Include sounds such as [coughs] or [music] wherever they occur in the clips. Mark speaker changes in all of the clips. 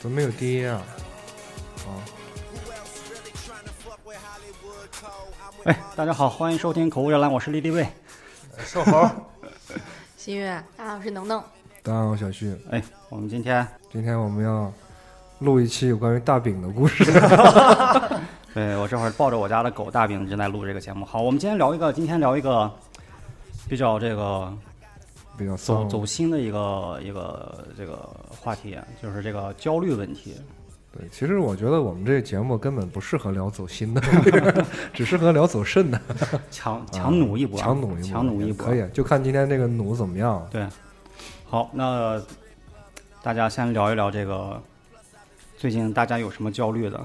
Speaker 1: 怎么没有爹啊？啊，
Speaker 2: 哎，大家好，欢迎收听《口无遮拦》，我是丽丽卫。
Speaker 1: 瘦猴， [laughs]
Speaker 3: 新月，大家好，我啊是 [laughs] 能能。
Speaker 1: 大家好，我小旭，
Speaker 2: 哎，我们今天
Speaker 1: 今天我们要录一期有关于大饼的故事。
Speaker 2: [laughs] 对我这会儿抱着我家的狗大饼正在录这个节目。好，我们今天聊一个，今天聊一个比较这个
Speaker 1: 比较
Speaker 2: 走
Speaker 1: 骚，
Speaker 2: 走心的一个一个这个话题，就是这个焦虑问题。
Speaker 1: 对，其实我觉得我们这节目根本不适合聊走心
Speaker 2: [laughs]
Speaker 1: 的，只适合聊走肾的，
Speaker 2: 强 [laughs] 强弩一
Speaker 1: 嗯
Speaker 2: 波，
Speaker 1: 强弩一波，
Speaker 2: 强弩一波，
Speaker 1: 可以，就看今天这个弩怎么样。
Speaker 2: 对，好，那大家先聊一聊这个最近大家有什么焦虑的？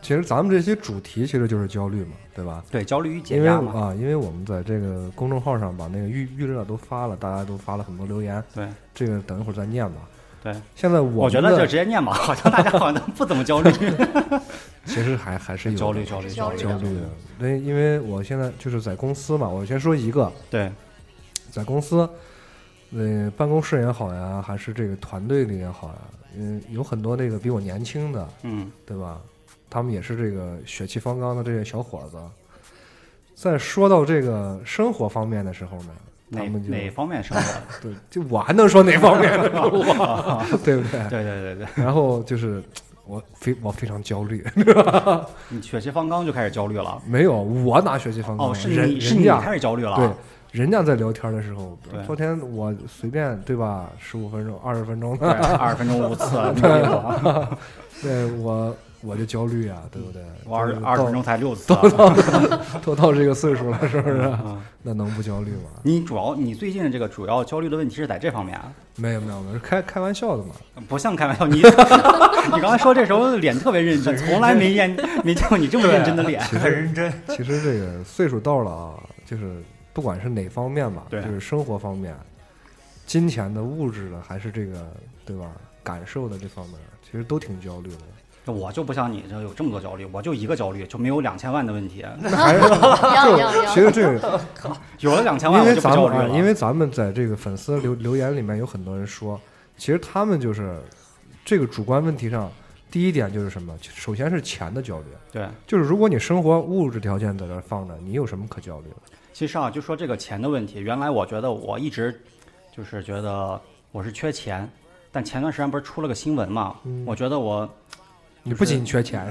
Speaker 1: 其实咱们这期主题其实就是焦虑嘛，对吧？
Speaker 2: 对，焦虑与
Speaker 1: 因
Speaker 2: 解
Speaker 1: 为
Speaker 2: 压嘛。
Speaker 1: 啊，因为我们在这个公众号上把那个预预热都发了，大家都发了很多留言，
Speaker 2: 对
Speaker 1: 这个等一会儿再念吧。
Speaker 2: 对，
Speaker 1: 现在我
Speaker 2: 我觉
Speaker 1: 们
Speaker 2: 得
Speaker 1: 的
Speaker 2: 就直接念吧，好像大家好像不怎么焦虑。
Speaker 1: 其实还还是有
Speaker 2: 焦虑，
Speaker 1: 的
Speaker 2: 焦虑，
Speaker 3: 焦虑
Speaker 1: 焦虑的。对，因为我现在就是在公司嘛，我先说一个，
Speaker 2: 对，
Speaker 1: 在公司，呃，办公室也好呀，还是这个团队里也好呀，嗯，有很多那个比我年轻的，
Speaker 2: 嗯，
Speaker 1: 对吧？他们也是这个血气方刚的这些小伙子。在说到这个生活方面的时候呢，他
Speaker 2: 哪
Speaker 1: 们就
Speaker 2: 哪方面生活？
Speaker 1: 对，就我还能说哪方面的 [laughs] 时候啊，对不对？
Speaker 2: 对对对对，
Speaker 1: 然后就是我非我非常焦虑， [laughs]
Speaker 2: 你血气方刚就开始焦虑了。
Speaker 1: 没有我哪血气方刚啊？
Speaker 2: 哦，是
Speaker 1: 人
Speaker 2: 你是
Speaker 1: 人
Speaker 2: 你
Speaker 1: 家
Speaker 2: 开始焦虑了。
Speaker 1: 对，人家在聊天的时候
Speaker 2: 对，
Speaker 1: 昨天我随便对吧，十五分钟、二十分钟，
Speaker 2: 对，二十分钟五次，没有啊
Speaker 1: 对我我就焦虑啊，对不对？
Speaker 2: 我二
Speaker 1: 就是
Speaker 2: 二十分钟才六次啊。
Speaker 1: 都到这个岁数了，是不是？
Speaker 2: 嗯
Speaker 1: 那能不焦虑吗？
Speaker 2: 你主要你最近这个主要焦虑的问题是在这方面啊，
Speaker 1: 没有没有，我是开开玩笑
Speaker 2: [laughs]
Speaker 1: 的嘛。
Speaker 2: 不像开玩
Speaker 1: [laughs]
Speaker 2: 笑。你你刚才说这时候脸特别认真，从来没见没见过你这么认真的脸。
Speaker 4: 很认真。
Speaker 1: 啊其实这个岁数到了啊，就是不管是哪方面吧，就
Speaker 2: 对
Speaker 1: 是生活方面、金钱的、物质的，还是这个对吧？感受的这方面，其实都挺焦虑的。
Speaker 2: 我就不像你这有这么多焦虑，我就一个焦虑，就没有两千万的问题。
Speaker 1: 那还是
Speaker 3: 一样一样一
Speaker 1: 就
Speaker 3: 样
Speaker 1: 其实这个
Speaker 2: 有了两千万，
Speaker 1: 因
Speaker 2: 我
Speaker 1: 为
Speaker 2: 就不
Speaker 1: 咱
Speaker 2: 焦
Speaker 1: 们
Speaker 2: 虑
Speaker 1: 啊，
Speaker 2: 了。
Speaker 1: 因为咱们在这个粉丝留留言里面有很多人说，其实他们就是这个主观问题上，第一点就是什么？首先是钱的焦虑，
Speaker 2: 对，
Speaker 1: 就是如果你生活物质条件在这儿放着，你有什么可焦虑的？
Speaker 2: 其实啊，就说这个钱的问题，原来我觉得我一直就是觉得我是缺钱，但前段时间不是出了个新闻嘛，
Speaker 1: 嗯
Speaker 2: 我觉得我
Speaker 1: 你不仅缺钱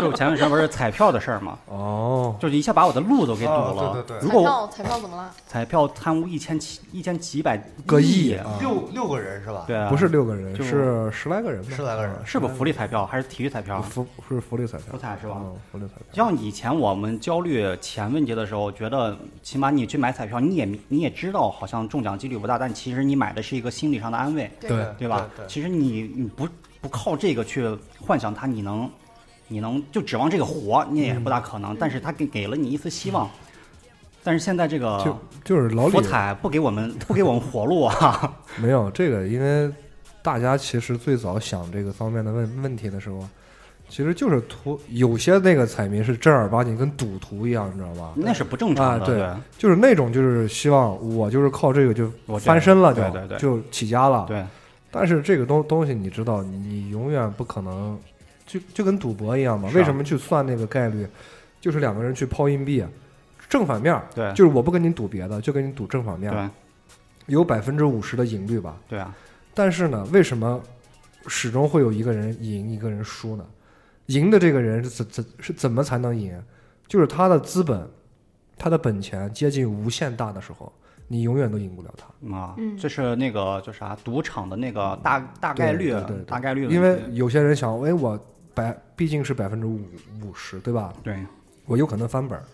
Speaker 2: 就前段时间不是彩票的事儿嘛，
Speaker 1: [laughs] 哦，
Speaker 2: 就是一下把我的路都给堵了。
Speaker 4: 哦对对对
Speaker 2: 如
Speaker 3: 彩
Speaker 2: 果我
Speaker 3: 票，彩票怎么了？
Speaker 2: 彩票贪污一千七一千几百
Speaker 1: 个亿
Speaker 2: 亿，
Speaker 1: 啊，
Speaker 4: 六六个人是吧？
Speaker 2: 对，啊，
Speaker 1: 不是六个人，
Speaker 2: 就是
Speaker 1: 十来个人吧，
Speaker 4: 十来个人
Speaker 1: 啊
Speaker 2: 是不福利彩票还是体育彩票？
Speaker 1: 福是福利彩票，
Speaker 2: 啊福彩是吧
Speaker 1: 嗯，福利彩票。
Speaker 2: 像以前我们焦虑钱问题的时候，觉得起码你去买彩票，你也你也知道好像中奖几率不大，但其实你买的是一个心理上的安慰。
Speaker 1: 对
Speaker 2: 对吧？
Speaker 4: 对，
Speaker 2: 其实你你不不靠这个去幻想它，你能你能就指望这个活，你也不
Speaker 4: 嗯
Speaker 2: 大可能。但是它给给了你一丝希望。但是现在这个
Speaker 1: 就就是老李
Speaker 2: 福彩不给我们不给我们活路啊！ [laughs]
Speaker 1: 没有这个，因为大家其实最早想这个方面的问问题的时候，其实就是图有些那个彩民是正儿八经跟赌徒一样，你知道吧？
Speaker 2: 那是不正常的，
Speaker 1: 啊对就是那种就是希望我就是靠这个就
Speaker 2: 我
Speaker 1: 翻身了就，
Speaker 2: 对对对
Speaker 1: 就起家了。
Speaker 2: 对
Speaker 1: 但是这个东东西你知道，你永远不可能，就就跟赌博一样嘛。
Speaker 2: 是啊
Speaker 1: 为什么去算那个概率？就是两个人去抛硬币，啊正反面儿，
Speaker 2: 对
Speaker 1: 就是我不跟你赌别的，就跟你赌正反面儿，
Speaker 2: 对
Speaker 1: 有百分之五十的赢率吧。
Speaker 2: 对啊！
Speaker 1: 但是呢，为什么始终会有一个人赢，一个人输呢？赢的这个人是怎怎是怎么才能赢？就是他的资本，他的本钱接近无限大的时候，你永远都赢不了他。
Speaker 2: 嗯啊
Speaker 3: 嗯，
Speaker 2: 这是那个叫啥？赌场的那个大大概率
Speaker 1: 对对对，
Speaker 2: 大概率问题，
Speaker 1: 因为有些人想，哎，我百毕竟是百分之五五十，对吧？
Speaker 2: 对，
Speaker 1: 我有可能翻本儿，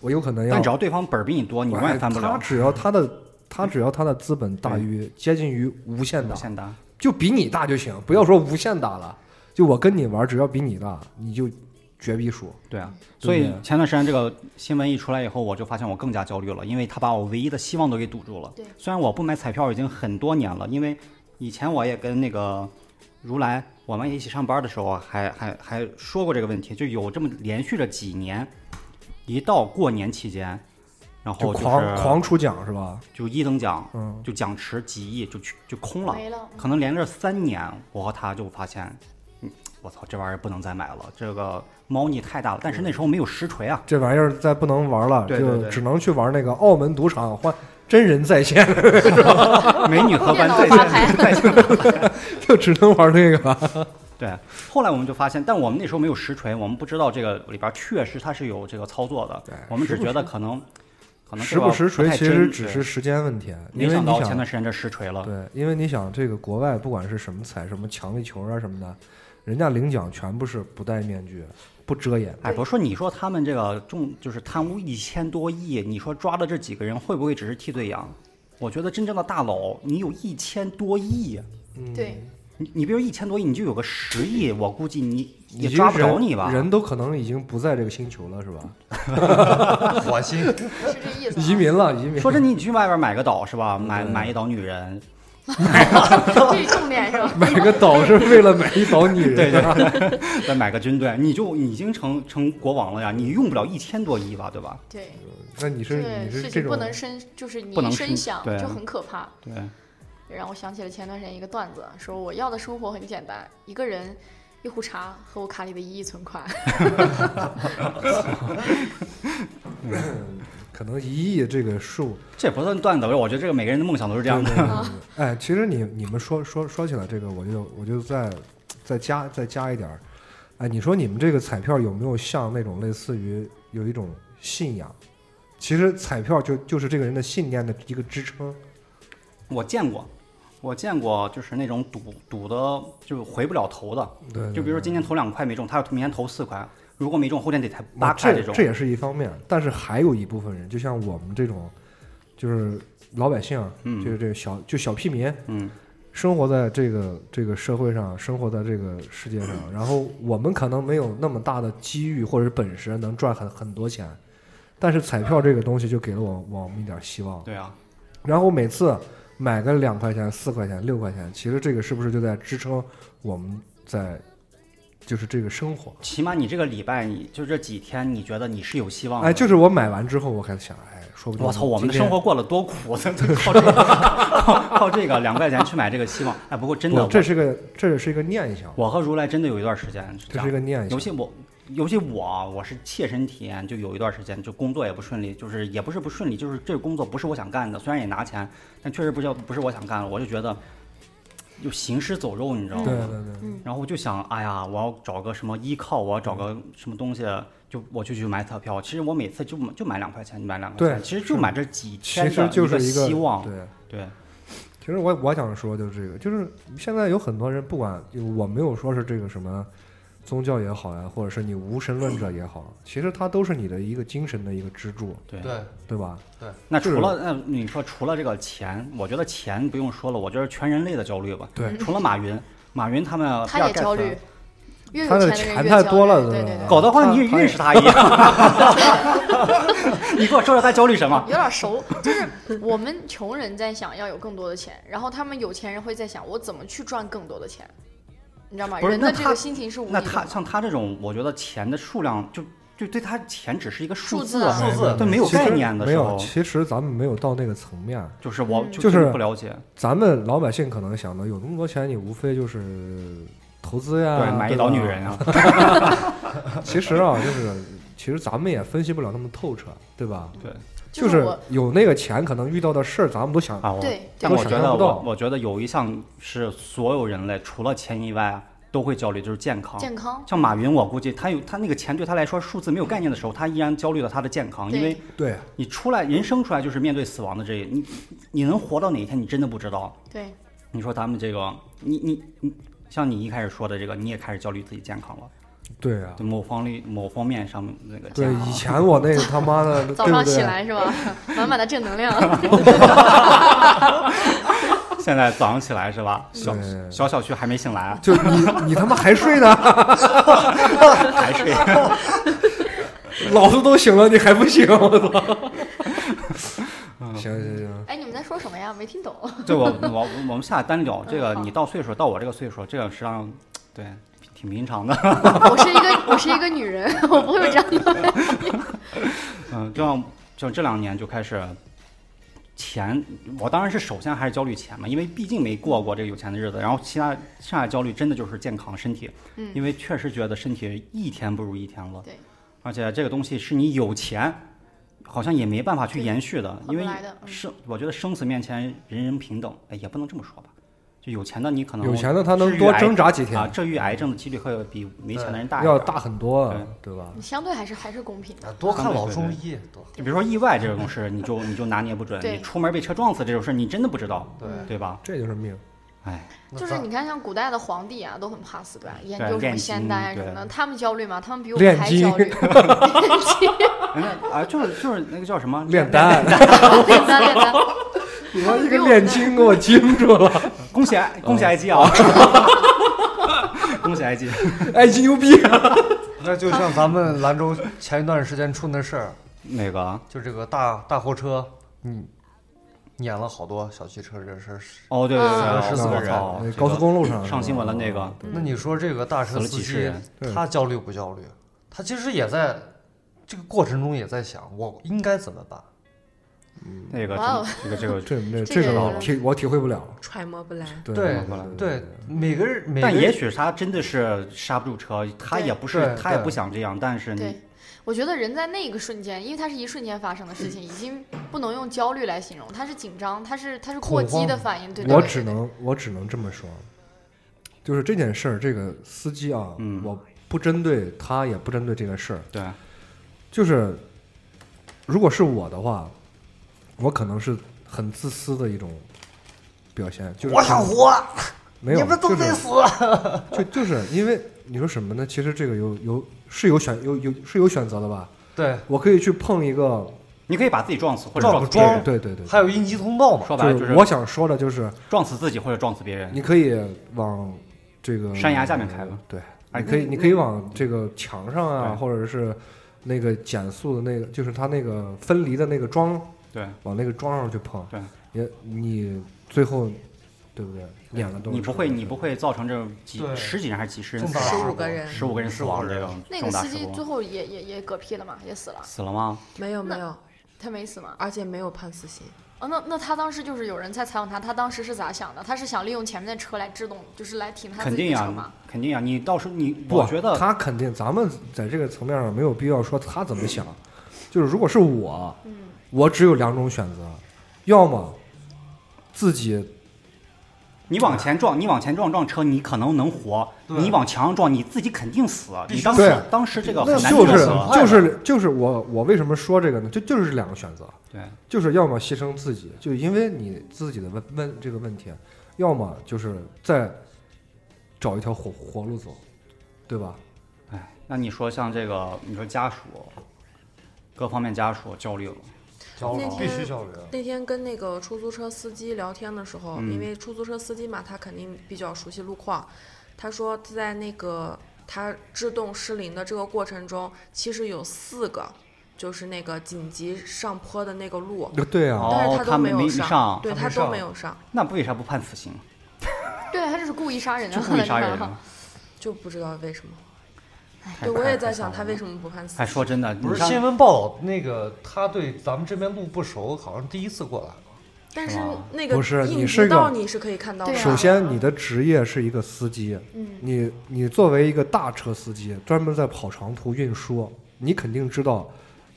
Speaker 1: 我有可能要。
Speaker 2: 但只要对方本儿比你多，你永远翻不
Speaker 1: 哎他
Speaker 2: 了。
Speaker 1: 只要他的他只要他的资本大于接近于无限大，
Speaker 2: 现单，
Speaker 1: 就比你大就行，不要说无限大了。就我跟你玩，只要比你大，你就绝逼输。
Speaker 2: 对啊，
Speaker 1: 对
Speaker 2: 所以
Speaker 1: 不对
Speaker 2: 前段时间这个新闻一出来以后，我就发现我更加焦虑了，因为他把我唯一的希望都给堵住了。
Speaker 3: 对
Speaker 2: 虽然我不买彩票已经很多年了，因为以前我也跟那个如来我们一起上班的时候啊，还还还说过这个问题，就有这么连续着几年，一到过年期间，然后
Speaker 1: 就
Speaker 2: 哦就是啊
Speaker 1: 狂狂出奖是吧？
Speaker 2: 就一等奖
Speaker 1: 嗯，
Speaker 2: 就奖池几亿就去就空了，
Speaker 3: 没了，
Speaker 2: 可能连着三年，我和他就发现，嗯，我操，这玩意儿不能再买了，这个猫腻太大了。但是那时候没有实锤
Speaker 3: [laughs]
Speaker 2: 啊，
Speaker 1: 这玩意儿再不能玩了，
Speaker 2: 对对对
Speaker 1: 就只能去玩那个澳门赌场换真人在线，
Speaker 2: [laughs] 美女和
Speaker 3: 电
Speaker 2: 班
Speaker 3: 脑
Speaker 2: 在
Speaker 3: 发
Speaker 2: 线 [laughs] 在
Speaker 3: 牌，
Speaker 2: 线
Speaker 1: 就只能玩这个了。
Speaker 2: 对，后来我们就发现，但我们那时候没有实锤，我们不知道这个里边确实它是有这个操作
Speaker 1: 对
Speaker 2: 的，我们只觉得可能可能
Speaker 1: 实
Speaker 2: 不
Speaker 1: 不实锤其实只是
Speaker 2: 对
Speaker 1: 时间问题，因
Speaker 2: 没
Speaker 1: 为
Speaker 2: 想
Speaker 1: 你
Speaker 2: 到前
Speaker 1: 想
Speaker 2: 段时间这实锤了，
Speaker 1: 对，因为你想这个国外不管是什么彩什么强力球啊什么的，人家领奖全部是不戴面具、不遮掩。
Speaker 2: 哎，不是说你说他们这个重就是贪污一千多亿，你说抓的这几个人会不会只是替罪羊？我觉得真正的大佬，你有一千多亿，
Speaker 3: 对，
Speaker 2: 你你比如一千多亿，你就有个十亿，我估计你也
Speaker 1: 已经
Speaker 2: 抓不着
Speaker 1: 人
Speaker 2: 你吧？
Speaker 1: 人都可能已经不在这个星球了，是吧？
Speaker 4: 火星
Speaker 3: 是这意思。啊
Speaker 1: 移，
Speaker 3: [laughs]
Speaker 1: 民了，移民。
Speaker 2: 说真的，你去外边买个岛是吧？买
Speaker 1: 对
Speaker 2: 买一岛女人，
Speaker 3: 这是重点是 [laughs] 吧？
Speaker 1: 买个岛是为了买一岛女人，啊
Speaker 2: 对对，再买个军队，你就已经成成国王了呀！你用不了一千多亿吧，对吧？
Speaker 3: 对，
Speaker 1: 那你
Speaker 3: 这
Speaker 1: 是
Speaker 3: 个
Speaker 1: 你是
Speaker 3: 事
Speaker 1: 这
Speaker 3: 情
Speaker 1: 种
Speaker 3: 不能深，就是你
Speaker 2: 不能
Speaker 3: 一
Speaker 2: 深
Speaker 3: 深想
Speaker 2: 对啊
Speaker 3: 就很可怕。
Speaker 2: 对，
Speaker 3: 让我想起了前段时间一个段子，说我要的生活很简单，一个人。一壶茶和我卡里的一亿存款，
Speaker 1: 嗯可能一亿这个数
Speaker 2: 这也不算段子，我觉得这个每个人的梦想都是这样的。
Speaker 1: 对对对
Speaker 3: 啊
Speaker 1: 对对哎，其实你你们说说说起来这个，我就我就再再加再加一点儿。哎，你说你们这个彩票有没有像那种类似于有一种信仰？其实彩票就就是这个人的信念的一个支撑。
Speaker 2: 我见过，我见过，就是那种赌赌的就回不了头的，
Speaker 1: 对对
Speaker 2: 就比如说今天投两块没中，他要明天投四块，如果没中，后天得才
Speaker 1: 那
Speaker 2: 八块
Speaker 1: 啊这
Speaker 2: 种
Speaker 1: 这。也是一方面，但是还有一部分人，就像我们这种，就是老百姓，啊
Speaker 2: 嗯
Speaker 1: 就是这个小就小屁民，
Speaker 2: 嗯，
Speaker 1: 生活在这个这个社会上，生活在这个世界上，
Speaker 2: [coughs]
Speaker 1: 然后我们可能没有那么大的机遇或者是本事能赚很很多钱，但是彩票这个东西就给了我我们一点希望。
Speaker 2: 对啊，
Speaker 1: 然后每次买个两块钱、四块钱、六块钱，其实这个是不是就在支撑我们在就是这个生活？
Speaker 2: 起码你这个礼拜，你就这几天，你觉得你是有希望的。
Speaker 1: 哎，就是我买完之后，我开始想，哎，说不定
Speaker 2: 我操，我们的
Speaker 1: 今天
Speaker 2: 生活过得多苦， [laughs] 靠这个靠靠这个两块钱去买这个希望。哎，不过真的，
Speaker 1: 不这是个这是一个念想，
Speaker 2: 我和如来真的有一段时间是这
Speaker 1: 这
Speaker 2: 样
Speaker 1: 是一个念想。
Speaker 2: 尤其我，尤其我，我是切身体验，就有一段时间，就工作也不顺利，就是也不是不顺利，就是这个工作不是我想干的，虽然也拿钱，但确实不叫不是我想干的，我就觉得就行尸走肉，你知道
Speaker 1: 对
Speaker 2: 吗？
Speaker 1: 对对，
Speaker 3: 嗯，
Speaker 2: 然后我就想，哎呀，我要找个什么依靠，我要找个什么东西，就我就去买彩票。其实我每次就就买两块钱，买两块
Speaker 1: 对
Speaker 2: 钱，其实就是买这几
Speaker 1: 其
Speaker 2: 天的
Speaker 1: 实就是一
Speaker 2: 一
Speaker 1: 个
Speaker 2: 希望。
Speaker 1: 对。
Speaker 2: 对，
Speaker 1: 其实我我想说就是这个，就是现在有很多人，不管我没有说是这个什么宗教也好呀，或者是你无神论者也好，其实它都是你的一个精神的一个支柱，
Speaker 2: 对
Speaker 4: 对
Speaker 1: 对吧？
Speaker 2: 那
Speaker 1: 就
Speaker 2: 除
Speaker 1: 是
Speaker 2: 了那你说除了这个钱，我觉得钱不用说了，我觉得全人类的焦虑吧。
Speaker 1: 对
Speaker 2: 除了马云，马云他们
Speaker 1: 啊
Speaker 3: [laughs] 他
Speaker 2: 比尔
Speaker 3: 也
Speaker 2: 盖茨
Speaker 3: 焦虑，，越有
Speaker 1: 他的
Speaker 3: 的人
Speaker 1: 钱
Speaker 3: 越
Speaker 1: 太
Speaker 3: 焦
Speaker 1: 多
Speaker 3: 虑
Speaker 1: 了对
Speaker 3: 对对
Speaker 1: 吧
Speaker 3: 对，
Speaker 2: 搞得好像你
Speaker 1: 他
Speaker 2: 认识他一样。 [laughs]
Speaker 3: [laughs]
Speaker 2: 你给我说说他焦虑什么？
Speaker 3: 有点熟。就是我们穷人在想要有更多的钱，然后他们有钱人会在想我怎么去赚更多的钱，你知道吗？
Speaker 2: 不是
Speaker 3: 人的
Speaker 2: 那
Speaker 3: 这
Speaker 2: 他
Speaker 3: 个心情是无敌
Speaker 2: 那
Speaker 3: 的。
Speaker 2: 他像他这种，我觉得钱的数量就就对他钱只是一个数
Speaker 3: 数
Speaker 2: 字
Speaker 3: 字啊
Speaker 4: 数字
Speaker 2: 对没有
Speaker 1: 哎其实
Speaker 2: 概念的
Speaker 1: 没
Speaker 2: 时
Speaker 1: 有。
Speaker 2: 候，
Speaker 1: 其实咱们没有到那个层面，
Speaker 2: 就是我
Speaker 3: 嗯
Speaker 1: 就是
Speaker 2: 真不了解，
Speaker 1: 咱们老百姓可能想的有那么多钱，你无非就是投资呀，
Speaker 2: 对，买一岛
Speaker 1: 吧
Speaker 2: 女人啊，
Speaker 1: 其实啊，就是其实咱们也分析不了那么透彻，对吧？
Speaker 2: 对
Speaker 1: 就
Speaker 3: 就是
Speaker 1: 是
Speaker 3: 我
Speaker 1: 有那个钱，可能遇到的事儿，咱们都想
Speaker 2: 啊我。
Speaker 3: 对
Speaker 2: 但
Speaker 3: 对
Speaker 1: 都
Speaker 2: 我
Speaker 1: 想
Speaker 2: 觉得
Speaker 1: 象不
Speaker 2: 我
Speaker 1: 到
Speaker 2: 我觉得有一项是所有人类除了钱以外啊都会焦虑，就是健康。
Speaker 3: 健康，
Speaker 2: 像马云，我估计他有他那个钱对他来说数字没有概念的时候，他依然焦虑了他的健康，因为
Speaker 3: 对
Speaker 1: 对
Speaker 2: 你出来人生出来就是面对死亡的这一，你你能活到哪一天，你真的不知道。
Speaker 3: 对
Speaker 2: 你说咱们这个，你你你，像你一开始说的这个，你也开始焦虑自己健康了，
Speaker 1: 对啊。
Speaker 2: 对某方面某方面上面那个
Speaker 1: 对
Speaker 2: 健，康
Speaker 1: 以前我那个他妈
Speaker 3: [laughs]
Speaker 1: 的，对
Speaker 3: 早
Speaker 1: 不
Speaker 3: 上起
Speaker 1: 对？
Speaker 3: 来是吧？满满的正能量，
Speaker 2: 现在早上起来是吧？小
Speaker 1: 对
Speaker 2: 小小区还没
Speaker 1: [laughs]
Speaker 2: 醒来，啊
Speaker 1: 就你你他妈还睡呢？
Speaker 2: 还睡。 [laughs]
Speaker 1: 老子都醒了，你还不醒？我操！
Speaker 2: [laughs]
Speaker 1: 行行行，
Speaker 3: 哎，你们在说什么呀？没听懂。
Speaker 2: 对我我我们下来单聊这个，
Speaker 3: 嗯好
Speaker 2: 你到岁数到我这个岁数，这个实际上对挺平常的。
Speaker 3: 我是一个我是一个女人，我不会有这样的。
Speaker 2: 嗯，就像就这两年就开始钱，我当然是首先还是焦虑钱嘛，因为毕竟没过过这个有钱的日子。然后其他剩下焦虑真的就是健康身体，
Speaker 3: 嗯
Speaker 2: 因为确实觉得身体一天不如一天了。
Speaker 3: 对，
Speaker 2: 而且这个东西是你有钱，好像也没办法去
Speaker 3: 对
Speaker 2: 延续的，
Speaker 3: 合
Speaker 2: 因为
Speaker 3: 不来的，嗯
Speaker 2: 生我觉得生死面前人人平等，哎，也不能这么说吧。就有钱的你可能
Speaker 1: 有钱的他
Speaker 2: 治
Speaker 1: 能
Speaker 2: 愈
Speaker 1: 多
Speaker 2: 癌
Speaker 1: 挣扎几天嗯
Speaker 2: 啊，，治愈癌症的几率会比没钱的人大一点
Speaker 1: 要
Speaker 2: 儿。
Speaker 1: 大很多啊，对吧？
Speaker 3: [laughs] 你相对还是还是公平的。
Speaker 4: 啊多看老中医，多
Speaker 2: 就比如说意外这种事，你就你就拿捏不准，
Speaker 3: 对嗯
Speaker 2: 你出门被车撞死这种事，你真的不知道，
Speaker 4: 对。
Speaker 2: 对吧？
Speaker 1: 这就是命。
Speaker 2: 哎，
Speaker 4: 那
Speaker 3: 就是
Speaker 4: 咱
Speaker 3: 你看，像古代的皇帝啊，都很怕死，对吧？研究什
Speaker 2: 炼
Speaker 3: 么仙丹啊
Speaker 2: 金
Speaker 3: 什么的，
Speaker 2: 对
Speaker 3: 他们焦虑吗？他们比我
Speaker 1: 炼
Speaker 3: 们还
Speaker 1: 金
Speaker 3: 焦虑。 [laughs]
Speaker 2: 人家啊，就是就是那个叫什么
Speaker 1: [laughs] 炼，丹，
Speaker 3: 炼丹炼丹，
Speaker 1: [laughs] 你妈一个炼金给我惊住了，
Speaker 2: 恭喜埃恭喜埃及啊！ [laughs] 恭喜埃及，
Speaker 1: 埃及哎牛逼！啊
Speaker 4: 那就像咱们兰州前一段时间出那事儿，
Speaker 2: 那个
Speaker 4: 就这个大大货车，嗯，撵了好多小汽车这事儿。
Speaker 2: 哦，对对
Speaker 3: 嗯
Speaker 4: 啊
Speaker 2: 对，
Speaker 4: 是
Speaker 2: 我
Speaker 4: 是
Speaker 2: 操，
Speaker 1: 高速公路上
Speaker 2: 哦上新闻了那个，
Speaker 4: 那你说这个大
Speaker 2: 死
Speaker 4: 车
Speaker 2: 了
Speaker 4: 司
Speaker 2: 几十
Speaker 4: 机
Speaker 2: 人，
Speaker 1: 对
Speaker 4: 他焦虑不焦虑？他其实也在这个过程中也在想，我应该怎么办？
Speaker 2: 那个
Speaker 3: 哇哦
Speaker 2: 这个
Speaker 1: [laughs]
Speaker 2: 这个，
Speaker 1: 这这
Speaker 3: 这
Speaker 1: 这
Speaker 3: 个
Speaker 1: 个
Speaker 3: 人
Speaker 1: 我体我体会不了。
Speaker 5: 揣摩不来。
Speaker 1: 对
Speaker 4: 对
Speaker 1: 对
Speaker 4: 对，每个人每个
Speaker 2: 但
Speaker 4: 人
Speaker 2: 也许他真的是刹不住车，他也不是
Speaker 4: 对
Speaker 2: 他也
Speaker 4: 对
Speaker 2: 不想这样，但是你
Speaker 3: 对，我觉得人在那个瞬间，因为它是一瞬间发生的事情，已经不能用焦虑来形容，它是紧张，它是它是过
Speaker 4: 恐
Speaker 3: 激
Speaker 4: 慌
Speaker 3: 的反应，对对
Speaker 1: 我
Speaker 3: 对
Speaker 1: 只能我只能这么说，就是这件事儿，这个司机啊，
Speaker 2: 嗯
Speaker 1: 我不针对他，也不针对这个事儿，
Speaker 2: 对
Speaker 1: 就是如果是我的话，我可能是很自私的一种表现，就是
Speaker 4: 我想活，
Speaker 1: 没有，
Speaker 4: 你们都
Speaker 1: 就是
Speaker 4: 得死。
Speaker 1: 就就是因为你说什么呢？其实这个有有是有选有有是有选择的吧？
Speaker 4: 对，
Speaker 1: 我可以去碰一个，
Speaker 2: 你可以把自己撞死或者
Speaker 4: 撞
Speaker 2: 撞死
Speaker 4: 个
Speaker 2: 别
Speaker 4: 桩
Speaker 2: 人，
Speaker 1: 对对对，
Speaker 4: 还有应急通道嘛。
Speaker 2: 说白了
Speaker 1: 就
Speaker 2: 就是是
Speaker 1: 我想说的就是，
Speaker 2: 撞死自己或者撞死别人，
Speaker 1: 你可以往这个
Speaker 2: 山崖下面开吧，
Speaker 1: 对，
Speaker 2: 哎
Speaker 1: 你可以
Speaker 2: 那
Speaker 1: 你可以往这个墙上啊，
Speaker 2: 对
Speaker 1: 或者是那个减速的那个，就是它那个分离的那个桩，
Speaker 2: 对，
Speaker 1: 往那个桩上去碰，
Speaker 2: 对，
Speaker 1: 也你最后对不对？撵了都
Speaker 2: 你不会，你不会造成这种几
Speaker 4: 对
Speaker 2: 十几人还是几十人
Speaker 4: 重
Speaker 2: 死
Speaker 4: 大
Speaker 5: 十
Speaker 4: 事故
Speaker 5: 五
Speaker 2: 亡，
Speaker 5: 个人
Speaker 2: 十五个人死亡这种
Speaker 3: 嗯那
Speaker 2: 重
Speaker 3: 个
Speaker 2: 大
Speaker 3: 司
Speaker 2: 事
Speaker 3: 机最
Speaker 2: 故，
Speaker 3: 后也也也嗝屁了嘛，也死了，
Speaker 2: 死了吗？
Speaker 5: 没有
Speaker 3: 那
Speaker 5: 没有，
Speaker 3: 他没死嘛？
Speaker 5: 而且没有判死刑。
Speaker 3: 哦，那那他当时就是有人在采访他，他当时是咋想的？他是想利用前面的车来制动，就是来停他
Speaker 2: 肯
Speaker 3: 自
Speaker 2: 定
Speaker 3: 己的车
Speaker 2: 呀
Speaker 3: 吗？，
Speaker 2: 肯定呀，你到时候你，
Speaker 1: 不，
Speaker 2: 我觉得
Speaker 1: 他肯定，咱们在这个层面上没有必要说他怎么想，就是如果是我，
Speaker 3: 嗯，
Speaker 1: 我只有两种选择，要么自己
Speaker 2: 你往前撞，你往前撞撞车，你可能能活；
Speaker 4: 对
Speaker 2: 你往墙上撞，你自己肯定死。
Speaker 4: 必须
Speaker 2: 你当
Speaker 1: 对啊
Speaker 2: 时当时这个
Speaker 1: 那
Speaker 2: 很难啊
Speaker 1: 就
Speaker 2: 救
Speaker 1: 是
Speaker 2: 死了，
Speaker 1: 就是就是我我为什么说这个呢？就就是这两个选择，
Speaker 2: 对，
Speaker 1: 就是要么牺牲自己，就因为你自己的问问这个问题，要么就是再找一条活活路走，对吧？
Speaker 2: 哎，那你说像这个，你说家属，各方面家属焦虑了，
Speaker 4: 交流
Speaker 5: 那天
Speaker 4: 必须交流。
Speaker 5: 那天跟那个出租车司机聊天的时候，
Speaker 2: 嗯
Speaker 5: 因为出租车司机嘛，他肯定比较熟悉路况。他说在那个他制动失灵的这个过程中，其实有四个，就是那个紧急上坡的那个路，
Speaker 1: 对啊，
Speaker 5: 但
Speaker 2: 哦
Speaker 5: 是他
Speaker 2: 他
Speaker 5: 都
Speaker 2: 们
Speaker 5: 没有
Speaker 2: 没
Speaker 5: 上，
Speaker 2: 上
Speaker 5: 对
Speaker 4: 他
Speaker 5: 他
Speaker 4: 没
Speaker 5: 都
Speaker 4: 上
Speaker 5: 没有上，
Speaker 2: 那为啥不判死刑？
Speaker 3: 对他就是故意杀人啊，
Speaker 2: 就故意杀人
Speaker 3: [laughs] 那地方
Speaker 2: 啊！
Speaker 5: 就不知道为什么。
Speaker 2: 太
Speaker 5: 哎对，我也
Speaker 2: 太
Speaker 5: 在
Speaker 2: 太
Speaker 5: 想
Speaker 2: 惨
Speaker 5: 他
Speaker 2: 了
Speaker 5: 为什么不判死
Speaker 2: 哎，
Speaker 5: 刑。
Speaker 2: 说真的，
Speaker 4: 不
Speaker 2: 你
Speaker 4: 是
Speaker 2: 像
Speaker 4: 新闻报道那个，他对咱们这边路不熟，好像第一次过来。
Speaker 5: 但
Speaker 2: 是
Speaker 5: 是
Speaker 2: 吗
Speaker 5: 那个
Speaker 1: 不是你
Speaker 5: 应
Speaker 1: 是个
Speaker 5: 急道你是可以看到的。
Speaker 3: 对啊
Speaker 1: 首先你的职业是一个司机，
Speaker 3: 嗯，
Speaker 1: 你你作为一个大车司机，专门在跑长途运输，你肯定知道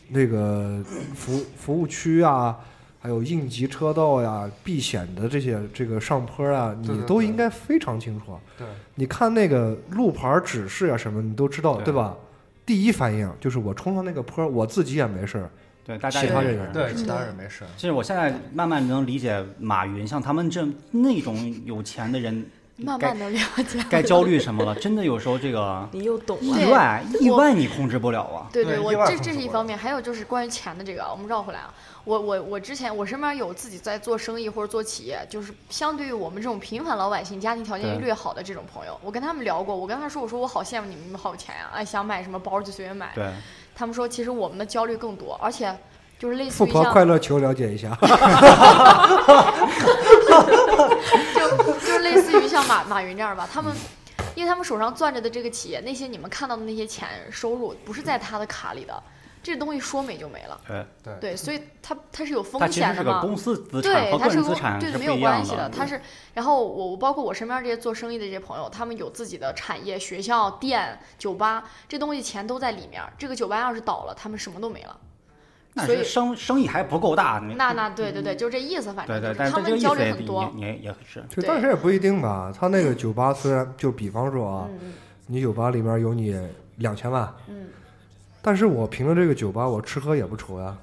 Speaker 1: 那个服服务区啊，还有应急车道呀、避险的这些这个上坡啊，
Speaker 4: 对
Speaker 1: 你
Speaker 4: 对
Speaker 1: 都
Speaker 4: 对
Speaker 1: 应该非常清楚。
Speaker 4: 对，
Speaker 1: 你看那个路牌指示啊什么，你都知道
Speaker 2: 对
Speaker 1: 对吧？第一反应就是我冲上那个坡，我自己也没事儿。
Speaker 2: 对大家
Speaker 1: 其
Speaker 2: 也
Speaker 1: 他
Speaker 2: 没
Speaker 1: 人
Speaker 2: 事
Speaker 1: 也
Speaker 2: 儿
Speaker 4: 对，其他人没事。
Speaker 2: 其实我现在慢慢能理解马云，像他们这那种有钱的人，
Speaker 3: 慢
Speaker 2: 啊该
Speaker 3: 慢的了解，
Speaker 2: 该焦虑什么了。真的有时候这个
Speaker 5: 你又懂了
Speaker 3: 对
Speaker 2: 意外，
Speaker 3: 我
Speaker 2: 意外你控制不了啊。
Speaker 3: 对
Speaker 4: 对
Speaker 3: 我
Speaker 4: 意外
Speaker 3: 这
Speaker 4: 控
Speaker 3: 这
Speaker 4: 制
Speaker 3: 是一
Speaker 4: 不
Speaker 3: 方
Speaker 4: 了
Speaker 3: 面，还有就是关于钱的这个啊，我们绕回来啊。我我我之前我身边有自己在做生意或者做企业，就是相对于我们这种平凡老百姓，家庭条件
Speaker 2: 对
Speaker 3: 略好的这种朋友，我跟他们聊过，我跟他说，我说我好羡慕你们，你们好有钱啊，哎，想买什么包就随便买。
Speaker 2: 对，
Speaker 3: 他们说，其实我们的焦虑更多，而且就是类似
Speaker 1: 富
Speaker 3: 于
Speaker 1: 婆
Speaker 3: 像
Speaker 1: 快乐球了解一下，
Speaker 3: 就就类似于像马马云这样吧，他们，因为他们手上攥着的这个企业，那些你们看到的那些钱收入，不是在他的卡里的，这东西说没就没了。
Speaker 2: 对，
Speaker 3: 对，所以它它是有风
Speaker 2: 它其
Speaker 3: 险
Speaker 2: 实是
Speaker 3: 的
Speaker 2: 个
Speaker 3: 嘛。
Speaker 2: 公司资产
Speaker 3: 对，
Speaker 2: 和
Speaker 3: 它
Speaker 2: 个
Speaker 3: 是
Speaker 2: 人资
Speaker 3: 公
Speaker 2: 产
Speaker 3: 对
Speaker 2: 是
Speaker 3: 没
Speaker 2: 不
Speaker 3: 有
Speaker 2: 一
Speaker 3: 关
Speaker 2: 样
Speaker 3: 系的，它是。然后我我包括我身边这些做生意的这些朋友，他们有自己的产业、学校、店、酒吧，这东西钱都在里面儿。这个酒吧要是倒了，他们什么都没了。
Speaker 2: 那
Speaker 3: 所以
Speaker 2: 是生生意还不够大，你
Speaker 3: 那那对对对，就这意思，反
Speaker 2: 嗯对
Speaker 3: 正
Speaker 2: 对，
Speaker 3: 就
Speaker 2: 但
Speaker 3: 是
Speaker 2: 是
Speaker 3: 他
Speaker 2: 这个
Speaker 3: 们
Speaker 2: 意
Speaker 3: 焦
Speaker 2: 思
Speaker 3: 虑
Speaker 2: 也
Speaker 3: 很多。
Speaker 2: 也也也是
Speaker 1: 就
Speaker 3: 对
Speaker 1: 但是也不一定吧。他那个酒吧虽然就比方说啊，
Speaker 3: 嗯
Speaker 1: 你酒吧里面有你两千万，
Speaker 3: 嗯。
Speaker 1: 但是我凭着这个酒吧，我吃喝也不愁呀、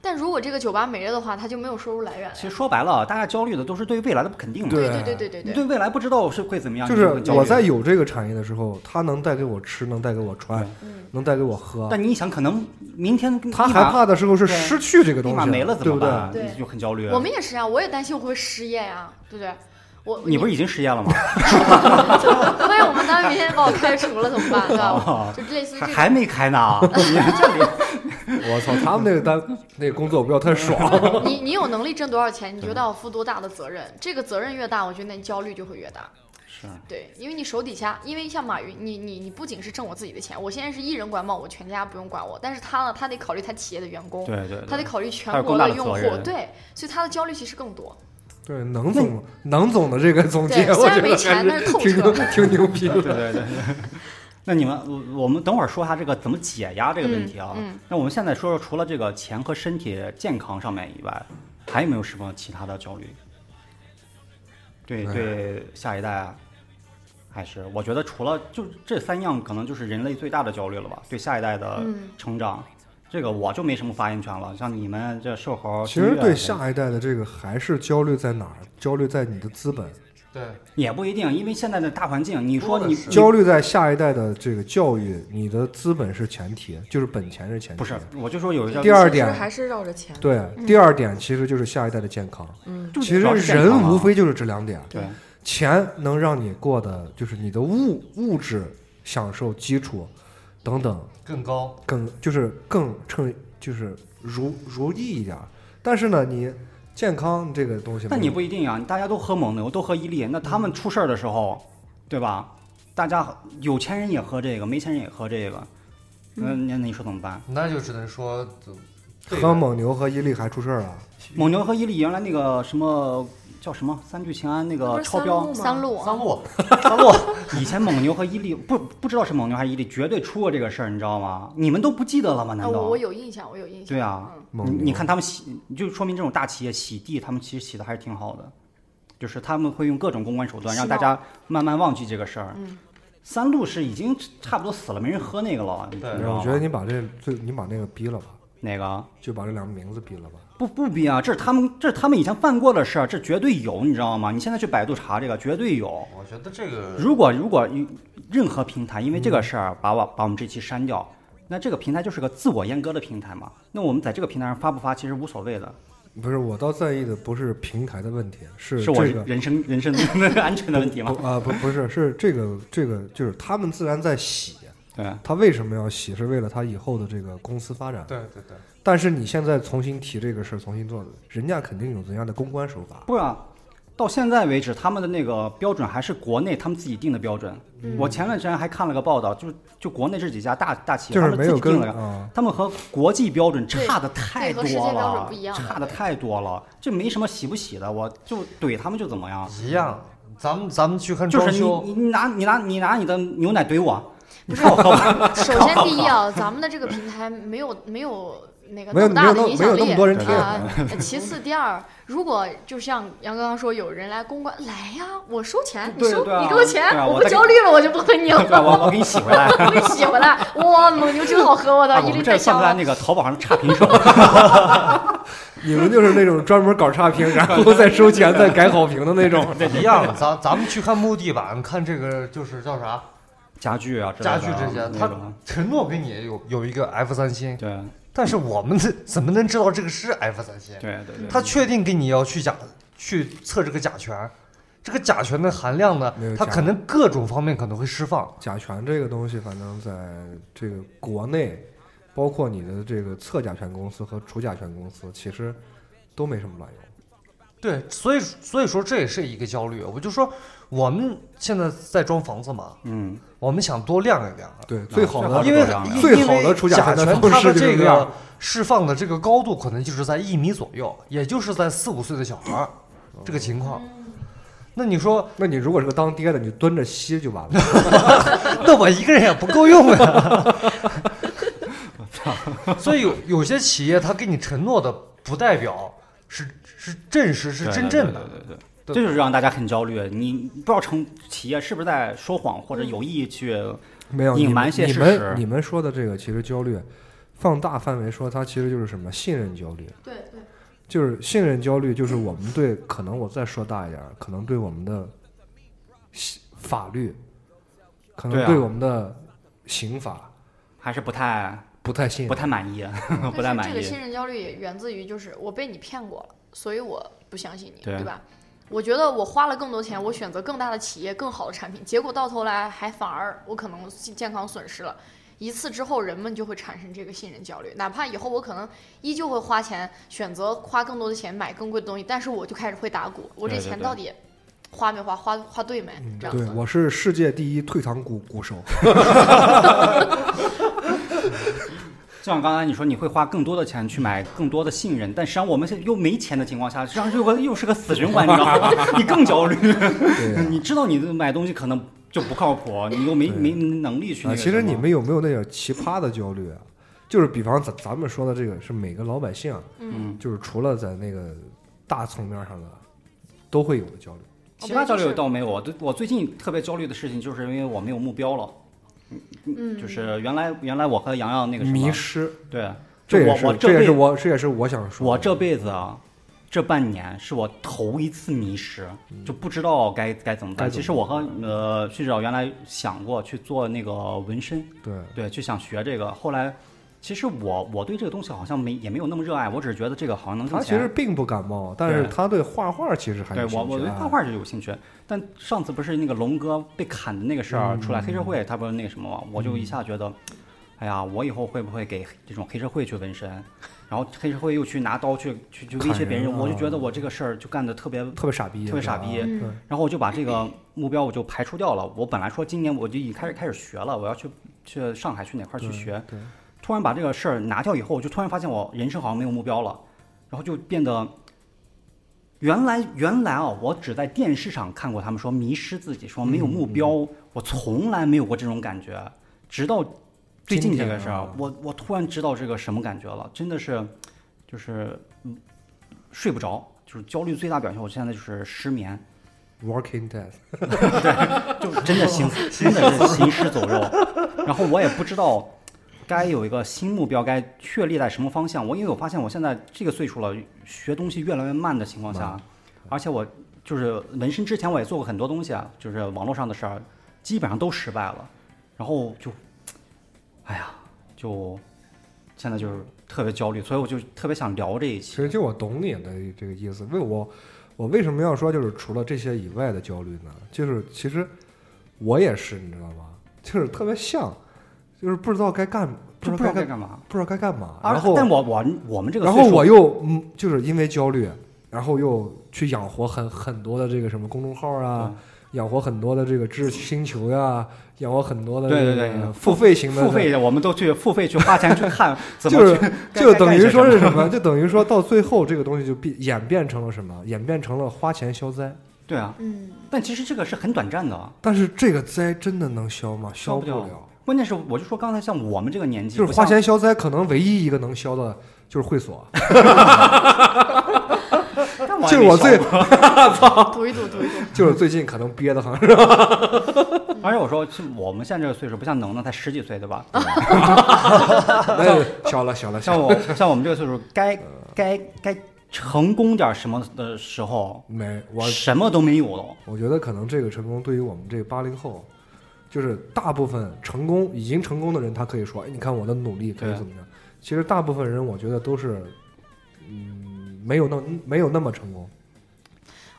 Speaker 3: 但如果这个酒吧没了的话，它就没有收入来源了
Speaker 2: 其实说白了，大家焦虑的都是对未来的不肯定嘛。
Speaker 1: 对
Speaker 3: 对对对对
Speaker 2: 你
Speaker 3: 对
Speaker 2: 对未来不知道是会怎么样，
Speaker 1: 就
Speaker 2: 你会
Speaker 1: 是
Speaker 2: 焦虑
Speaker 1: 我在，有这个产业的时候，它能带给我吃，能带给我穿
Speaker 2: 对，
Speaker 3: 嗯，
Speaker 1: 能带给我喝。
Speaker 2: 但你一想，可能明天
Speaker 1: 他
Speaker 2: 立
Speaker 1: 害
Speaker 2: 马
Speaker 1: 怕的时候是
Speaker 2: 对
Speaker 1: 失去这个
Speaker 2: 立
Speaker 1: 东
Speaker 2: 马
Speaker 1: 西，啊
Speaker 2: 没了怎
Speaker 1: 对
Speaker 2: 么
Speaker 1: 不对？
Speaker 2: 办？
Speaker 3: 对
Speaker 2: 你就很焦虑。
Speaker 3: 我们也是啊，我也担心我会不会失业呀、对不对？我
Speaker 2: 你不是已经失业了吗？
Speaker 3: 万一我们单位明天把我开除了怎么 [laughs] 办？对吧？
Speaker 2: [laughs] 哦
Speaker 3: 就类似于
Speaker 2: 还
Speaker 3: 这种。
Speaker 2: 还没开
Speaker 3: [laughs]
Speaker 2: 呢，啊你这里 [laughs]
Speaker 1: 我操，他们那个单那个工作不要太爽。
Speaker 3: 你你有能力挣多少钱，
Speaker 2: 嗯
Speaker 3: 你就得要负多大的责任。这个责任越大，我觉得你焦虑就会越大。
Speaker 2: 是
Speaker 3: 对，因为你手底下，因为像马云，你你你不仅是挣我自己的钱，我现在是一人管饱，我全家不用管我，但是他呢，他得考虑他企业的员工，
Speaker 2: 对对，
Speaker 3: 他
Speaker 2: 对
Speaker 3: 得考虑
Speaker 2: 他
Speaker 3: 全
Speaker 2: 有
Speaker 3: 国
Speaker 2: 更大的
Speaker 3: 用
Speaker 2: 责
Speaker 3: 户，
Speaker 2: 任
Speaker 3: 对，所以他的焦虑其实更多。
Speaker 1: 对，能总能总的这个总结，
Speaker 3: 对虽
Speaker 1: 我
Speaker 3: 然
Speaker 1: 觉得
Speaker 3: 没钱
Speaker 1: 还
Speaker 3: 但是透
Speaker 1: 挺
Speaker 3: 彻
Speaker 1: 挺牛逼
Speaker 2: [laughs]
Speaker 1: 的。
Speaker 2: 对对对。那你们，我我们等会儿说下这个怎么解压这个问题啊。
Speaker 3: 嗯嗯
Speaker 2: 那我们现在说说，除了这个钱和身体健康上面以外，还有没有什么其他的焦虑？对
Speaker 1: 哎
Speaker 2: 对，下一代啊，还是我觉得除了就这三样，可能就是人类最大的焦虑了吧？对下一代的
Speaker 3: 嗯
Speaker 2: 成长，这个我就没什么发言权了。像你们这瘦猴，
Speaker 1: 其实
Speaker 2: 金月
Speaker 1: 对
Speaker 2: 这
Speaker 1: 下一代的这个还是焦虑在哪儿？焦虑在你的资本，
Speaker 4: 对，
Speaker 2: 也不一定，因为现在的大环境，你说
Speaker 4: 多的
Speaker 2: 你
Speaker 4: 是
Speaker 2: 你
Speaker 1: 焦虑在下一代的这个教育，你的资本是前提，就是本钱是前提。
Speaker 2: 不是，我就说有一个
Speaker 1: 第二
Speaker 5: 其实
Speaker 1: 点
Speaker 5: 还是绕着钱。
Speaker 1: 对，第二点其实就是下一代的健康。
Speaker 5: 嗯，
Speaker 2: 就
Speaker 1: 其实
Speaker 2: 主要是健康啊
Speaker 1: 人
Speaker 2: 嘛
Speaker 1: 无非就是这两点，
Speaker 2: 对
Speaker 1: 钱能让你过的就是你的物物质享受基础等等
Speaker 4: 更高，
Speaker 1: 更就是更称就是如如意一点儿。但是呢，你健康这个东西没有，
Speaker 2: 但你不一定啊，大家都喝蒙牛，都喝伊利，那
Speaker 1: 嗯
Speaker 2: 他们出事儿的时候，对吧？大家有钱人也喝这个，没钱人也喝这个，那
Speaker 1: 嗯
Speaker 2: 那你说怎么办？
Speaker 4: 那就只能说这
Speaker 1: 喝
Speaker 4: 个
Speaker 1: 蒙牛和伊利还出事儿了。
Speaker 2: 蒙牛和伊利原来那个什么叫什么三聚氰胺那
Speaker 5: 那不
Speaker 2: 个
Speaker 5: 是
Speaker 2: 超
Speaker 5: 三
Speaker 2: 标
Speaker 5: 鹿，吗
Speaker 3: 三啊鹿，
Speaker 2: 啊
Speaker 4: 三鹿，三鹿，
Speaker 2: 以前蒙牛和伊利不不知道是蒙牛还是伊利，绝对出过这个事儿，你知道吗？你们都不记得了吗？
Speaker 3: 啊，
Speaker 2: 难道？
Speaker 3: 我我有印象，我有印象。
Speaker 2: 对啊
Speaker 3: 嗯，
Speaker 1: 蒙
Speaker 2: 你
Speaker 1: 牛
Speaker 2: 你看他们洗，就说明这种大企业洗地，他们其实洗的还是挺好的，就是他们会用各种公关手段
Speaker 3: 洗
Speaker 2: 让
Speaker 3: 脑
Speaker 2: 大家慢慢忘记这个事儿。
Speaker 3: 嗯
Speaker 2: 三鹿是已经差不多死了，没人喝那个了，你知
Speaker 4: 对
Speaker 2: 道吗？
Speaker 1: 我觉得你把这最你把那个逼了吧，
Speaker 2: 哪个
Speaker 1: 就把这两个名字逼了吧。
Speaker 2: 不不逼啊？这是他们这是他们以前犯过的事儿，这绝对有，你知道吗？你现在去百度查这个，绝对有。
Speaker 4: 我觉得这个
Speaker 2: 如果如果任何平台因为
Speaker 1: 嗯
Speaker 2: 这个事儿把我把我们这期删掉，那这个平台就是个自我阉割的平台嘛。那我们在这个平台上发不发其实无所谓的，
Speaker 1: 不是，我倒在意的不是平台的问题，是
Speaker 2: 是我
Speaker 1: 这
Speaker 2: 人
Speaker 1: 个
Speaker 2: 人身人身 [laughs] 安全的问题
Speaker 1: 不
Speaker 2: 吗？
Speaker 1: 啊不不是是这个这个就是他们自然在洗，
Speaker 2: 对，啊
Speaker 1: 他为什么要洗？是为了他以后的这个公司发展。
Speaker 4: 对对对，
Speaker 1: 但是你现在重新提这个事儿，重新做，人家肯定有人家的公关手法。
Speaker 2: 不然啊，到现在为止，他们的那个标准还是国内他们自己定的标准。
Speaker 3: 嗯
Speaker 2: 我前段时间还看了个报道，就就国内这几家大大企业，
Speaker 1: 就
Speaker 2: 他
Speaker 1: 是
Speaker 2: 们
Speaker 1: 没
Speaker 2: 自
Speaker 1: 有
Speaker 2: 己定
Speaker 1: 跟
Speaker 2: 了个。
Speaker 1: 啊，
Speaker 2: 他们和国际标准差的太多
Speaker 3: 对对和世界标准
Speaker 2: 了
Speaker 3: 不一，样
Speaker 2: 差的太多了，这没什么洗不洗的，我就怼他们就怎么样，
Speaker 4: 一样。咱们咱们去看
Speaker 2: 就
Speaker 4: 装
Speaker 2: 是
Speaker 4: 修，
Speaker 2: 你你你拿你拿你拿你的牛奶怼我，你看我喝吧，
Speaker 3: 首先第一啊，咱们的这个平台没有没有那个
Speaker 1: 没有
Speaker 3: 那
Speaker 1: 没
Speaker 3: 么大的
Speaker 1: 有
Speaker 3: 影
Speaker 1: 那没
Speaker 3: 响
Speaker 1: 有
Speaker 3: 力
Speaker 1: 那么多人听
Speaker 3: 啊。其次，第二，如果就像杨刚刚说，有人来公关，来呀，我收钱，你
Speaker 2: 对
Speaker 3: 收
Speaker 2: 对啊
Speaker 3: 你给我
Speaker 2: 对啊
Speaker 3: 钱，我
Speaker 2: 我
Speaker 3: 不
Speaker 2: 再给
Speaker 3: 焦虑了，我就不和你
Speaker 2: 对吧？
Speaker 3: 了，
Speaker 2: 我我给你洗回
Speaker 3: [laughs]
Speaker 2: 来。
Speaker 3: 我给你洗回来。哇，蒙牛真好喝，我
Speaker 2: 哎
Speaker 3: 的
Speaker 2: 我
Speaker 3: 伊利
Speaker 2: 们这算
Speaker 3: 太香
Speaker 2: 不算
Speaker 3: 了。
Speaker 2: 那个淘宝上 [laughs] 的差评手？
Speaker 1: 你们就是那种专门搞差评，然后再收钱再改好评的那
Speaker 2: [laughs]
Speaker 1: 种。
Speaker 4: 一样，咱咱们去看木地板，看这个就是叫啥
Speaker 2: 家具啊，之类的
Speaker 4: 家具这些，
Speaker 2: 那
Speaker 4: 他
Speaker 2: 种
Speaker 4: 承诺给你有有一个 F 三星，
Speaker 2: 对
Speaker 4: 但是我们这怎么能知道这个是 F 三星？
Speaker 2: 对对对，
Speaker 4: 他确定给你要去甲去测这个甲醛，这个甲醛的含量呢
Speaker 1: 没有，
Speaker 4: 它
Speaker 1: 甲
Speaker 4: 可能各种方面可能会释放。
Speaker 1: 甲醛这个东西，反正在这个国内，包括你的这个测甲醛公司和除甲醛公司，其实都没什么卵用。
Speaker 4: 对，所以所以说这也是一个焦虑。我就说我们现在在装房子嘛，
Speaker 2: 嗯，
Speaker 4: 我们想多晾一晾啊，
Speaker 1: 对，最好
Speaker 2: 最好
Speaker 1: 的
Speaker 2: 的
Speaker 4: 因为
Speaker 2: 晾一晾
Speaker 4: 因
Speaker 1: 最好的除
Speaker 4: 除
Speaker 1: 甲
Speaker 4: 甲
Speaker 1: 醛的
Speaker 4: 醛
Speaker 1: 方
Speaker 4: 它
Speaker 1: 式
Speaker 4: 的
Speaker 1: 就是
Speaker 4: 这
Speaker 1: 这样
Speaker 4: 个释放的这个高度可能就是在一米左右，也就是在四五岁的小孩儿这个情况。那你说，
Speaker 1: 那你如果是个当爹的，你蹲着吸就完了。
Speaker 4: 那我一个人也不够用啊。 [laughs] 所以有有些企业他给你承诺的，不代表是是真实是
Speaker 2: 对
Speaker 4: 真正
Speaker 2: 对
Speaker 4: 的。
Speaker 2: 对对对
Speaker 4: 对
Speaker 2: 这就是让大家很焦虑。你不知道成企业是不是在说谎或者有意去，
Speaker 1: [laughs] 没有
Speaker 2: 隐瞒一些
Speaker 1: 你
Speaker 2: 事
Speaker 1: 们你
Speaker 2: 实
Speaker 1: 们你们说的这个其实焦虑，放大范围说，它其实就是什么信任焦虑，
Speaker 3: 对对，
Speaker 1: 就是信任焦虑，就是我们对可能我再说大一点儿，可能对我们的西法律，可
Speaker 2: 对
Speaker 1: 能
Speaker 2: 啊
Speaker 1: 对我们的刑法
Speaker 2: 还是不太
Speaker 1: 不太信
Speaker 2: 不
Speaker 1: 任。
Speaker 2: 太满意， [laughs] 嗯不太
Speaker 3: 但是
Speaker 2: 满
Speaker 3: 这个
Speaker 2: 意
Speaker 3: 信。任焦虑也源自于就是我被你骗过了，所以我不相信你，
Speaker 2: 对啊
Speaker 3: 对吧？我觉得我花了更多钱，我选择更大的企业、更好的产品，结果到头来还反而我可能健康损失了。一次之后，人们就会产生这个信任焦虑，哪怕以后我可能依旧会花钱，选择花更多的钱买更贵的东西，但是我就开始会打鼓，我这
Speaker 2: 对对
Speaker 3: 钱
Speaker 2: 对
Speaker 3: 到底花没花，花花对没？这样
Speaker 1: 嗯对，
Speaker 3: 子。
Speaker 1: 我是世界第一退堂鼓鼓 [laughs] 手。
Speaker 2: 就像刚才你说，你会花更多的钱去买更多的信任，但实际上我们现在又没钱的情况下，实际上又个又是个死循环，你知道吗？ [laughs] 你更焦虑，
Speaker 1: 对啊、
Speaker 2: 你知道你买东西可能就不靠谱，你又没
Speaker 1: 对
Speaker 2: 没能力去
Speaker 1: 啊，
Speaker 2: 那个
Speaker 1: 其实
Speaker 2: 什么
Speaker 1: 你们有没有那点奇葩的焦虑啊？就是比方咱咱们说的这个是每个老百姓啊，
Speaker 2: 嗯，
Speaker 1: 就是除了在那个大层面上的，都会有的焦虑。
Speaker 2: 其他交
Speaker 3: 就是
Speaker 2: 流倒没有。我对我最近特别焦虑的事情，就是因为我没有目标了。嗯，就是原来原来我和洋洋那个什么
Speaker 1: 迷失，
Speaker 2: 对，
Speaker 1: 这
Speaker 2: 就
Speaker 1: 也
Speaker 2: 我我
Speaker 1: 是
Speaker 2: 这
Speaker 1: 这也
Speaker 2: 辈
Speaker 1: 是我这也是我想说的，
Speaker 2: 我这辈子啊，这半年是我头一次迷失，就不知道该该怎么
Speaker 1: 嗯该
Speaker 2: 办。
Speaker 1: 怎么
Speaker 2: 其实我和呃旭指导原来想过去做那个纹身，
Speaker 1: 对
Speaker 2: 对，就想学这个。后来其实我我对这个东西好像没也没有那么热爱，我只是觉得这个好像能挣
Speaker 1: 他其
Speaker 2: 钱。
Speaker 1: 实并不感冒，但是
Speaker 2: 对
Speaker 1: 他对画画其实还
Speaker 2: 对
Speaker 1: 有
Speaker 2: 我，
Speaker 1: 兴
Speaker 2: 我
Speaker 1: 趣
Speaker 2: 对
Speaker 1: 啊
Speaker 2: 画画是有兴趣，但上次不是那个龙哥被砍的那个事儿出来，
Speaker 1: 嗯
Speaker 2: 黑社会他不是那个什么吗？我就一下觉得，哎呀，我以后会不会给这种黑社会去纹身？然后黑社会又去拿刀去去去威胁
Speaker 1: 砍
Speaker 2: 别
Speaker 1: 人
Speaker 2: 人，我就
Speaker 1: 啊
Speaker 2: 觉得我这个事儿就干的特别
Speaker 1: 特别傻逼，
Speaker 2: 特别傻
Speaker 1: 是吧啊
Speaker 2: 逼
Speaker 1: 对
Speaker 3: 嗯
Speaker 2: 然后我就把这个目标我就排除掉了。我本来说今年我就已经开始开始学了，我要去去上海去哪块儿去学。
Speaker 1: 对
Speaker 2: 突然把这个事儿拿掉以后，我就突然发现我人生好像没有目标了，然后就变得原来原来啊，我只在电视上看过他们说迷失自己，说没有目
Speaker 1: 嗯
Speaker 2: 标，我从来没有过这种感觉，直到最近这个事
Speaker 1: 今天
Speaker 2: 儿
Speaker 1: 啊，
Speaker 2: 我我突然知道这个什么感觉了，真的是就是嗯睡不着，就是焦虑最大表现，我现在就是失眠。
Speaker 1: ，working death，
Speaker 2: 就是 [laughs] 真
Speaker 1: [laughs]
Speaker 2: 的行，真的是行尸走肉。然后我也不知道该有一个新目标，该确立在什么方向。我因为我发现我现在这个岁数了，学东西越来越慢的情况下，而且我就是纹身之前我也做过很多东西啊，就是网络上的事儿，基本上都失败了。然后就，哎呀，就现在就是特别焦虑，所以我就特别想聊这一
Speaker 1: 其
Speaker 2: 期。
Speaker 1: 实就我懂你的这个意思。为我我为什么要说就是除了这些以外的焦虑呢？就是其实我也是，你知道吗？就是特别像，就是不知道该干，不
Speaker 2: 就
Speaker 1: 知
Speaker 2: 不知
Speaker 1: 道
Speaker 2: 道
Speaker 1: 该
Speaker 2: 该
Speaker 1: 干，
Speaker 2: 干嘛，
Speaker 1: 不知道该干嘛。
Speaker 2: 而
Speaker 1: 然后
Speaker 2: 但我我我们这个
Speaker 1: 然
Speaker 2: 岁数，
Speaker 1: 后我又嗯，就是因为焦虑，然后又去养活很很多的这个什么公众号啊，
Speaker 2: 嗯
Speaker 1: 养活很多的这个知识星球呀、养活很多的
Speaker 2: 对
Speaker 1: 这
Speaker 2: 对
Speaker 1: 个
Speaker 2: 对
Speaker 1: 付费型的
Speaker 2: 付费的，我们都去付费去花钱去
Speaker 1: [laughs]
Speaker 2: 看怎么
Speaker 1: 就是
Speaker 2: 去该
Speaker 1: 就
Speaker 2: 该
Speaker 1: 等
Speaker 2: 干
Speaker 1: 于
Speaker 2: 些
Speaker 1: 说
Speaker 2: 什
Speaker 1: 是
Speaker 2: 么
Speaker 1: 什么？就等于说到最后，这个东西就变演变成了什么？演变成了花钱消灾。
Speaker 2: 对啊，
Speaker 3: 嗯，
Speaker 2: 但其实这个是很短暂的啊，
Speaker 1: 但是这个灾真的能消吗？
Speaker 2: 消
Speaker 1: 消
Speaker 2: 不
Speaker 1: 了。
Speaker 2: 掉关键是我就说刚才像我们这个年纪，
Speaker 1: 就是
Speaker 2: 不
Speaker 1: 花
Speaker 2: 像
Speaker 1: 钱消灾，可能唯一一个能消的就是会所。 [laughs]
Speaker 2: 但
Speaker 1: 就
Speaker 2: 也
Speaker 1: 是
Speaker 2: 没
Speaker 1: 我
Speaker 2: 少
Speaker 1: 最，
Speaker 3: 赌一赌，赌一赌。
Speaker 1: 就是最近可能憋
Speaker 2: [laughs]
Speaker 1: 得很。
Speaker 2: 而且我说是我们现在这个岁数，不像能能才十几岁对
Speaker 1: [laughs]
Speaker 2: 吧？
Speaker 1: 哎，消了，消了，消
Speaker 2: 像
Speaker 1: 了。
Speaker 2: 我像我们这个岁数，该该该成功点什么的时候，
Speaker 1: 没，我
Speaker 2: 什么都没有了。
Speaker 1: 我觉得可能这个成功对于我们这八零后，就是大部分成功已经成功的人，他可以说，哎，你看我的努力可以
Speaker 2: 对啊
Speaker 1: 怎么样？其实大部分人，我觉得都是，嗯，没有那没有那么成功。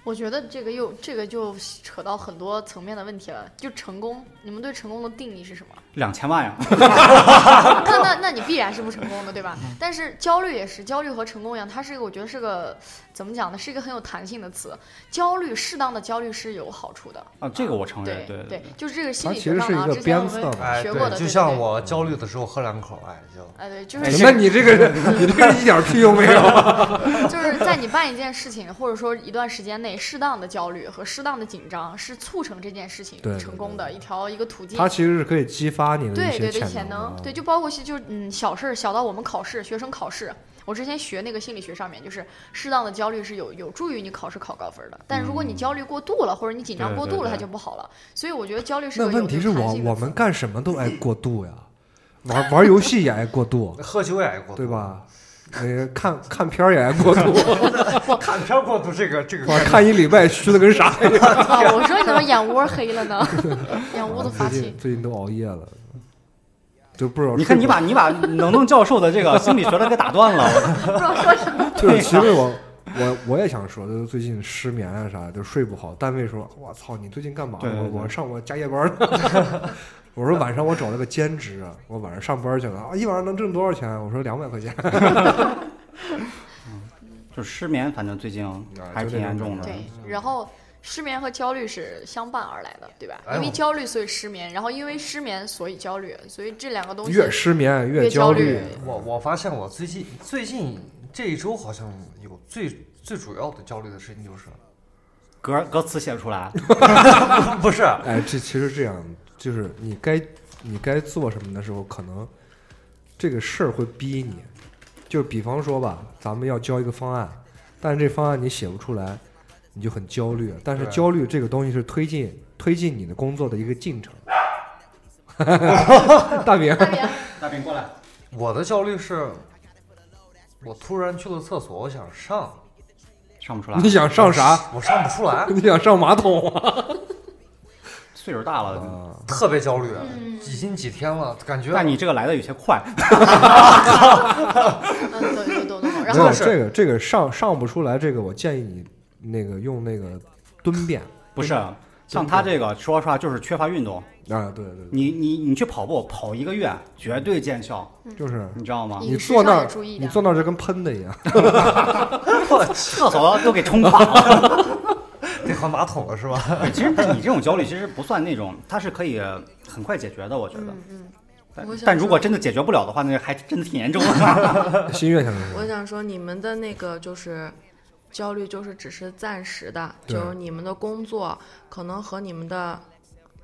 Speaker 3: 我觉得这个又这个就扯到很多层面的问题了。就成功，你们对成功的定义是什么？
Speaker 2: 两千万呀，
Speaker 3: 那那那你必然是不成功的，对吧？但是焦虑也是，焦虑和成功一样，它是一个我觉得是个怎么讲呢，是一个很有弹性的词。焦虑，适当的焦虑是有好处的。
Speaker 2: 啊，这个我承认，
Speaker 3: 对
Speaker 2: 对，
Speaker 3: 就是这个心理
Speaker 1: 它其
Speaker 3: 学
Speaker 1: 实
Speaker 3: 上
Speaker 1: 是
Speaker 3: 的啊，
Speaker 1: 一个
Speaker 3: 之前我
Speaker 1: 鞭策嘛
Speaker 4: 哎，
Speaker 3: 们学过的，对
Speaker 4: 就
Speaker 3: 对
Speaker 4: 像
Speaker 3: 对
Speaker 4: 我焦虑的时候喝两口，哎，就
Speaker 3: 哎对，就
Speaker 2: 哎
Speaker 3: 是
Speaker 1: 那你这个 [laughs] 人，你这个人一点屁用没有。 [laughs]
Speaker 3: 就是 [laughs] 在你办一件事情或者说一段时间内，适当的焦虑和适当的紧张是促成这件事情
Speaker 1: 对对
Speaker 3: 成功的一条一个途径。
Speaker 1: 它其实是可以激发你的
Speaker 3: 对
Speaker 1: 一
Speaker 3: 对
Speaker 1: 些
Speaker 3: 对，
Speaker 1: 潜
Speaker 3: 能
Speaker 1: 的啊
Speaker 3: 对，就包括是就嗯小事儿，小到我们考试，学生考试，我之前学那个心理学上面，就是适当的焦虑是有有助于你考试考高分的，但如果你
Speaker 1: 嗯
Speaker 3: 焦虑过度了，或者你紧张
Speaker 2: 对
Speaker 3: 过
Speaker 2: 对
Speaker 3: 度了，
Speaker 2: 对
Speaker 3: 它就不好了。所以我觉得焦虑是
Speaker 1: 那
Speaker 3: 个有
Speaker 1: 问题是
Speaker 3: 弹
Speaker 1: 我
Speaker 3: 性的
Speaker 1: 我
Speaker 3: [laughs]
Speaker 1: 们干什么都爱过度呀，玩玩游戏也爱过度，
Speaker 4: 喝酒也爱过度
Speaker 1: 对？吧？呃，看看片儿也爱过度，
Speaker 4: [laughs]
Speaker 3: [laughs]
Speaker 4: 看片儿过度这个这个
Speaker 1: 我
Speaker 4: 概念
Speaker 1: 看一礼拜虚的跟啥一样。
Speaker 3: 啊！我说你怎么眼窝黑了
Speaker 1: [laughs]
Speaker 3: 呢？眼窝子发
Speaker 1: 最 [laughs]
Speaker 3: 青
Speaker 1: 近。最近都熬夜了，就不知道
Speaker 2: 你看
Speaker 1: 睡
Speaker 2: 你
Speaker 1: 不
Speaker 2: 把你把能弄教授的这个心理学的给打断了， [laughs]
Speaker 1: [laughs] 就是其
Speaker 3: 哎
Speaker 1: 实我我我也想说，就是最近失眠啊啥的，就睡不好。单位说：“我操，你最近干嘛？”
Speaker 2: 对对对
Speaker 1: 我我上我加夜班儿呢。 [laughs] 我说晚上我找了个兼职，啊我晚上上班去了啊，一晚上能挣多少钱？我说两百块钱。
Speaker 2: 就失眠，反正最近
Speaker 1: 啊
Speaker 2: 还是挺严重的。
Speaker 3: 对，然后失眠和焦虑是相伴而来的，对吧？
Speaker 4: 哎
Speaker 3: 因为
Speaker 4: 我
Speaker 3: 焦虑所以失眠，然后因为失眠所以焦虑，所以这两个东西
Speaker 1: 越失眠
Speaker 3: 越
Speaker 1: 焦
Speaker 3: 焦
Speaker 1: 虑
Speaker 3: 虑，
Speaker 4: 我我发现我最近最近这一周好像有最最主要的焦虑的事情就是， [laughs]
Speaker 2: 歌歌词写不出来，
Speaker 4: 不是
Speaker 1: [laughs] 哎，这其实这样，就是你该你该做什么的时候，可能这个事儿会逼你。就比方说吧，咱们要交一个方案，但是这方案你写不出来，你就很焦虑。但是
Speaker 4: 对
Speaker 1: 焦虑这个东西是推进推进你的工作的一个进程。 [laughs] 大明，
Speaker 3: 特别
Speaker 2: 大兵过来，
Speaker 4: 我的焦虑是，我突然去了厕所，我想上，
Speaker 2: 上不出来
Speaker 1: 你，想上啥？ [laughs]
Speaker 4: 我上不出来，
Speaker 1: 你想上马桶啊？
Speaker 2: 岁数大了。
Speaker 1: 啊
Speaker 4: 特别焦虑，已经几天了，感觉
Speaker 2: 但你这个来的有些快，
Speaker 3: 嗯，懂懂懂懂懂。然
Speaker 1: 没 [laughs]
Speaker 3: 后
Speaker 1: 有
Speaker 4: 是
Speaker 1: 这个这个上上不出来，这个我建议你那个用那个蹲便
Speaker 2: 不是像他这个，说实话就是缺乏运动。
Speaker 1: 啊，对对
Speaker 2: 你你你去跑步，跑一个月绝对见效，
Speaker 1: 对，就是。
Speaker 2: 你知道吗？
Speaker 3: 饮
Speaker 1: 你
Speaker 3: 食
Speaker 1: 坐那
Speaker 3: 上也
Speaker 1: 儿
Speaker 3: 注，意
Speaker 1: 你
Speaker 3: 点
Speaker 1: 坐那儿就跟喷的一样。
Speaker 2: 厕所都给冲垮了。
Speaker 4: 得换马桶了是吧？
Speaker 2: [laughs] 对其实但你这种焦虑其实不算那种，它是可以很快解决的，我觉得。
Speaker 5: 嗯嗯，
Speaker 2: 但
Speaker 5: 我想
Speaker 2: 但如果
Speaker 5: 说
Speaker 2: 真的解决不了的话，那还真的挺严重的。
Speaker 1: 心愿想什
Speaker 5: 我
Speaker 1: 么？
Speaker 5: 想说，你们的那个就是焦虑，就是只是暂时的，
Speaker 1: 对
Speaker 5: 就是你们的工作可能和你们的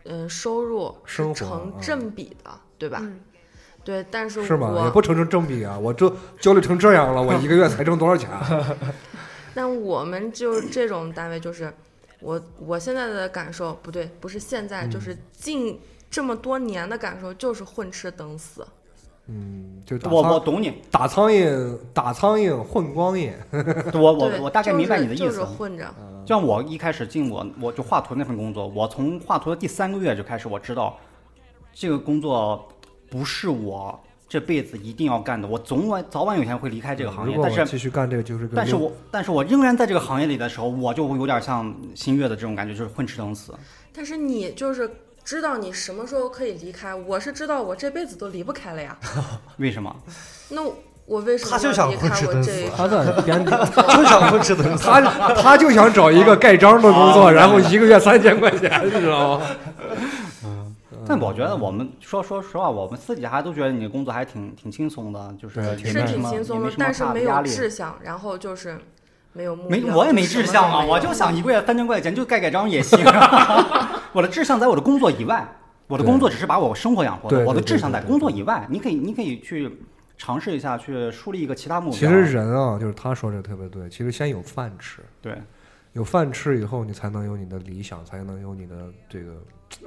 Speaker 5: 嗯收入
Speaker 1: 生活
Speaker 5: 是成
Speaker 1: 嗯
Speaker 5: 正比的，对吧？
Speaker 3: 嗯
Speaker 5: 对，但是
Speaker 1: 是吗？也不
Speaker 5: 我
Speaker 1: 成成正比啊！我这焦虑成这样了，我一个月才挣多少钱啊？
Speaker 5: 但我们就这种单位，就是我我现在的感受不对，不是现在，就是
Speaker 1: 嗯
Speaker 5: 近这么多年的感受，就是混吃等死。
Speaker 1: 嗯，就打
Speaker 2: 我我
Speaker 1: 苍
Speaker 2: 懂你，
Speaker 1: 打苍蝇，打苍蝇混光阴。
Speaker 2: 我我
Speaker 5: 对
Speaker 2: 我大概
Speaker 5: 就
Speaker 2: 明白
Speaker 5: 是
Speaker 2: 你的意
Speaker 5: 就是
Speaker 2: 思。啊
Speaker 5: 混着。
Speaker 1: 嗯
Speaker 2: 就像我一开始进我我就画图那份工作，我从画图的第三个月就开始，我知道这个工作不是我这辈子一定要干的，我总晚早晚有一天会离开这个行
Speaker 1: 啊如
Speaker 2: 业。
Speaker 1: 果
Speaker 2: 但
Speaker 1: 我
Speaker 2: 是
Speaker 1: 继续干这个，就是个
Speaker 2: 但是
Speaker 1: 六
Speaker 2: 我但是我仍然在这个行业里的时候，我就会有点像新月的这种感觉，就是混吃等死。
Speaker 5: 但是你就是知道你什么时候可以离开，我是知道我这辈子都离不开了呀。
Speaker 2: 为什么？
Speaker 5: 那我为什么
Speaker 4: 他就
Speaker 5: 要
Speaker 4: 想
Speaker 5: 离
Speaker 4: 混
Speaker 5: 开
Speaker 4: 吃
Speaker 5: 我
Speaker 4: 等
Speaker 5: 这
Speaker 4: 死
Speaker 5: 一？
Speaker 1: 他
Speaker 2: [laughs]
Speaker 1: 在编辑，
Speaker 4: 就想混
Speaker 1: [laughs]
Speaker 4: 吃等死。
Speaker 1: 他他就想找一个盖章的工
Speaker 2: 啊
Speaker 1: 作，然后一个月三千块钱，你知道吗？
Speaker 5: 嗯
Speaker 2: 但我觉得我们说说实话，我们私底下还都觉得你的工作还挺挺轻松的，就是
Speaker 1: 对
Speaker 2: 也
Speaker 1: 挺
Speaker 5: 是
Speaker 2: 没什
Speaker 5: 挺
Speaker 2: 么
Speaker 5: 轻
Speaker 2: 也
Speaker 5: 松
Speaker 2: 没
Speaker 5: 的
Speaker 2: 什，么
Speaker 5: 但是
Speaker 2: 大的
Speaker 5: 没
Speaker 2: 压
Speaker 5: 有
Speaker 2: 力。
Speaker 5: 志向，然后就是没有目标。
Speaker 2: 没，
Speaker 1: 嗯
Speaker 2: 我也没志向啊，
Speaker 5: 什么都
Speaker 2: 我就想一个月三千块钱就盖盖章也行。啊 [laughs] 我的志向在我的工作以外，我的工作只是把我生活养活
Speaker 1: 对
Speaker 2: 的。
Speaker 1: 对
Speaker 2: 我的
Speaker 1: 对
Speaker 2: 志向
Speaker 1: 对
Speaker 2: 在
Speaker 1: 对
Speaker 2: 工作
Speaker 1: 对
Speaker 2: 以外，你可以，你可以去尝试一下，去树立一个其他目
Speaker 1: [laughs]
Speaker 2: 标。
Speaker 1: 其实人啊，就是他说这特别对，其实先有饭吃，
Speaker 2: 对
Speaker 1: 有饭吃以后，你才能有你的理想，才能有你的这个，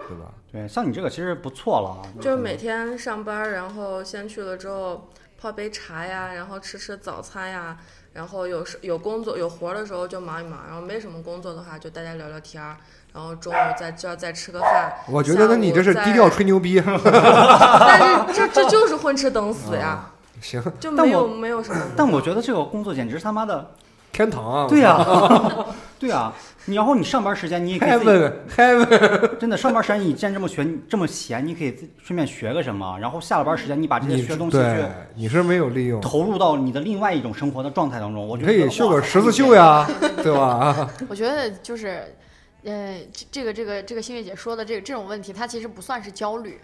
Speaker 1: 对吧？
Speaker 2: 对，像你这个其实不错了啊，
Speaker 5: 就是每天上班，然后先去了之后泡杯茶呀，然后吃吃早餐呀，然后有时有工作有活儿的时候就忙一忙，然后没什么工作的话就大家聊聊天儿，然后中午再就要再吃个饭。
Speaker 1: 我觉得那你这是
Speaker 5: 下午
Speaker 1: 低调
Speaker 5: 再
Speaker 1: 吹牛逼。 [laughs]
Speaker 5: 但是这这就是混吃等死呀，
Speaker 1: 行，
Speaker 5: 就
Speaker 2: 但
Speaker 5: 没有
Speaker 2: 我
Speaker 5: 没有什么目标。
Speaker 1: [laughs]
Speaker 2: 但我觉得这个工作简直他妈的
Speaker 1: 天堂啊！
Speaker 2: 对呀、 [laughs] 对呀、你然后你上班时间你也可以自己
Speaker 1: Heaven Heaven，
Speaker 2: [laughs] 真的，上班时间你既然这么学，你这么闲，你可以自顺便学个什么，然后下了班时间你把这些
Speaker 1: 你是
Speaker 2: 学的东西
Speaker 1: 对
Speaker 2: 去
Speaker 1: 你是没有利用，
Speaker 2: 投入到你的另外一种生活的状态当中。
Speaker 1: 嗯
Speaker 2: 我
Speaker 1: 你
Speaker 2: 觉
Speaker 1: 可
Speaker 2: 得
Speaker 1: 以绣
Speaker 2: 哇
Speaker 1: 个
Speaker 2: 塞
Speaker 1: 十字绣
Speaker 2: [laughs]
Speaker 1: 呀，对吧？
Speaker 3: 我觉得就是，呃，这这个这个这个新月姐说的这个这种问题，它其实不算是焦虑。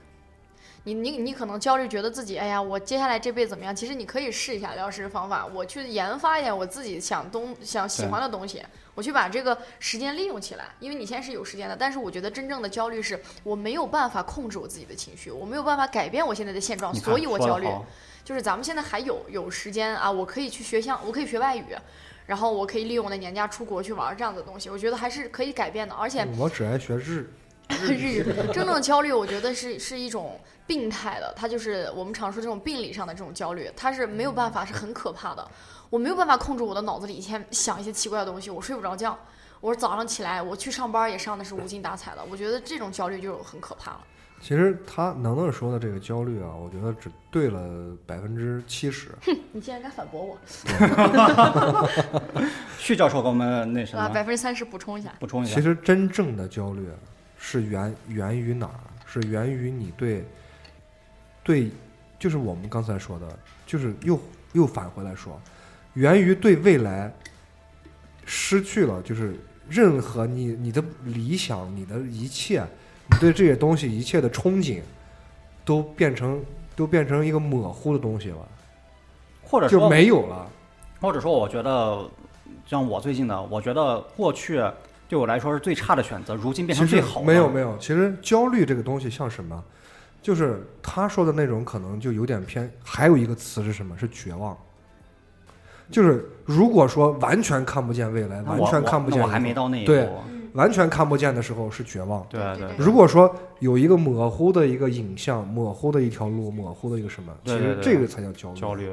Speaker 3: 你你你可能焦虑，觉得自己哎呀，我接下来这辈子怎么样？其实你可以试一下疗师方法，我去研发一点我自己想东想喜
Speaker 2: 对
Speaker 3: 欢的东西，我去把这个时间利用起来。因为你现在是有时间的，但是我觉得真正的焦虑是我没有办法控制我自己的情绪，我没有办法改变我现在的现状，
Speaker 2: 你看
Speaker 3: 所以我
Speaker 2: 说得
Speaker 3: 焦虑。
Speaker 2: 好
Speaker 3: 就是咱们现在还有有时间啊，我可以去学项，我可以学外语，然后我可以利用我的年假出国去玩儿这样的东西，我觉得还是可以改变的。而
Speaker 2: 嗯
Speaker 3: 且
Speaker 1: 我只爱学日，
Speaker 3: 日语真正的焦虑，我觉得是是一种病态的，它就是我们常说这种病理上的这种焦虑，它是没有办法，是很可怕的。我没有办法控制我的脑子里以前想一些奇怪的东西，我睡不着觉，我早上起来我去上班也上的是无精打采的，我觉得这种焦虑就很可怕了。
Speaker 1: 其实他能能说的这个焦虑啊，我觉得只对了百分之七十。
Speaker 3: 你竟然敢反驳我！
Speaker 2: 旭教授给我们那什
Speaker 3: 啊，
Speaker 2: 么
Speaker 3: 百分之三十补充一下，
Speaker 2: 补充一下
Speaker 1: 其，实真正的焦虑是源源于哪儿？是源于你对对，就是我们刚才说的，就是又又返回来说，源于对未来失去了，就是任何你你的理想、你的一切，你对这些东西一切的憧憬，都变成都变成一个模糊的东西了，
Speaker 2: 或者
Speaker 1: 就
Speaker 2: 说
Speaker 1: 没有了。
Speaker 2: 或者说，我觉得像我最近的，我觉得过去对我来说是最差的选择，如今变成
Speaker 1: 其
Speaker 2: 最
Speaker 1: 实
Speaker 2: 好的。
Speaker 1: 没有没有，其实焦虑这个东西像什么？就是他说的那种，可能就有点偏。还有一个词是什么？是绝望。就是如果说完全看不见未来，
Speaker 2: 那
Speaker 1: 完
Speaker 2: 我
Speaker 1: 全
Speaker 2: 我
Speaker 1: 看不
Speaker 2: 那
Speaker 1: 见，
Speaker 2: 我还没，到那一步。
Speaker 1: 对完全看不见的时候是绝望。
Speaker 2: 对
Speaker 3: 对
Speaker 2: 对
Speaker 3: 对
Speaker 1: 如果说有一个模糊的一个影像，模糊的一条路，模糊的一个什么，其
Speaker 2: 对对
Speaker 1: 实
Speaker 2: 对
Speaker 1: 这个才叫焦虑，
Speaker 2: 焦虑。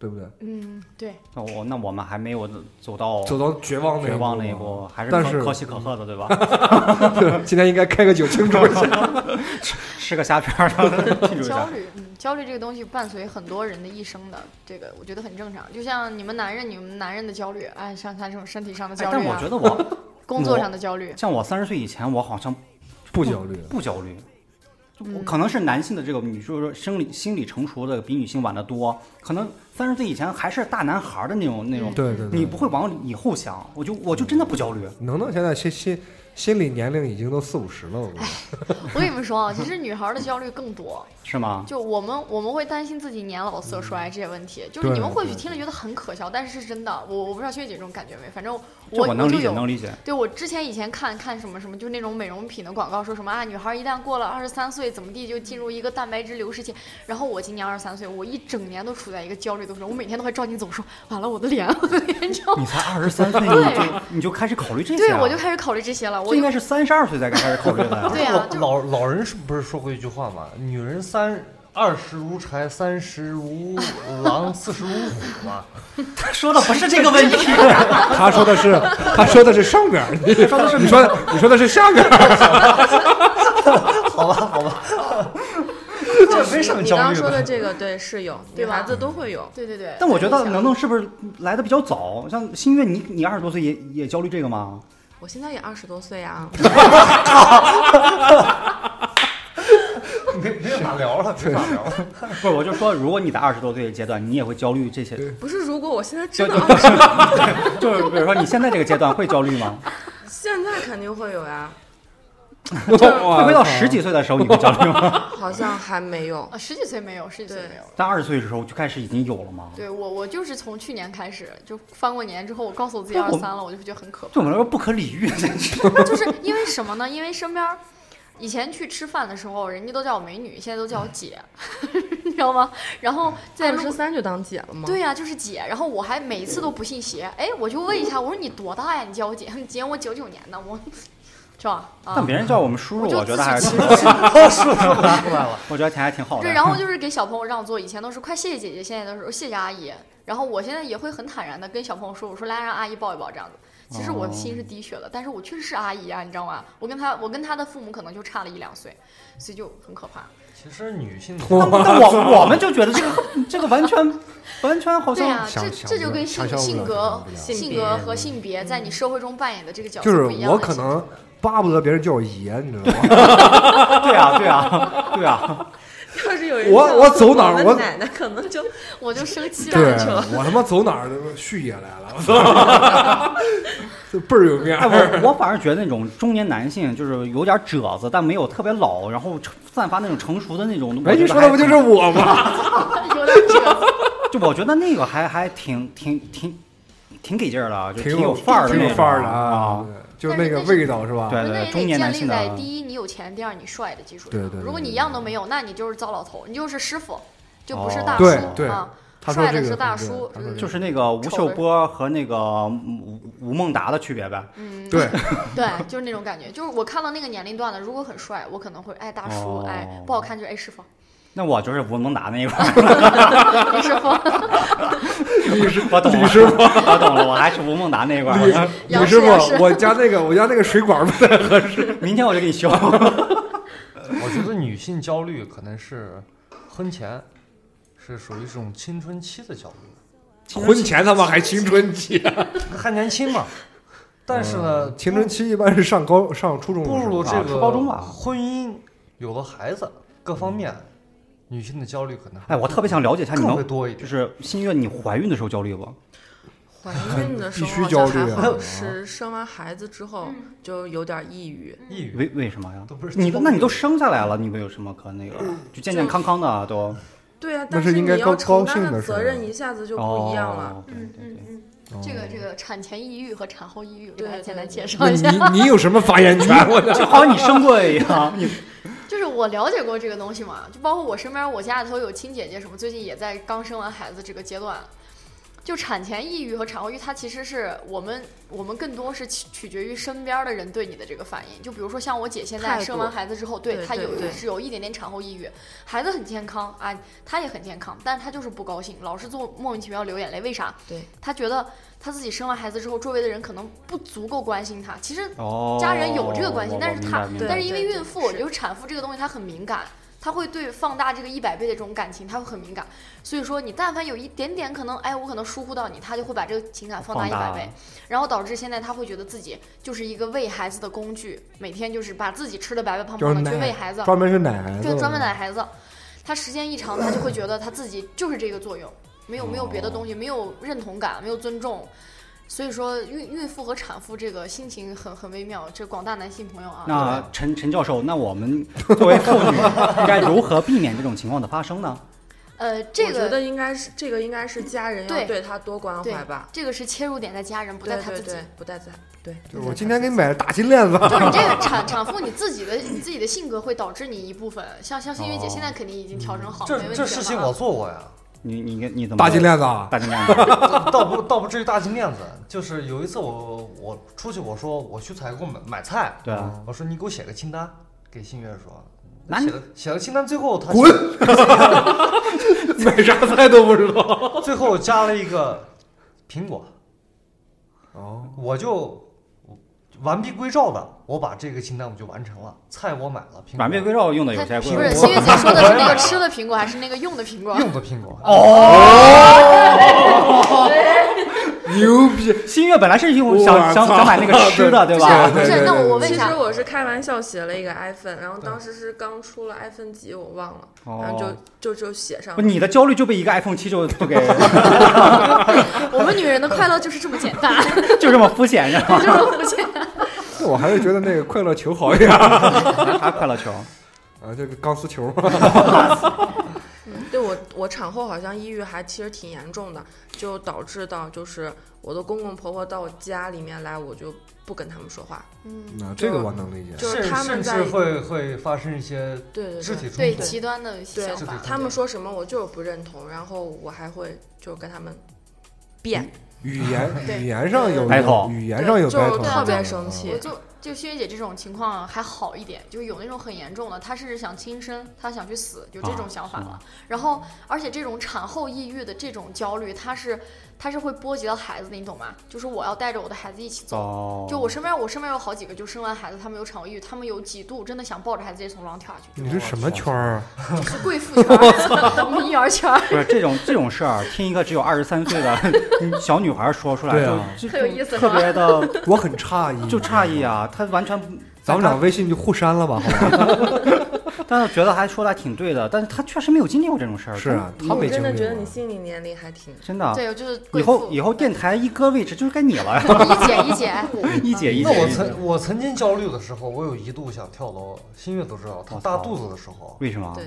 Speaker 1: 对不对？
Speaker 3: 嗯，对。
Speaker 2: 那我那我们还没有走到
Speaker 1: 走到绝望那
Speaker 2: 绝望那一
Speaker 1: 嘛
Speaker 2: 步，还是
Speaker 1: 但
Speaker 2: 可
Speaker 1: 是
Speaker 2: 可喜可贺的，对吧？ [laughs]
Speaker 1: [laughs] 今天应该开个酒庆祝一下。
Speaker 2: 吃个虾片儿， [laughs] 然后庆祝一
Speaker 3: 焦
Speaker 2: 下。
Speaker 3: 虑，嗯，焦虑这个东西伴随很多人的一生的，这个我觉得很正常。就像你们男人，你们男人的焦虑，哎，像他这种身体上的
Speaker 2: 哎
Speaker 3: 焦
Speaker 2: 但
Speaker 3: 虑
Speaker 2: 我
Speaker 3: 啊，
Speaker 2: 觉得我
Speaker 3: 工作上的焦虑，
Speaker 2: 像我三十岁以前，我好像
Speaker 1: 不焦虑，
Speaker 2: 不焦虑。就我
Speaker 3: 嗯
Speaker 2: 可能是男性的这个，你就是说生理心理成熟的比女性晚得多，可能三十岁以前还是大男孩儿的那种
Speaker 3: 嗯
Speaker 2: 那种，
Speaker 1: 对对对，
Speaker 2: 你不会往以后想，我就我就真的不焦虑。
Speaker 1: 能能现在心心心理年龄已经都四五十了，我跟你说
Speaker 3: 我跟你们说啊，其实女孩儿的焦虑更多。
Speaker 2: 是吗？
Speaker 3: 就我们我们会担心自己年老色衰这些问题，就是
Speaker 1: 对
Speaker 3: 你们或许
Speaker 1: 对
Speaker 3: 听了觉得很可笑，但是是真的。我我不知道薛姐这种感觉没，反正我
Speaker 2: 这
Speaker 3: 我
Speaker 2: 能
Speaker 3: 就
Speaker 2: 理解，
Speaker 3: 有
Speaker 2: 能理解。
Speaker 3: 对我之前以前看看什么什么，就是那种美容品的广告，说什么啊，女孩一旦过了二十三岁，怎么地就进入一个蛋白质流失期。然后我今年二十三岁，我一整年都处在一个焦虑的过程，我每天都会照镜子，我说完了，我的脸，我的
Speaker 2: [laughs]
Speaker 3: 脸就，
Speaker 2: 你才二十三
Speaker 3: [laughs]
Speaker 2: 岁，你就你就开始考虑这些、
Speaker 3: 对
Speaker 2: 啊？
Speaker 3: 我就开始考虑这些了。我
Speaker 2: 这应该是三十二岁才开始考虑的
Speaker 3: [laughs]
Speaker 2: 呀。
Speaker 3: 对啊
Speaker 4: 老
Speaker 3: 就是
Speaker 4: 老老人是不是说过一句话嘛？女人三二十如柴，三十如狼，四十如虎嘛。 [laughs]
Speaker 2: 他说的不是这个问题，
Speaker 1: [laughs] 他说的是，他说的是上边儿，你说的是你说的你说的是下边儿，
Speaker 4: 好吧，好吧，这为什么
Speaker 5: 你
Speaker 4: 焦
Speaker 5: 刚刚
Speaker 4: 虑
Speaker 5: 说的
Speaker 4: 呢？
Speaker 5: 这个，对，是有，女
Speaker 3: 对吧
Speaker 5: 孩子都会有。
Speaker 3: 对对对。
Speaker 2: 但我觉得
Speaker 3: 能
Speaker 2: 能能是不是来的比较早？像新月你，你二十多岁也也焦虑这个吗？
Speaker 5: 我现在也二十多
Speaker 1: [laughs]
Speaker 5: 岁啊，
Speaker 4: 没没法聊了，没法聊了。
Speaker 2: 不是，我就说，如果你在二十多岁的阶段，你也会焦虑这些，
Speaker 5: 不是，如果我现在
Speaker 1: [laughs]
Speaker 2: 就
Speaker 5: 真
Speaker 2: 就 [laughs]
Speaker 5: 的二十，
Speaker 2: 就是比如说你现在这个阶段会焦虑吗？
Speaker 5: [laughs] 现在肯定会有呀，
Speaker 2: 会
Speaker 1: 会
Speaker 2: 不会到十几岁的时候你会焦
Speaker 1: [laughs]
Speaker 2: 虑吗？
Speaker 5: 好像还没有
Speaker 3: [laughs] 啊，。十几岁没有，十几岁
Speaker 5: 对
Speaker 3: 没有了。
Speaker 2: 但二十岁的时候就开始已经有了吗？
Speaker 3: 对我，我就是从去年开始，就翻过年之后，我告诉我自己
Speaker 2: 对
Speaker 3: 二
Speaker 2: 我
Speaker 3: 十三了，我就觉得很可怕。
Speaker 2: 对我们来说不可理喻，
Speaker 3: 就是因为什么呢？因为身边儿以前去吃饭的时候，人家都叫我美女，现在都叫我姐， [laughs] 你知道吗？然后在
Speaker 5: 二十
Speaker 3: 路。
Speaker 5: 三就当姐了吗？
Speaker 3: 对呀、就是姐，然后我还每一次都不信邪，哎，我就问一下，我说你多大呀？你叫我姐，姐我九九年的，我， [laughs] 是吧？啊
Speaker 2: 但，别人叫我们叔叔，
Speaker 3: 我就
Speaker 2: 我觉
Speaker 3: 自
Speaker 2: 得还
Speaker 3: 取
Speaker 2: 是
Speaker 3: 其 [laughs]
Speaker 4: 说出来了，
Speaker 2: [laughs] 我觉得挺还挺好
Speaker 3: 对，
Speaker 2: 的。
Speaker 1: [laughs]
Speaker 3: 然后就是给小朋友让座，以前都是快谢谢姐姐，现在都是谢谢阿姨。然后我现在也会很坦然的跟小朋友说，我说来让阿姨抱一抱这样子。其实我
Speaker 1: 哦
Speaker 3: 心是滴血的，但是我确实是阿姨啊，你知道吗？我跟她，我跟她的父母可能就差了一两岁，所以就很可怕。
Speaker 4: 其实女性
Speaker 2: 但我我们就觉得这个这个完全完全好
Speaker 3: 对
Speaker 2: 像
Speaker 3: 啊，
Speaker 1: 想
Speaker 3: 这
Speaker 1: 想
Speaker 3: 这就
Speaker 1: 不了
Speaker 3: 跟
Speaker 1: 想
Speaker 3: 性
Speaker 1: 象不了想象
Speaker 3: 性格
Speaker 1: 不、了
Speaker 3: 性
Speaker 5: 性
Speaker 3: 格
Speaker 5: 别嗯
Speaker 3: 和性别在你社会中扮演的这个角
Speaker 1: 就
Speaker 3: 色不一
Speaker 1: 是
Speaker 3: 样
Speaker 1: 我
Speaker 3: 的
Speaker 1: 可
Speaker 3: 性
Speaker 1: 能巴不得别人叫我爷，你知道吗？
Speaker 2: 对啊，对啊，对啊，
Speaker 5: 要是有人
Speaker 1: 我
Speaker 5: 叫
Speaker 1: 我走哪儿
Speaker 5: 们
Speaker 1: 我
Speaker 5: 奶奶可能
Speaker 1: [laughs]
Speaker 5: 就
Speaker 3: 我就生
Speaker 1: [laughs]
Speaker 3: 气
Speaker 1: 对
Speaker 3: 了。
Speaker 1: 我他妈走哪儿都旭爷来了，我操，这倍儿有面
Speaker 2: 哎，
Speaker 1: 儿。
Speaker 2: 我我反而觉得那种中年男性就是有点褶子，但没有特别老，然后散发那种成熟的那种。
Speaker 1: 哎，
Speaker 2: 我觉
Speaker 1: 你
Speaker 2: 得
Speaker 1: 说的
Speaker 2: 还
Speaker 1: 不就是我吗？
Speaker 3: [laughs] 有点扯，
Speaker 2: 就我觉得那个还还挺挺挺挺给劲儿的，啊就
Speaker 1: 有
Speaker 2: 范儿的那
Speaker 1: [laughs] 挺
Speaker 2: 种，
Speaker 1: 有范儿的
Speaker 2: 啊！，
Speaker 1: 对就是那个味道是吧？
Speaker 2: 对
Speaker 3: 那也
Speaker 2: 中
Speaker 3: 得
Speaker 2: 年
Speaker 3: 建
Speaker 2: 男
Speaker 3: 立
Speaker 2: 性
Speaker 3: 在
Speaker 2: 的
Speaker 3: 第一你有钱，第二你帅的基础
Speaker 1: 对
Speaker 3: 上
Speaker 1: 对对。
Speaker 3: 如果
Speaker 1: 对
Speaker 3: 你一样都没有，那你就是糟老头，你就是师傅，就不是
Speaker 2: 哦
Speaker 3: 大
Speaker 1: 对
Speaker 3: 叔
Speaker 1: 对
Speaker 3: 啊。
Speaker 1: 他说
Speaker 3: 帅
Speaker 1: 这
Speaker 3: 的
Speaker 1: 个
Speaker 3: 是大
Speaker 1: 很对
Speaker 3: 叔
Speaker 1: 他说这，个
Speaker 2: 就是那个吴秀波和那个吴吴孟达的区别呗。
Speaker 3: 嗯，
Speaker 1: [laughs] 对，
Speaker 3: 对，就是那种感觉。就是我看到那个年龄段的，如果很帅，我可能会爱大叔，
Speaker 2: 哦
Speaker 3: 爱不好看就爱哎师傅，
Speaker 2: 那我就是吴孟达那一块儿，
Speaker 3: 李师
Speaker 1: [laughs]
Speaker 3: 傅。
Speaker 2: 我懂了，
Speaker 1: 李师傅
Speaker 2: 我懂了，我还是吴孟达那一块儿。
Speaker 1: 李
Speaker 3: 杨
Speaker 1: 师
Speaker 3: 氏杨
Speaker 1: 傅，
Speaker 3: 氏
Speaker 1: 我家那个我家那个水管不太合适。
Speaker 2: 明天我就给
Speaker 1: [laughs]
Speaker 2: 你修。
Speaker 4: 我觉得女性焦虑可能是婚前，是属于这种青春期的焦虑，
Speaker 1: 婚前他妈还青春期，啊
Speaker 4: 还年轻嘛。但是
Speaker 3: 嗯
Speaker 4: 呢，
Speaker 1: 嗯青春期一般是上高上初中的时
Speaker 4: 步
Speaker 1: 候，
Speaker 4: 入这
Speaker 2: 啊
Speaker 4: 个
Speaker 2: 初高中吧
Speaker 4: 婚姻，有了孩子，各方面，女性的焦虑可能
Speaker 2: 哎，我特别想了解一下你
Speaker 4: 更会
Speaker 2: 们，
Speaker 4: 多一
Speaker 2: 就
Speaker 4: 点。
Speaker 2: 是新月，你怀孕的时候焦虑不？
Speaker 5: 怀孕的时
Speaker 1: 必须
Speaker 5: 候
Speaker 1: 焦
Speaker 5: 就
Speaker 1: 虑
Speaker 5: 还
Speaker 1: 啊
Speaker 5: 好，是生完孩子之后
Speaker 3: 嗯
Speaker 5: 就有点抑郁。
Speaker 4: 抑郁
Speaker 2: 为为什么呀？
Speaker 4: 都不是
Speaker 2: 你都那你都生下来了，你们有什么可那个？
Speaker 3: 嗯
Speaker 2: 就健健康康的都。
Speaker 5: 对啊，
Speaker 1: 那
Speaker 5: 但
Speaker 1: 是应
Speaker 5: 你
Speaker 1: 该高
Speaker 5: 要承
Speaker 1: 高兴
Speaker 5: 担
Speaker 1: 的啊
Speaker 5: 的
Speaker 1: 时候
Speaker 5: 责任一下子就不一样了。
Speaker 2: 哦。对对对。
Speaker 3: 嗯，这个这个产前抑郁和产后抑郁，我给大家
Speaker 5: 对
Speaker 3: 简单
Speaker 5: 对
Speaker 3: 介绍
Speaker 1: 那
Speaker 3: 一下。
Speaker 1: 你你有什么发言权？我
Speaker 2: 就好像你生过一
Speaker 3: [laughs]
Speaker 2: 样，
Speaker 3: 嗯
Speaker 2: 你
Speaker 3: 就是我了解过这个东西嘛，就包括我身边我家里头有亲姐姐什么，最近也在刚生完孩子这个阶段。就产前抑郁和产后抑郁，它其实是我们我们更多是取取决于身边的人对你的这个反应。就比如说像我姐现在
Speaker 5: 态度
Speaker 3: 生完孩子之后，对
Speaker 5: 对
Speaker 3: 她
Speaker 5: 对
Speaker 3: 有
Speaker 5: 对
Speaker 3: 是有一点点产后抑郁，孩子很健康啊，她也很健康，但是她就是不高兴，老是做莫名其妙流眼泪，为啥？
Speaker 5: 对，
Speaker 3: 她觉得她自己生完孩子之后，周围的人可能不足够关心她。其实
Speaker 2: 哦
Speaker 3: 家人有这个关系，但是她
Speaker 2: 他，
Speaker 3: 但是
Speaker 5: 对
Speaker 3: 因为
Speaker 5: 对
Speaker 3: 孕妇，
Speaker 5: 是
Speaker 3: 就是产妇这个东西，她很敏感，她会对放大这个一百倍的这种感情，她会很敏感。所以说，你但凡有一点点可能，哎，我可能疏忽到你，她就会把这个情感放大一百倍，然后导致现在她会觉得自己就是一个喂孩子的工具，每天就是把自己吃的白白胖
Speaker 1: 就是
Speaker 3: 胖的去
Speaker 1: 奶
Speaker 3: 喂孩子，
Speaker 1: 专门是奶孩子，
Speaker 3: 就专门奶孩子。她时间一长，她就会觉得她自己就是这个作用，没有没有别的东西，没有认同感，没有尊重。所以说，孕孕妇和产妇这个心情很很微妙，这广大男性朋友啊，
Speaker 2: 那陈陈教授，那我们作为妇
Speaker 3: [laughs]
Speaker 2: 女，应该如何避免这种情况的发生呢？
Speaker 3: 呃，这
Speaker 5: 我觉
Speaker 3: 个
Speaker 5: 得应该是这个应该是家人
Speaker 3: 对
Speaker 5: 要对他多关
Speaker 3: 对
Speaker 5: 怀吧，
Speaker 3: 这个是切入点在家人，不
Speaker 5: 对
Speaker 3: 在他
Speaker 5: 对
Speaker 3: 自己。
Speaker 5: 对，不带在对。
Speaker 1: 就是
Speaker 5: 不
Speaker 1: 我
Speaker 5: 带
Speaker 1: 今
Speaker 5: 他
Speaker 1: 天给
Speaker 5: 自己
Speaker 1: 你买了大金链子，
Speaker 3: 就是你这个产产妇你自己的你自己的性格会导致你一部分，像像欣月姐
Speaker 2: 哦
Speaker 3: 现在肯定已经调整好，没问
Speaker 4: 嗯这
Speaker 3: 题
Speaker 4: 这
Speaker 3: 了啊
Speaker 4: 事
Speaker 3: 嘛
Speaker 4: 情我
Speaker 3: [laughs]
Speaker 4: 做过呀，
Speaker 2: 你你你怎么
Speaker 1: 大金链子啊，
Speaker 2: 大金链子？ [laughs]
Speaker 4: 倒不倒不至于大金链子，就是有一次我我出去我说我去采购买买菜，
Speaker 2: 对啊，
Speaker 4: 我说你给我写个清单，给新月说，
Speaker 2: 那
Speaker 4: 写
Speaker 2: 你
Speaker 4: 了写了清单，最后他
Speaker 1: 滚，买啥菜都不知道。
Speaker 4: 最后加了一个苹果，
Speaker 1: 哦，
Speaker 4: 我就完璧归赵的，我把这个清单我就完成了，菜我买了，苹果
Speaker 2: 软面归赵用的有些
Speaker 3: 她
Speaker 2: 贵，
Speaker 3: 不是
Speaker 4: 我
Speaker 3: 欣月姐说的是那个吃的苹果还是那个用的苹果？
Speaker 4: 用的苹果，
Speaker 5: 哦
Speaker 1: 牛逼！
Speaker 2: 新月本来是用
Speaker 1: 我
Speaker 2: 想想
Speaker 1: 操
Speaker 2: 想买那个
Speaker 1: [laughs]
Speaker 2: 吃的，对
Speaker 3: 不是
Speaker 2: 吧？
Speaker 3: 不是，那我我问
Speaker 5: 其
Speaker 3: 一
Speaker 5: 实
Speaker 3: 下，
Speaker 5: 我是开玩笑写了一个 iPhone，然后当时是刚出了 iPhone 几，我忘了，然后
Speaker 2: 哦，
Speaker 5: 就就就写上
Speaker 2: 不
Speaker 5: 了。
Speaker 2: 你的焦虑就被一个 iPhone 七就就
Speaker 1: [laughs]
Speaker 2: 给
Speaker 3: 我们女人的快乐就是这么简单，
Speaker 2: 就这么肤浅， [laughs]
Speaker 3: [laughs]
Speaker 2: 然后
Speaker 3: 就这么不简单。
Speaker 1: 那我还是觉得那个快乐球好一点啊，
Speaker 2: 还快乐球。
Speaker 1: 这个钢丝球嘛。
Speaker 5: 对我，我产后好像抑郁还其实挺严重的，就导致到就是我的公公婆婆到我家里面来，我就不跟他们说话。
Speaker 3: 嗯，
Speaker 1: 那这个我能理解。
Speaker 5: 就是
Speaker 4: 甚
Speaker 5: 他
Speaker 4: 甚
Speaker 5: 们
Speaker 4: 至
Speaker 5: 在
Speaker 4: 会会发生一些
Speaker 5: 对对
Speaker 4: 肢体
Speaker 5: 对，
Speaker 4: 冲
Speaker 3: 对
Speaker 4: 突，
Speaker 3: 极端的
Speaker 5: 对
Speaker 3: 想
Speaker 4: 是
Speaker 3: 法
Speaker 4: 的，
Speaker 5: 他们说什么我就是不认同，然后我还会就跟他们辩。
Speaker 1: 语言
Speaker 3: 对
Speaker 1: 语言上有
Speaker 2: battle
Speaker 1: 语言上有
Speaker 5: 对
Speaker 1: battle，
Speaker 5: 就特别生
Speaker 3: 我
Speaker 5: 气
Speaker 3: 就就薛姐这种情况还好一点，就是有那种很严重的，她甚至想轻生，她想去死，有这种想法了。
Speaker 2: 啊
Speaker 3: 然后，而且这种产后抑郁的这种焦虑，它是它是会波及到孩子的，你懂吗？就是我要带着我的孩子一起走。
Speaker 2: 哦，
Speaker 3: 就我身边，我身边有好几个就生完孩子，他们有产后抑郁，他们有几度真的想抱着孩子直接从楼上跳下去，
Speaker 1: 嗯你是什么圈儿啊？
Speaker 3: 就是贵妇圈 [laughs] 儿、民谣圈儿，
Speaker 2: 不是这种这种事儿，听一个只有二十三岁
Speaker 3: [laughs]
Speaker 2: 的小女孩说出来，
Speaker 1: 对
Speaker 2: 就
Speaker 1: 啊
Speaker 2: 就
Speaker 3: 特有意思啊
Speaker 2: 特别
Speaker 3: [laughs]
Speaker 2: 的
Speaker 1: 我很诧异，
Speaker 2: 就诧异啊！她完全不，
Speaker 1: 咱们俩微信就互删了
Speaker 5: [laughs]
Speaker 1: 吧，好吧？
Speaker 2: 但是觉得还说的还挺对的，但是她确实没有经历过这种事儿。
Speaker 1: 是
Speaker 5: [laughs]
Speaker 1: 啊，他
Speaker 5: 我
Speaker 1: 没
Speaker 5: 真
Speaker 1: 经
Speaker 5: 的
Speaker 1: 历
Speaker 5: 觉得你
Speaker 1: 过。
Speaker 5: 心理年龄还挺
Speaker 2: 真，真的。
Speaker 3: 对，就是
Speaker 2: 啊以
Speaker 3: 贵
Speaker 2: 后
Speaker 3: 妇。
Speaker 2: 以后电台一哥位置就是该你了呀，
Speaker 5: [laughs]
Speaker 3: 一姐
Speaker 2: [laughs]
Speaker 3: 一姐，
Speaker 2: 一姐一姐。
Speaker 4: 那我
Speaker 2: 一姐
Speaker 4: 曾我曾经焦虑的时候，我有一度想跳楼，新月都知道，她
Speaker 2: 我操
Speaker 4: 大肚子的时候，
Speaker 2: 为什
Speaker 1: 啊
Speaker 2: 么？啊
Speaker 5: 对，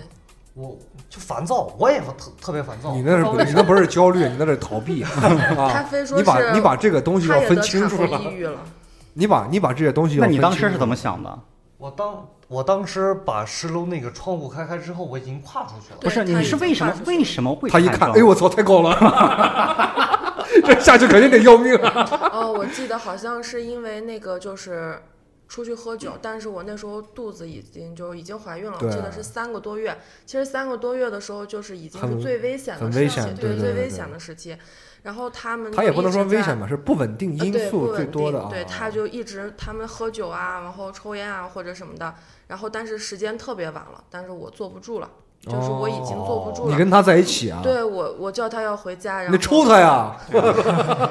Speaker 4: 我就烦躁，我也特特别烦躁
Speaker 1: [laughs] 你。那是你那不是焦虑，你那是逃
Speaker 5: [laughs]
Speaker 1: 避
Speaker 5: 他
Speaker 1: 啊！
Speaker 5: 非说
Speaker 1: 你
Speaker 5: 是
Speaker 1: 把你把这个东西
Speaker 5: 他
Speaker 1: 要
Speaker 5: 也
Speaker 1: 分
Speaker 5: 得
Speaker 1: 清
Speaker 5: 产
Speaker 1: 楚
Speaker 5: 后
Speaker 1: 了
Speaker 5: 抑，郁了，
Speaker 1: [laughs] 你把你把这些东西要
Speaker 2: 那
Speaker 1: 分
Speaker 2: 你
Speaker 1: 清楚。
Speaker 2: 当时是怎么想的？
Speaker 4: 我当我当时把十楼那个窗户开开之后，我已经跨出去了。
Speaker 2: 不是，
Speaker 5: 对她
Speaker 2: 你
Speaker 5: 已
Speaker 2: 是
Speaker 5: 经
Speaker 2: 为什么
Speaker 5: 跨出去
Speaker 2: 为什么会？
Speaker 1: 他一看，哎呦，，我操，太高了，
Speaker 2: [laughs]
Speaker 1: [laughs] 这下去肯定得要命
Speaker 5: [laughs]
Speaker 1: 啊！
Speaker 5: 哦，我记得好像是因为那个就是出去喝酒，但是我那时候肚子已经就已经怀孕了，我
Speaker 1: 对
Speaker 5: 记得是三个多月。其实三个多月的时候，就是已经是
Speaker 1: 很
Speaker 5: 最危险
Speaker 1: 很
Speaker 5: 的
Speaker 1: 危
Speaker 5: 时期，
Speaker 1: 险对
Speaker 5: 对
Speaker 1: 对
Speaker 5: 最
Speaker 1: 对
Speaker 5: 危
Speaker 1: 对
Speaker 5: 险的时期。然后他们
Speaker 1: 他
Speaker 5: 就
Speaker 1: 也不
Speaker 5: 一
Speaker 1: 能
Speaker 5: 直
Speaker 1: 说危
Speaker 5: 在
Speaker 1: 险吧，是不稳定
Speaker 5: 呃
Speaker 1: 因
Speaker 5: 对不
Speaker 1: 素
Speaker 5: 稳
Speaker 1: 最多
Speaker 5: 定
Speaker 1: 的啊。
Speaker 5: 对，他就一直他们喝酒啊，然后抽烟啊或者什么的，然后但是时间特别晚了，但是我坐不住了，就是我已经坐不
Speaker 1: 哦
Speaker 5: 住
Speaker 1: 你
Speaker 5: 了。
Speaker 1: 跟他在一起啊？
Speaker 5: 对我，我叫他要回家，然
Speaker 1: 你
Speaker 5: 后
Speaker 1: 抽他呀！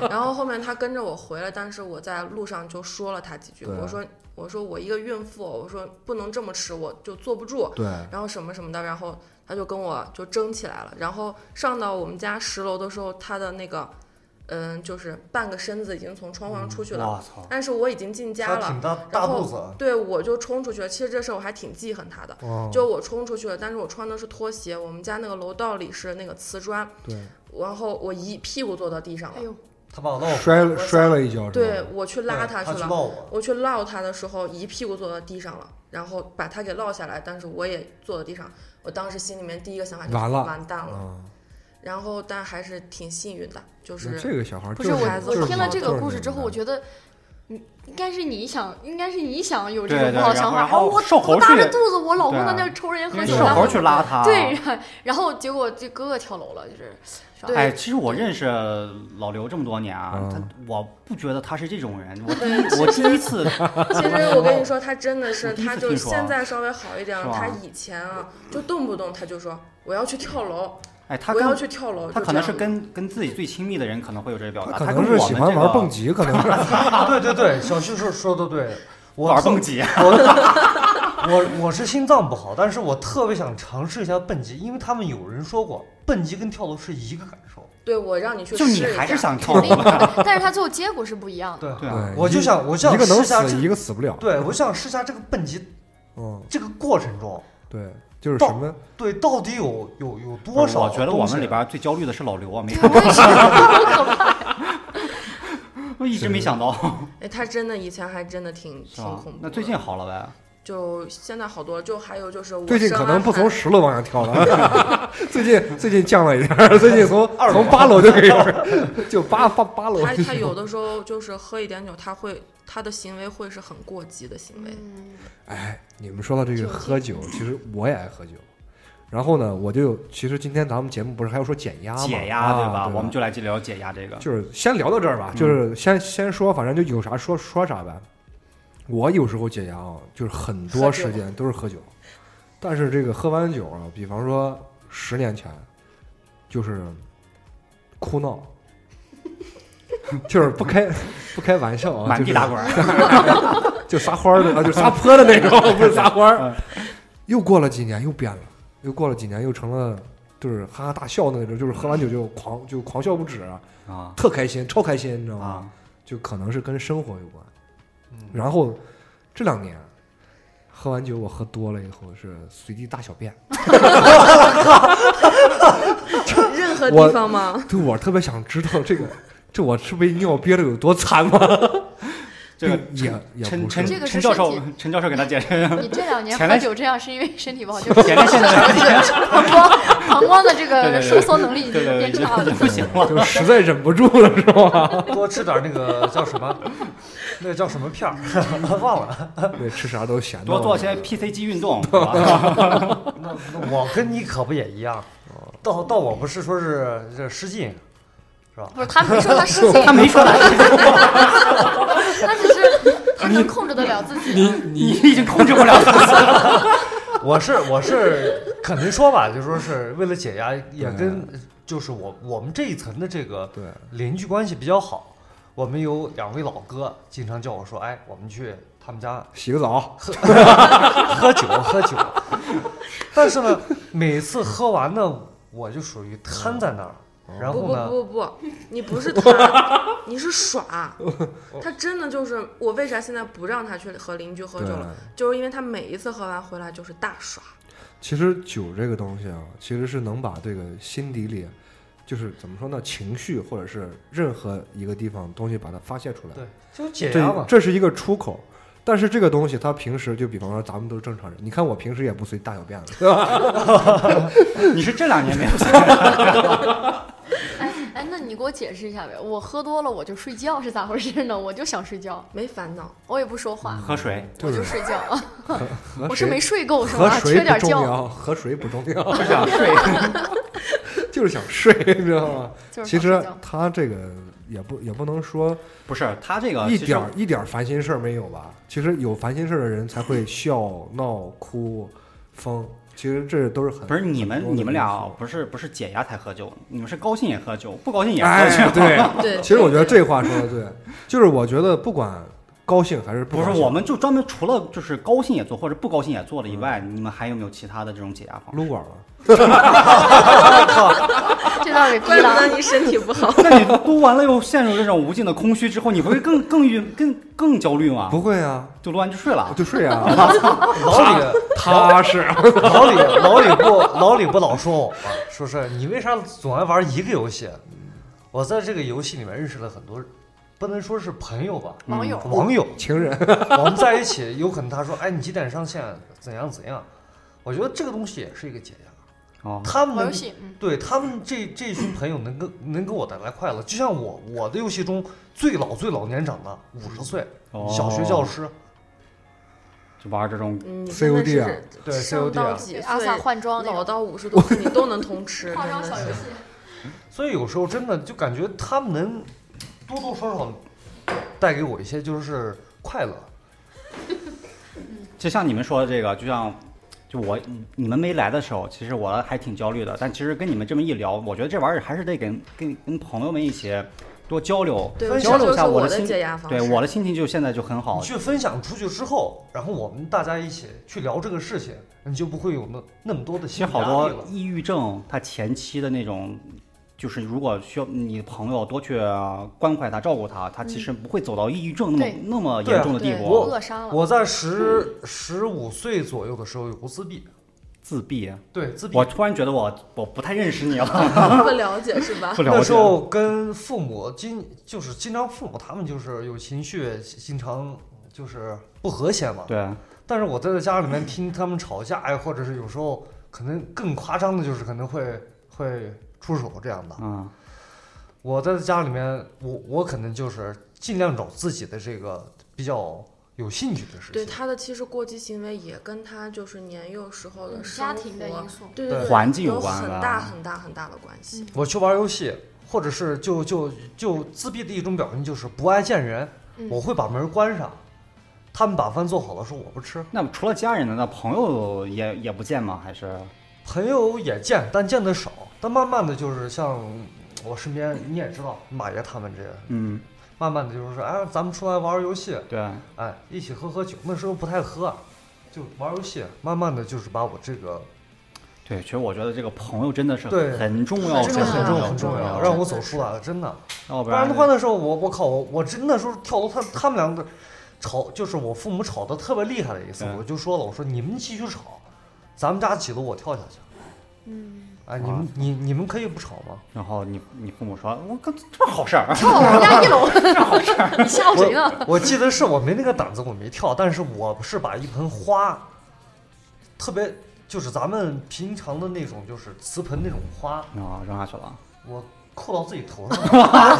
Speaker 5: 然后后面他跟着我回来，但是我在路上就说了他几句，
Speaker 1: 对
Speaker 5: 我说我说我一个孕妇，我说不能这么吃，我就坐不住，
Speaker 1: 对，
Speaker 5: 然后什么什么的，然后他就跟我就争起来了。然后上到我们家十楼的时候，他的那个嗯，就是半个身子已经从窗户上出去了，
Speaker 2: 我操！
Speaker 5: 但是我已经进家
Speaker 4: 她
Speaker 5: 了
Speaker 4: 挺。大
Speaker 5: 然
Speaker 4: 大
Speaker 5: 后
Speaker 4: 肚子，
Speaker 5: 对我就冲出去了。其实这事儿我还挺记恨他的，
Speaker 1: 哦，
Speaker 5: 就我冲出去了，但是我穿的是拖鞋，我们家那个楼道里是那个瓷砖，
Speaker 1: 对，
Speaker 5: 然后我一屁股坐到地上了
Speaker 3: 哎。呦，
Speaker 4: 她把我闹，
Speaker 1: 摔了摔了一跤是吧，
Speaker 5: 对我去拉
Speaker 4: 她
Speaker 5: 他去
Speaker 4: 去
Speaker 5: 了，
Speaker 4: 闹我， [laughs]
Speaker 5: 我去落他的时候，一屁股坐到地上了，然后把他给落下来，但是我也坐到地上。我当时心里面第一个想法就是
Speaker 1: 完了
Speaker 5: 完蛋了。
Speaker 1: 嗯，
Speaker 5: 然后，但还是挺幸运的，就是
Speaker 1: 那这个小孩
Speaker 5: 不
Speaker 1: 就是是
Speaker 5: 我
Speaker 1: 就
Speaker 5: 我
Speaker 1: 是
Speaker 3: 听了
Speaker 1: 脑
Speaker 3: 这
Speaker 1: 就
Speaker 3: 个
Speaker 1: 是
Speaker 3: 故事
Speaker 1: 脑
Speaker 3: 之后，
Speaker 1: 袋
Speaker 3: 我觉得，嗯，应该是你想，应该是你想有这
Speaker 2: 对
Speaker 3: 种
Speaker 2: 对
Speaker 3: 不好
Speaker 2: 然
Speaker 3: 想
Speaker 2: 后
Speaker 3: 法，哦
Speaker 2: 然后
Speaker 3: 我
Speaker 2: 瘦
Speaker 3: 我
Speaker 2: 猴
Speaker 3: 拉着
Speaker 2: 去
Speaker 3: 肚子，我老公
Speaker 2: 对
Speaker 3: 在
Speaker 2: 啊
Speaker 3: 那儿抽着烟喝
Speaker 2: 因为
Speaker 3: 酒，
Speaker 2: 瘦
Speaker 3: 拉
Speaker 2: 猴啊
Speaker 3: 我
Speaker 2: 去拉他。
Speaker 3: 对，然后结果这哥哥跳楼了，就是，是吧
Speaker 5: 对
Speaker 2: 哎，其实我认识老刘这么多年啊，
Speaker 1: 嗯
Speaker 2: 他我不觉得他是这种人，我第
Speaker 5: 嗯
Speaker 2: 一我第一
Speaker 5: [laughs]
Speaker 2: 次
Speaker 5: 其实
Speaker 2: [laughs]
Speaker 5: 我跟你说，他真的
Speaker 2: 我
Speaker 5: 是，
Speaker 2: 第一次
Speaker 5: 他就
Speaker 2: 听
Speaker 5: 是
Speaker 2: 说啊
Speaker 5: 现在稍微好一点
Speaker 2: 是
Speaker 5: 了。
Speaker 2: 吧
Speaker 5: 他以前啊，就动不动他就说我要去跳楼，
Speaker 2: 哎，他
Speaker 5: 我
Speaker 2: 跟
Speaker 5: 要去跳楼。
Speaker 2: 他可
Speaker 5: 就这
Speaker 2: 能
Speaker 5: 样
Speaker 2: 是
Speaker 5: 的
Speaker 2: 跟跟自己最亲密的人可能会有这个表达，
Speaker 1: 他可
Speaker 2: 啊他
Speaker 1: 能
Speaker 2: 跟
Speaker 1: 是
Speaker 2: 我
Speaker 1: 喜
Speaker 2: 们
Speaker 1: 欢
Speaker 2: 这
Speaker 1: 玩
Speaker 2: 个
Speaker 1: 蹦极，可能是
Speaker 4: 啊对对对，小旭说说的对，我
Speaker 2: 玩
Speaker 4: 特
Speaker 2: 蹦极，
Speaker 4: [laughs] 我我是心脏不好，但是我特别想尝试一下蹦极，因为他们有人说过蹦极跟跳楼是一个感受。
Speaker 5: 对我让你去试
Speaker 2: 就
Speaker 5: 一
Speaker 2: 你
Speaker 5: 下，
Speaker 2: 还是想跳
Speaker 3: 肯
Speaker 2: 楼
Speaker 3: 定
Speaker 5: [laughs]
Speaker 2: 吧？
Speaker 3: 的，但是他最后结果是不一样
Speaker 2: [laughs]
Speaker 3: 的。
Speaker 4: 对，
Speaker 2: 对啊，
Speaker 1: 对，
Speaker 4: 我就
Speaker 1: 一
Speaker 4: 想我就想
Speaker 1: 一个能
Speaker 4: 试下这
Speaker 1: 死，一个死不了。
Speaker 4: 对我想试下这个蹦极
Speaker 1: 嗯，
Speaker 4: 这个过程中，
Speaker 1: 对，就是
Speaker 4: 到
Speaker 1: 什么
Speaker 4: 对到底有有有多少？
Speaker 2: 我觉得我们里，边最焦虑的是老刘啊，没
Speaker 3: 对，我也是，好可怕。
Speaker 2: 我一直没想到，
Speaker 5: 哎，他真的以前还真的挺
Speaker 2: 是
Speaker 5: 挺
Speaker 2: 吧
Speaker 5: 恐怖？的。
Speaker 2: 那最近好了呗？
Speaker 5: 就现在好多了，就还有就是我
Speaker 1: 最近
Speaker 5: 生哎
Speaker 1: 可
Speaker 5: 完
Speaker 1: 能不
Speaker 5: 孩
Speaker 1: 从十楼往下跳了，最近最近降了一点儿，最近从
Speaker 4: 二楼
Speaker 1: 从八楼就可以了， [laughs] 就八八八楼。 [laughs]
Speaker 5: 他他有的时候就是喝一点酒，他会他的行为会是很过激的行
Speaker 2: [laughs]
Speaker 5: 为。
Speaker 3: 嗯
Speaker 1: 哎，你们说到这
Speaker 3: 酒
Speaker 1: 个
Speaker 3: 精
Speaker 1: 喝酒，其实我也爱喝酒。然后呢，我就有其实今天咱们节目不是还要说减压吗？
Speaker 2: 解
Speaker 1: 啊
Speaker 2: 压
Speaker 1: 对
Speaker 2: 吧？我们就来聊解压这个。
Speaker 1: 就是先聊到这儿吧，
Speaker 2: 啊嗯
Speaker 1: 就是先先说，反正就有啥说说啥呗。我有时候解压啊，就是很多
Speaker 5: 喝酒
Speaker 1: 时间都是喝酒，但是这个喝完酒啊，比方说十年前，就是哭闹， [laughs] 就是不开不开玩笑啊，
Speaker 2: 满地打滚儿，
Speaker 1: [laughs] 就撒欢儿的啊，就撒泼的那
Speaker 2: [laughs]
Speaker 1: 种，不是撒欢
Speaker 2: 嗯
Speaker 1: 儿。又过了几年，又变了，又过了几年，又成了就是哈哈大笑的那种，就是喝完酒就狂就狂笑不止，
Speaker 2: 啊
Speaker 1: 特开心，超开心，你知道吗？
Speaker 2: 啊！
Speaker 1: 就可能是跟生活有关。
Speaker 4: 嗯
Speaker 1: 然后这两年喝完酒，我喝多了以后是随地大小便，
Speaker 5: 嗯任何
Speaker 1: 我
Speaker 5: 地方吗？
Speaker 1: [laughs] 对我特别想知道这个，这我是被尿憋的有多惨吗？
Speaker 2: [laughs] 这个
Speaker 1: 并也 [laughs] 也
Speaker 2: 陈
Speaker 1: 不
Speaker 2: 陈
Speaker 1: 是
Speaker 3: 这个是
Speaker 2: 陈教授
Speaker 3: 身，
Speaker 2: 陈教授给他解
Speaker 3: [laughs]
Speaker 2: 释。
Speaker 3: 嗯
Speaker 1: [laughs]
Speaker 3: 你这两年
Speaker 2: 前
Speaker 3: 喝
Speaker 2: 段
Speaker 3: 酒这样是因为身体不
Speaker 2: [laughs]
Speaker 3: 好，就
Speaker 2: 前列腺的
Speaker 3: 膀胱膀胱的这
Speaker 2: 对
Speaker 3: 个
Speaker 2: 对对
Speaker 3: 收缩能力已
Speaker 2: 对
Speaker 3: 经
Speaker 2: 对对
Speaker 3: 变差了
Speaker 2: 对，。不行
Speaker 1: [laughs]
Speaker 2: 了。
Speaker 1: 就实在忍不住了，是
Speaker 2: [laughs]
Speaker 1: 吧？
Speaker 4: 多吃点那个叫什么，那个叫什么片儿， [laughs] 忘了。
Speaker 1: 对，吃啥都咸的。
Speaker 2: 多做些 PCG 运
Speaker 1: [laughs]
Speaker 2: 动，是吧
Speaker 4: 那那我跟你可不也一样，到到我不是说是这失禁，是吧？
Speaker 3: 不是他没说他事情，
Speaker 2: 他没说他
Speaker 3: 他只
Speaker 2: [laughs]
Speaker 3: 是他能控制得了自己。
Speaker 2: 你已经控制不了 [laughs] 了。
Speaker 4: 我是我是肯定说吧，就说是为了解压，也
Speaker 1: 对
Speaker 4: 跟就是我我们这一层的这个
Speaker 1: 对，
Speaker 4: 邻居关系比较好。我们有两位老哥，经常叫我说，哎，我们去他们家
Speaker 1: 洗个澡，
Speaker 4: 喝酒喝酒。 [laughs] 但是呢，每次喝完呢，我就属于瘫在那儿，
Speaker 1: 嗯
Speaker 4: 然
Speaker 5: 不
Speaker 4: 后
Speaker 5: 不
Speaker 4: 呢，
Speaker 5: 不不不，你不是他，你是耍。他真的就是我为啥现在不让他去和邻居喝酒
Speaker 1: 对
Speaker 5: 了？就是因为他每一次喝完回来就是大耍。
Speaker 1: 其实酒这个东西啊，其实是能把这个心底里，就是怎么说呢，情绪或者是任何一个地方东西把它发泄出来。
Speaker 4: 对，就解压
Speaker 1: 这
Speaker 4: 嘛。
Speaker 1: 这是一个出口。但是这个东西，它平时就比方说咱们都是正常人，你看我平时也不随大小便
Speaker 2: [laughs]
Speaker 1: 了，对吧？
Speaker 2: 你是这两年没有
Speaker 3: 哎哎，那你给我解释一下呗，我喝多了我就睡觉是咋回事呢？我就想睡觉，
Speaker 5: 没烦恼， [laughs]
Speaker 3: 我也不说话，
Speaker 2: 喝水，
Speaker 1: 嗯就啊
Speaker 2: [laughs]
Speaker 3: 我就是睡觉。
Speaker 1: [laughs] 和
Speaker 3: 我是
Speaker 1: 谁
Speaker 3: 没睡够是
Speaker 1: 和
Speaker 3: 吗？缺
Speaker 1: 谁
Speaker 3: 点
Speaker 1: 不重
Speaker 3: 觉。
Speaker 1: 要，和谁不重要， [laughs]
Speaker 2: 不想睡。 [laughs]
Speaker 1: 就是想睡，你知道吗？
Speaker 3: 就是
Speaker 1: 其
Speaker 3: 少睡
Speaker 1: 实
Speaker 3: 觉
Speaker 1: 他这个也不也不能说
Speaker 2: 不是他这个
Speaker 1: 一
Speaker 2: 啊其实
Speaker 1: 点儿一点儿烦心事儿没有吧？其实有烦心事儿的人才会笑、闹、哭、疯，其实这都是很
Speaker 2: 不是你们你们俩啊不是不是解压才喝酒，你们是高兴也喝酒，不高兴也喝酒。
Speaker 1: 哎，对。
Speaker 3: [laughs]
Speaker 5: 对，
Speaker 1: 其实我觉得这话说的对，就是我觉得不管高兴还是
Speaker 2: 不
Speaker 1: 高
Speaker 2: 是，
Speaker 1: 兴
Speaker 2: 我们就专门除了就是高兴也做或者不高兴也做了以外，你们还有没有其他的这种解压方式？
Speaker 1: 撸管了，
Speaker 3: 这倒是
Speaker 5: 怪
Speaker 3: 低
Speaker 5: 不
Speaker 3: 了。
Speaker 5: 得你身体不 [laughs] 好。
Speaker 2: [laughs] 那你撸完了又陷入这种无尽的空虚之后，你不会更更郁更更焦虑 [laughs] 吗？
Speaker 1: 不会啊，
Speaker 2: 就撸完就睡
Speaker 1: 我
Speaker 2: 了。
Speaker 1: 就睡
Speaker 2: [laughs]
Speaker 1: 啊，
Speaker 4: 老李
Speaker 1: 踏实。
Speaker 4: 老李老李不老李不老说我吗？说是你为啥总爱玩一个游戏？我在这个游戏里面认识了很多，不能说是朋友吧，
Speaker 3: 网友，
Speaker 4: 网友。
Speaker 1: [laughs] 情人
Speaker 4: 我们在一起，有可能他说，哎，你几点上线？怎样怎样？我觉得这个东西也是一个解压。
Speaker 2: [laughs] 哦，
Speaker 4: 他们
Speaker 3: 玩游
Speaker 4: 能
Speaker 3: 戏，嗯，
Speaker 4: 对他们这这群朋友能跟能给我带来快乐，就像我我的游戏中最老最老年长的五十岁
Speaker 2: 哦
Speaker 4: 小学教师，
Speaker 2: 就玩这种
Speaker 5: 嗯你真
Speaker 1: COD
Speaker 5: 的是
Speaker 1: 啊
Speaker 4: 对
Speaker 5: 上
Speaker 4: COD
Speaker 5: 到
Speaker 4: 啊
Speaker 5: 几
Speaker 3: 对
Speaker 5: 岁，
Speaker 3: 阿萨换装那
Speaker 5: 老
Speaker 3: 个
Speaker 5: 到五十多岁你都能通 [laughs] 吃，
Speaker 3: 化妆
Speaker 5: 真
Speaker 3: 小
Speaker 5: 的是
Speaker 3: 游戏，
Speaker 4: 所以有时候真的就感觉他们能多多少少带给我一些就是快乐。
Speaker 2: 就像你们说的这个，就像就我你们没来的时候，其实我还挺焦虑的。但其实跟你们这么一聊，我觉得这玩意儿还是得跟跟跟朋友们一起多交流，
Speaker 5: 对，
Speaker 4: 分
Speaker 5: 这
Speaker 4: 享
Speaker 2: 交流
Speaker 5: 就
Speaker 2: 一
Speaker 5: 是
Speaker 2: 下
Speaker 5: 我
Speaker 2: 的
Speaker 5: 的
Speaker 2: 心
Speaker 5: 解压方式。
Speaker 2: 对
Speaker 5: [laughs]
Speaker 2: 我的心情就现在就很好
Speaker 4: 你。去分享出去之后，然后我们大家一起去聊这个事情，你就不会有那那么多的
Speaker 2: 其
Speaker 4: 心
Speaker 2: 实
Speaker 4: 理压
Speaker 2: 好
Speaker 4: 力
Speaker 2: 多
Speaker 4: 了。
Speaker 2: 抑郁症，它前期的那种，就是如果需要你朋友多去啊关怀他、照顾他，他其实不会走到抑郁症那么、
Speaker 3: 对
Speaker 2: 那么
Speaker 4: 对啊
Speaker 2: 严重的地
Speaker 3: 对，
Speaker 4: 我
Speaker 2: 步。
Speaker 3: 扼杀了。
Speaker 4: 我在十十五岁左右的时候有过自闭，
Speaker 2: 自闭，
Speaker 4: 对自闭
Speaker 2: 我。突然觉得我我不太认识你了，
Speaker 5: [laughs] 不了解是吧？
Speaker 2: 不了
Speaker 4: 那时
Speaker 2: 解。
Speaker 4: 候跟父母经就是经常父母他们就是有情绪，经常就是不和谐嘛。
Speaker 2: 对，
Speaker 4: 但是我在家里面听他们吵架呀，或者是有时候可能更夸张的，就是可能会会出手这样的。
Speaker 2: 嗯，
Speaker 4: 我在家里面，我我可能就是尽量找自己的这个比较有兴趣的事
Speaker 5: 对
Speaker 4: 情。
Speaker 5: 他的其实过激行为也跟他就是年幼时候的
Speaker 3: 嗯家
Speaker 5: 生
Speaker 3: 庭的
Speaker 5: 活
Speaker 3: 因 [laughs] 素，嗯
Speaker 5: 对
Speaker 4: 对
Speaker 5: 对，
Speaker 2: 环境有
Speaker 5: 有
Speaker 2: 关
Speaker 5: 很
Speaker 2: 吧
Speaker 5: 大很大很大的关系。
Speaker 4: 我去玩游戏，或者是就就就自闭的一种表现就是不爱见人，
Speaker 3: 嗯
Speaker 4: 我会把门关上。他们把饭做好了，说我不吃。
Speaker 2: 那除了家人呢？那朋友也也不见吗？还是
Speaker 4: 朋友也见，但见的少。但慢慢的就是像我身边，你也知道马爷他们这些，
Speaker 2: 嗯，
Speaker 4: 慢慢的就是说，哎，咱们出来玩儿游戏，
Speaker 2: 对，
Speaker 4: 哎，一起喝喝酒。那时候不太喝，就玩儿游戏。慢慢的就是把我这个
Speaker 2: 对，其实我觉得这个朋友真的是
Speaker 4: 对
Speaker 2: 很重要，
Speaker 4: 这
Speaker 5: 真
Speaker 4: 个很
Speaker 5: 的
Speaker 4: 重
Speaker 5: 要
Speaker 4: 很重
Speaker 5: 重
Speaker 4: 要，
Speaker 5: 要
Speaker 4: 让
Speaker 5: 真
Speaker 4: 我
Speaker 5: 的
Speaker 4: 走出来了，真的。
Speaker 2: 要不
Speaker 4: 不然的话，
Speaker 2: 呢？
Speaker 4: 那时候我我靠，我我真的时候跳楼，他他们两个吵，就是我父母吵得特别厉害的一次，
Speaker 2: 嗯
Speaker 4: 我就说了，我说你们继续吵，咱们家几楼我跳下去。
Speaker 3: 嗯，
Speaker 4: 啊，你们你你们可以不吵吗？
Speaker 2: 然后你你父母说，我刚这么好事儿，啊
Speaker 3: 跳人家一楼， [laughs] 你吓唬谁呢？
Speaker 2: [laughs]
Speaker 4: 我我记得是我没那个胆子，我没跳，但是我是把一盆花，特别就是咱们平常的那种就是瓷盆那种花，
Speaker 2: 然后啊扔下去了。
Speaker 4: 我扣到自己头
Speaker 2: [laughs]
Speaker 4: 上了。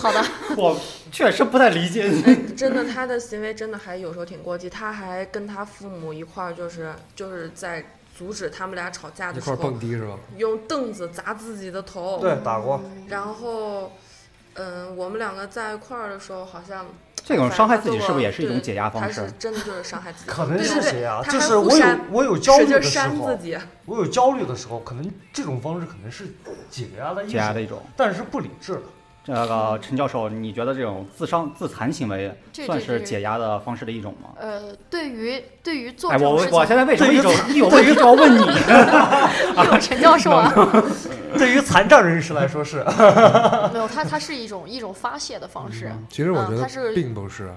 Speaker 3: 好的，
Speaker 4: [laughs]
Speaker 2: 我确实不太理
Speaker 5: [laughs]
Speaker 2: 解你。
Speaker 5: 真的，他的行为真的还有时候挺过激，他还跟他父母一块儿，就是就是在阻止他们俩吵架
Speaker 1: 一
Speaker 5: 的时
Speaker 1: 块儿
Speaker 5: 候
Speaker 1: 蹦，迪是吧？
Speaker 5: 用凳子砸自己的头。
Speaker 4: 对，打过。
Speaker 5: 然后，嗯，我们两个在一块儿的时候，好像
Speaker 2: 这种伤害自己是不是也是一种
Speaker 5: 对
Speaker 2: 解压方式
Speaker 5: 他是？真的就是伤害自己，
Speaker 4: 可能是
Speaker 5: 对对
Speaker 4: 谁啊？
Speaker 5: 对
Speaker 4: 就
Speaker 5: 他
Speaker 4: 是
Speaker 5: 还互
Speaker 4: 我有
Speaker 5: 扇
Speaker 4: 我有焦虑
Speaker 5: 使劲
Speaker 4: 的时
Speaker 5: 扇自
Speaker 4: 候，
Speaker 5: 己。
Speaker 4: 我有焦虑的时候，可能这种方式可能是解压的一
Speaker 2: 解压的
Speaker 4: 种，
Speaker 2: 一种。
Speaker 4: 但是不理智的。
Speaker 2: 这个陈教授，你觉得这种自伤自残行为
Speaker 3: 这
Speaker 2: 算
Speaker 3: 这
Speaker 2: 是
Speaker 3: 这
Speaker 2: 解压的方式的一种吗？
Speaker 3: 呃，对于对于做
Speaker 2: 哎，
Speaker 3: 这
Speaker 2: 我
Speaker 3: 种
Speaker 2: 我
Speaker 3: 事
Speaker 2: 我
Speaker 3: 情，
Speaker 2: 现在为什么
Speaker 4: 对于
Speaker 2: 一种一有问题就要问你？
Speaker 3: 有陈教授啊，
Speaker 4: 对于残障人士来说是，
Speaker 3: 没有他，他是一种一种发泄的方式。
Speaker 1: 其实我
Speaker 3: 嗯
Speaker 1: 觉
Speaker 3: 他是
Speaker 1: 得并不是，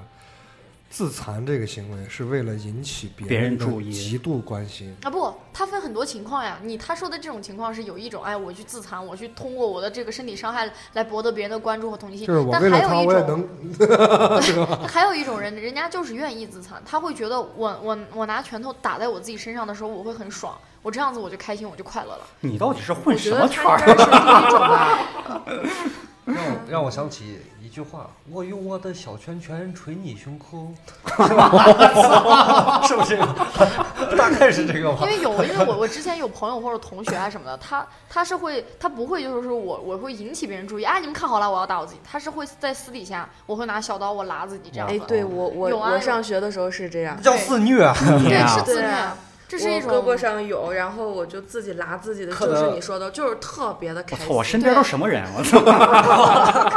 Speaker 1: 自残这个行为是为了引起
Speaker 2: 别人
Speaker 1: 人的
Speaker 2: 注意
Speaker 1: 极度关心。
Speaker 3: 啊不，他分很多情况呀。你他说的这种情况是有一种，哎，我去自残，我去通过我的这个身体伤害来博得别人的关注和同情心。
Speaker 1: 就是我
Speaker 3: 但
Speaker 1: 为了
Speaker 3: 还有
Speaker 1: 他，
Speaker 3: 一
Speaker 1: 我也
Speaker 3: 种
Speaker 1: 能啊
Speaker 3: 还有一种人，人家就是愿意自残，他会觉得我我我拿拳头打在我自己身上的时候，我会很爽，我这样子我就开心，我就快乐了。
Speaker 2: 你到底是混
Speaker 5: 我觉
Speaker 2: 什
Speaker 5: 得
Speaker 2: 么
Speaker 5: 他
Speaker 2: 圈
Speaker 5: 应该
Speaker 2: 儿？啊
Speaker 5: 是第一种吧。
Speaker 4: 让我让我想起一句话：我用我的小拳拳捶你胸口， [laughs] 是吧？是不是 [laughs] 这个？大概是这个
Speaker 3: 因
Speaker 4: 吧。
Speaker 3: 为有，因为我我之前有朋友或者同学啊什么的，他他是会，他不会就是说我我会引起别人注意，哎，你们看好了，我要打我自己。他是会在私底下，我会拿小刀我剌自己这样
Speaker 5: 哎
Speaker 3: 子。，
Speaker 5: 对我我
Speaker 3: 有啊有
Speaker 5: 我上学的时候是这样，
Speaker 4: 叫自虐啊！
Speaker 2: 你
Speaker 3: 对，
Speaker 2: 啊
Speaker 3: 是自
Speaker 5: 对
Speaker 3: 虐
Speaker 5: 啊，
Speaker 3: 这是一种
Speaker 5: 我胳膊上有，然后我就自己拉自己的，
Speaker 4: 可
Speaker 5: 就是
Speaker 4: 能
Speaker 5: 你说的，就是特别的
Speaker 2: 我
Speaker 5: 开
Speaker 2: 操！我
Speaker 5: 心。
Speaker 2: 身边都什么人？啊
Speaker 5: [laughs]
Speaker 2: 我操！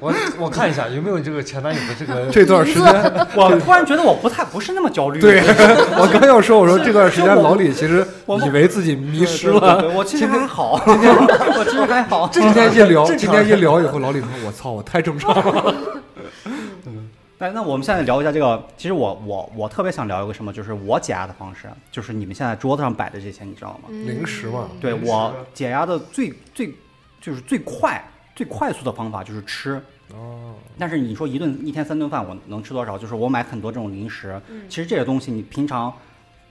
Speaker 4: 我我看一下有没有这个前男友的这个
Speaker 1: 这段时间，
Speaker 2: 我突然觉得我不太不是那么焦
Speaker 1: [laughs]
Speaker 2: 虑。[laughs]
Speaker 1: 对我刚要说，我说这段时间
Speaker 2: 就我
Speaker 1: 老李其实
Speaker 2: 我
Speaker 1: 以为自己迷
Speaker 2: 对，
Speaker 1: 失了。
Speaker 2: 对对对我其实还
Speaker 4: [laughs]
Speaker 2: 好， [laughs] 我其实还好。
Speaker 1: [laughs]
Speaker 2: [laughs]
Speaker 1: 今天一聊，
Speaker 4: 正
Speaker 1: 今
Speaker 4: 常
Speaker 1: 天一聊以后，老李说：“我操，我太正常了。
Speaker 2: 那那我们现在聊一下这个，其实我我我特别想聊一个什么，就是我解压的方式，就是你们现在桌子上摆的这些，你知道吗？
Speaker 1: [laughs] 零食嘛
Speaker 2: 对
Speaker 4: 零食
Speaker 2: 我解压的最最就是最快最快速的方法就是吃。”
Speaker 1: 哦，
Speaker 2: 但是你说一顿一天三顿饭，我能吃多少？就是我买很多这种零食，
Speaker 3: 嗯
Speaker 2: 其实这些东西你平常，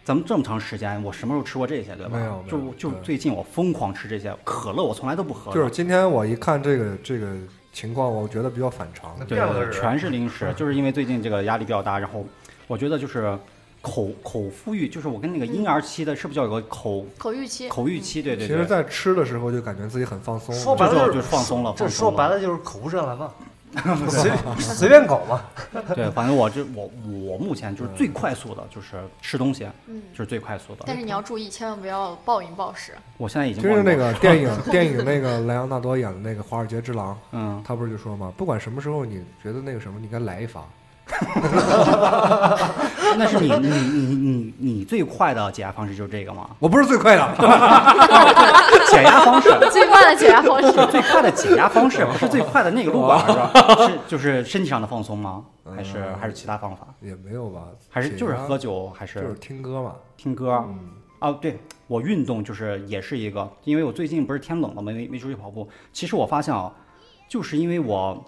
Speaker 2: 咱们这么长时间，我什么时候吃过这些，对吧？
Speaker 1: 没有没有
Speaker 2: 就就
Speaker 1: 对
Speaker 2: 最近我疯狂吃这些，可乐我从来都不喝的，
Speaker 1: 就是今天我一看这个这个情况，我觉得比较反常。
Speaker 2: 对
Speaker 4: 变了个人
Speaker 2: 全是零食，就是因为最近这个压力比较大，然后我觉得就是口口腹欲，就是我跟那个婴儿期的，是不是叫有个口
Speaker 3: 口欲期，
Speaker 2: 口欲期？对对
Speaker 1: 其实，
Speaker 2: 对，
Speaker 1: 在吃的时候就感觉自己很放松。
Speaker 4: 说白
Speaker 2: 就
Speaker 4: 了
Speaker 2: 就
Speaker 4: 就
Speaker 2: 就是放松了，
Speaker 4: 这
Speaker 2: 放
Speaker 4: 说
Speaker 2: 松
Speaker 4: 白
Speaker 2: 了。
Speaker 4: 了就是口无遮拦
Speaker 2: [laughs]
Speaker 4: 嘛，随随便搞嘛。
Speaker 2: 对，反正我这我我目前就是最快速的，就是吃东西，
Speaker 3: 嗯，
Speaker 2: 就是最快速的。
Speaker 3: 但是你要注意，千万不要暴饮暴食。
Speaker 2: 我现在已经
Speaker 1: 就是
Speaker 2: 忘了
Speaker 1: 那个电影， [laughs] 电影那个莱昂纳多演的那个《华尔街之狼》，
Speaker 2: [laughs] 嗯，
Speaker 1: 他不是就说嘛，不管什么时候你觉得那个什么，你该来一发。
Speaker 2: 那是你你你你你最快的解压方式就是这个吗？
Speaker 1: 我不是最快的，
Speaker 2: 解压方式，
Speaker 3: 最快的解压
Speaker 2: [laughs]
Speaker 3: 方式，
Speaker 2: 最快的解压方式不是最快的
Speaker 1: [laughs]
Speaker 2: 那个路
Speaker 1: 哦
Speaker 2: 吧？是吧？是就是身体上的放松吗？还是还是其他方法？
Speaker 1: [laughs] 也没有吧，
Speaker 2: 还是就是
Speaker 1: 嗯解压
Speaker 2: 喝，酒，还
Speaker 1: 就是
Speaker 2: 是
Speaker 1: 听歌嘛。
Speaker 2: 听歌？
Speaker 1: 嗯
Speaker 2: 哦，对我运动就是也是一个，因为我最近不是天冷了嘛，没没出去跑步。其实我发现啊，就是因为我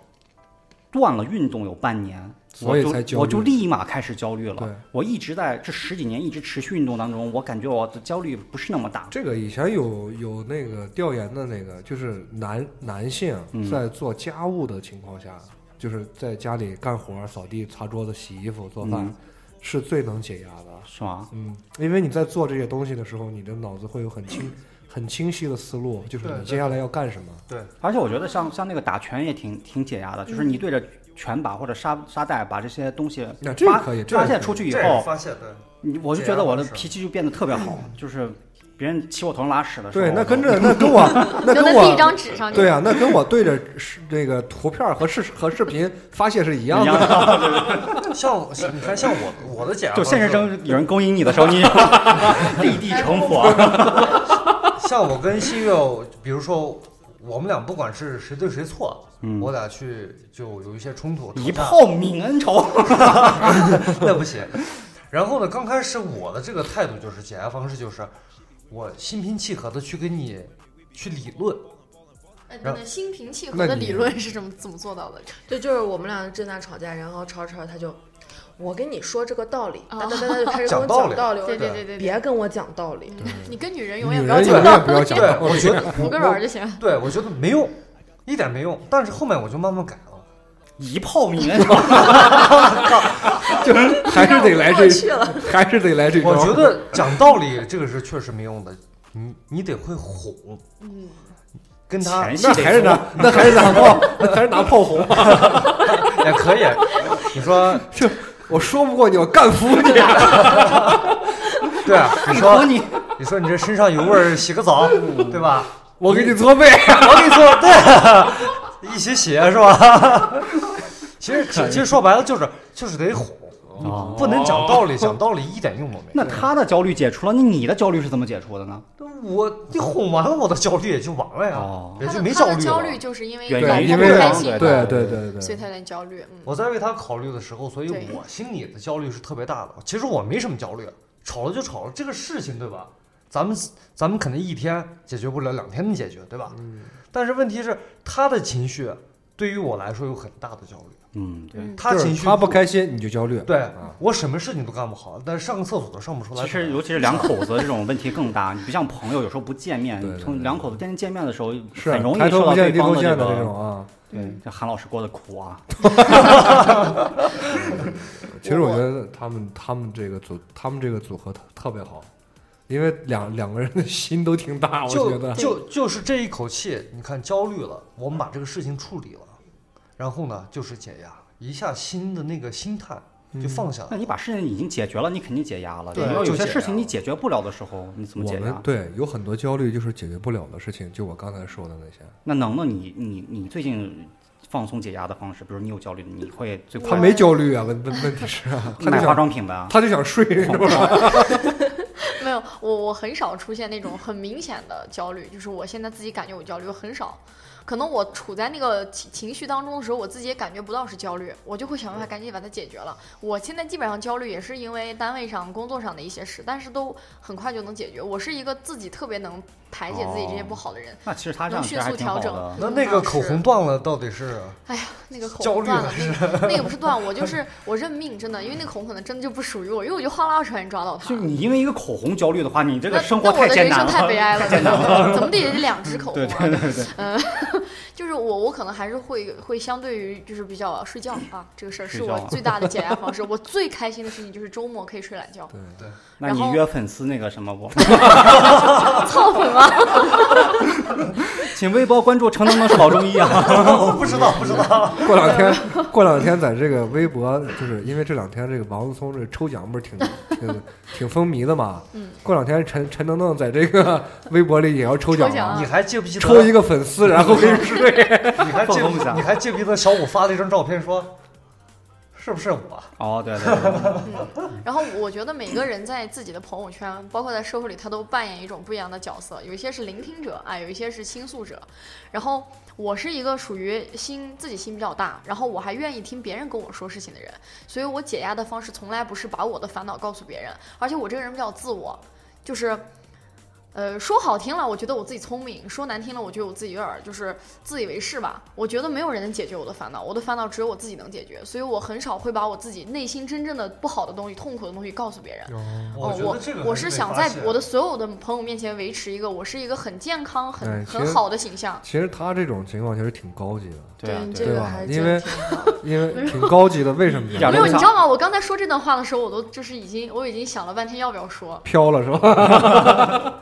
Speaker 2: 断了运动有半年，
Speaker 1: 所以才焦
Speaker 2: 我就
Speaker 1: 虑
Speaker 2: 我就立马开始焦虑
Speaker 1: 对
Speaker 2: 了。我一直在这十几年一直持续运动当中，我感觉我的焦虑不是那么大。
Speaker 1: 这个以前有有那个调研的那个，就是男男性
Speaker 2: 嗯
Speaker 1: 在做家务的情况下，就是在家里干活、扫地、擦桌子、洗衣服、做饭，
Speaker 2: 嗯
Speaker 1: 是最能解压的。
Speaker 2: 是吗？
Speaker 1: 嗯，因为你在做这些东西的时候，你的脑子会有很清、很清晰的思路，就是
Speaker 4: 对
Speaker 1: 你
Speaker 4: 对
Speaker 1: 接下来要干什么。
Speaker 4: 对，
Speaker 2: 而且我觉得像像那个打拳也挺挺解压的，就是
Speaker 1: 嗯
Speaker 2: 你对着拳靶或者沙沙袋把这些东西
Speaker 1: 那啊这个
Speaker 2: 发
Speaker 1: 可以这个
Speaker 2: 发泄
Speaker 1: 可以
Speaker 2: 出去以
Speaker 4: 这也
Speaker 2: 后，
Speaker 4: 发现对，
Speaker 2: 你我就觉得我的脾气就变得特别
Speaker 1: [clears throat]
Speaker 2: 好，就是别人骑我头上拉屎的时候，
Speaker 1: 对，那
Speaker 2: 我
Speaker 1: 跟着那跟
Speaker 3: [laughs]
Speaker 1: 我那
Speaker 3: 留在
Speaker 1: 跟
Speaker 3: 第一
Speaker 1: 我
Speaker 3: 张纸上就
Speaker 1: 对啊，那跟我对着视那个图片儿和视和视频发泄是一
Speaker 2: 一
Speaker 1: 样的。
Speaker 3: [laughs]
Speaker 2: 样的，
Speaker 4: 像我你看像我我的解压
Speaker 2: 就
Speaker 4: 方
Speaker 2: 现实
Speaker 4: 式
Speaker 2: 中有人勾引你的时候，你 [laughs] 立地成佛。
Speaker 1: 哎
Speaker 4: 像我跟新月，比如说我们俩不管是谁对谁错，
Speaker 2: 嗯
Speaker 4: 我俩去就有一些冲突，
Speaker 2: 一
Speaker 4: 吵架
Speaker 2: 炮泯恩仇，
Speaker 4: [laughs] 那不行。然后呢，刚开始我的这个态度就是解压方式就是，我心平气和的去跟你去理论，
Speaker 3: 哎，
Speaker 4: 然
Speaker 3: 那
Speaker 4: 后
Speaker 3: 心平气
Speaker 1: 那
Speaker 3: 和的
Speaker 1: 你
Speaker 3: 理论是怎么怎么做到的？
Speaker 5: 对，就是我们俩正在吵架，然后吵着吵着他就，我跟你说这个道理，
Speaker 3: 哦
Speaker 5: 哒哒哒哒就开始跟
Speaker 4: 讲
Speaker 5: 我
Speaker 4: 道
Speaker 5: 讲
Speaker 4: 理
Speaker 5: 道理，我
Speaker 3: 对
Speaker 5: 说
Speaker 3: 对
Speaker 4: 对
Speaker 3: 对对对，
Speaker 5: 别跟我讲
Speaker 3: [laughs]
Speaker 5: 道理，
Speaker 3: 嗯你跟女人
Speaker 1: 女
Speaker 3: 永远
Speaker 1: 人
Speaker 3: 不要
Speaker 1: 永
Speaker 3: 讲
Speaker 1: 远
Speaker 3: 道
Speaker 1: 不要讲
Speaker 4: 对，我觉得
Speaker 3: 理，
Speaker 4: 我
Speaker 3: 服个软
Speaker 4: 我
Speaker 3: 儿就行。
Speaker 4: 对我觉得没用，一点没用。但是后面我就慢慢改了。
Speaker 2: 一泡米那种。
Speaker 1: 就是还是得来
Speaker 5: 过
Speaker 1: 这，
Speaker 5: 去了。
Speaker 1: 还是得来这招。
Speaker 4: 我觉得讲道理这个是确实没用的，你你得会哄，
Speaker 3: 嗯，
Speaker 4: 跟他
Speaker 2: 前戏
Speaker 1: 那
Speaker 2: 得
Speaker 1: 还是
Speaker 2: 做
Speaker 1: 拿，那还是拿炮，那还是拿炮轰。啊
Speaker 4: 也可以。你说
Speaker 1: 我说不过你，我干服你。啊
Speaker 4: 对啊，你
Speaker 2: 说
Speaker 4: 说
Speaker 2: 你
Speaker 4: 你说你这身上有味儿，洗个澡，对吧？
Speaker 1: 我给你搓背。
Speaker 4: 我跟你说，对，一起洗是吧？
Speaker 1: [laughs]
Speaker 4: 其实其实说白了就是就是得哄，你
Speaker 2: 哦
Speaker 4: 不能讲道理，讲道理一点用都没有
Speaker 2: 那。他的焦虑解除了，那你的焦虑是怎么解除的呢？
Speaker 4: 我你哄完了，我的焦虑也就完了
Speaker 2: 哦
Speaker 4: 呀，也
Speaker 3: 他
Speaker 4: 就
Speaker 3: 的
Speaker 4: 没
Speaker 3: 他的
Speaker 4: 焦虑啊
Speaker 3: 焦
Speaker 4: 了。
Speaker 3: 虑就是因为
Speaker 2: 对
Speaker 3: 老
Speaker 2: 原
Speaker 3: 公
Speaker 1: 啊
Speaker 2: 因
Speaker 1: 因
Speaker 3: 不
Speaker 1: 为
Speaker 3: 开
Speaker 2: 对
Speaker 3: 心，
Speaker 1: 对对对对，
Speaker 3: 所以他有点焦虑。嗯，
Speaker 4: 我在为他考虑的时候，所以
Speaker 3: 对
Speaker 4: 我心里的焦虑是特别大的。其实我没什么焦虑，吵了就吵了，这个事情对吧？咱们咱们肯定一天解决不了，两天能解决对吧？
Speaker 1: 嗯
Speaker 4: 但是问题是，他的情绪对于我来说有很大的焦虑，
Speaker 2: 嗯，对。
Speaker 3: 嗯
Speaker 4: 他
Speaker 1: 就是
Speaker 4: 情绪
Speaker 1: 他不开心你就焦虑。
Speaker 4: 对
Speaker 1: 啊
Speaker 4: 我什么事情都干不好，但是上个厕所都上不出来。
Speaker 2: 其实，尤其是两口子这种问题更大。你不像朋友，有时候不见面
Speaker 1: 对对，对
Speaker 2: 从两口子天天见面的时候，
Speaker 1: 是啊
Speaker 2: 很容易
Speaker 1: 抬
Speaker 2: 受
Speaker 1: 头不
Speaker 2: 到
Speaker 1: 见
Speaker 2: 对
Speaker 1: 低
Speaker 2: 方
Speaker 1: 头
Speaker 2: 的这
Speaker 1: 见的那
Speaker 2: 个。
Speaker 1: 种啊。
Speaker 2: 对，这韩老师过得苦啊。
Speaker 1: 其实我觉得他们他们这个组他们这个组合特特别好，因为两两个人的心都挺大，我觉
Speaker 4: 就
Speaker 1: 得。
Speaker 4: 就就是这一口气，你看焦虑了，我们把这个事情处理了，然后呢就是解压，一下心的那个心态就放下了。
Speaker 2: 那你把事情已经解决了，你肯定解压了。
Speaker 4: 对
Speaker 2: 你要
Speaker 4: 就
Speaker 2: 有些
Speaker 4: 解
Speaker 2: 事
Speaker 4: 压
Speaker 2: 情你解决不了的时候，你怎么
Speaker 1: 我
Speaker 2: 解
Speaker 1: 们
Speaker 2: 压？
Speaker 1: 对有很多焦虑就是解决不了的事情，就我刚才说的那些。
Speaker 2: 那能能，你你你最近放松解压的方式，比如你有焦虑，你会最
Speaker 1: 他
Speaker 2: 快
Speaker 1: 没焦虑啊，问问问题是啊，
Speaker 2: [laughs]
Speaker 1: 他就
Speaker 2: 买化
Speaker 1: 想
Speaker 2: 妆品呗。
Speaker 1: 他就想睡，你知道吗？
Speaker 3: [laughs] 没有，我我很少出现那种很明显的焦虑，就是我现在自己感觉我焦虑，我很少。可能我处在那个情情绪当中的时候，我自己也感觉不到是焦虑，我就会想办法赶紧把它解决了。我现在基本上焦虑也是因为单位上、工作上的一些事，但是都很快就能解决。我是一个自己特别能排解自己这些不好的人。
Speaker 2: 那其实他这样
Speaker 3: 能
Speaker 2: 其
Speaker 3: 迅
Speaker 2: 实还
Speaker 3: 速
Speaker 2: 挺好
Speaker 3: 调整
Speaker 2: 的。 [laughs]
Speaker 4: 那那个口红断了到底是？ [laughs]
Speaker 3: 哎呀，那个口
Speaker 4: 焦
Speaker 3: 红
Speaker 4: 虑
Speaker 3: 断
Speaker 4: 了
Speaker 3: 了，那个那个不是断，我就是我认命，真的，因为那个口红可能真的就不属于我，因为我就哗啦船抓到它
Speaker 2: 就。你因为一个口红焦虑的话，你这
Speaker 3: 那
Speaker 2: 个生活
Speaker 3: 那我
Speaker 2: 太
Speaker 3: 的
Speaker 2: 艰
Speaker 3: 人
Speaker 2: 难
Speaker 3: 生
Speaker 2: 了。
Speaker 3: 太
Speaker 2: [laughs]
Speaker 3: 悲哀了，真的，怎么得也得两支口红
Speaker 2: 对
Speaker 3: 啊
Speaker 2: 对？对对，
Speaker 3: [laughs] 就是我，我可能还是会会相对于就是比较睡觉啊，这个事儿是
Speaker 2: 睡觉
Speaker 3: 我
Speaker 2: 啊
Speaker 3: 最大
Speaker 2: [laughs]
Speaker 3: 的解压方式。我最开心的事情就是周末可以睡懒觉，
Speaker 1: 对，
Speaker 2: 那
Speaker 3: 然
Speaker 2: 你
Speaker 3: 后
Speaker 2: 约粉丝那个什么不？
Speaker 3: [laughs] 操粉吗？
Speaker 2: [laughs] 请微博关注程能能是老中医啊。 [laughs]
Speaker 4: 我不知道，不知道。
Speaker 1: 过两天，过两天在这个微博，就是因为这两天这个王思聪这抽奖不是挺挺挺风靡的嘛？
Speaker 3: 嗯，
Speaker 1: 过两天陈陈能能在这个 [laughs] 微博里也要抽奖
Speaker 3: 抽奖
Speaker 1: 了，
Speaker 3: 啊
Speaker 4: 你还记不记得？
Speaker 1: 抽一个粉丝， [laughs] 然后给你睡。
Speaker 4: 你还
Speaker 2: 放
Speaker 4: 记
Speaker 2: 松一
Speaker 4: 不
Speaker 2: 下
Speaker 4: 你还记不记得小五发了一张照片说，是不是我？
Speaker 2: 哦，对对对，
Speaker 3: 然后我觉得每个人在自己的朋友圈，包括在社会里，他都扮演一种不一样的角色，有一些是聆听者啊，有一些是倾诉者。然后我是一个属于心自己心比较大，然后我还愿意听别人跟我说事情的人，所以我解压的方式从来不是把我的烦恼告诉别人，而且我这个人比较自我，就是。呃，说好听了，我觉得我自己聪明；说难听了，我觉得我自己有点儿就是自以为是吧。我觉得没有人能解决我的烦恼，我的烦恼只有我自己能解决，所以我很少会把我自己内心真正的不好的东西、痛苦的东西告诉别人。
Speaker 1: 啊
Speaker 4: 我觉得这个
Speaker 3: 哦我我
Speaker 4: 还
Speaker 3: 是
Speaker 4: 得
Speaker 3: 想
Speaker 4: 发
Speaker 3: 在
Speaker 4: 现
Speaker 3: 我的所有的朋友面前维持一个我是一个很健康、很、
Speaker 1: 哎其
Speaker 3: 很
Speaker 1: 实
Speaker 3: 好的形象。
Speaker 1: 其实他这种情况其实挺高级的，
Speaker 2: 对啊
Speaker 5: 你这
Speaker 1: 对
Speaker 2: 对啊。
Speaker 5: 个
Speaker 1: 吧
Speaker 5: 还
Speaker 1: 因
Speaker 5: 真
Speaker 1: 为
Speaker 5: 挺好。
Speaker 1: [laughs] 因为挺高级的，为什么
Speaker 3: [laughs]
Speaker 2: 一点
Speaker 1: 呢？
Speaker 2: 都不
Speaker 3: 没有，你
Speaker 2: 像
Speaker 3: 知道吗？我刚才说这段话的时候，我都就是已经我已经想了半天要不要说，
Speaker 1: 飘了是吧？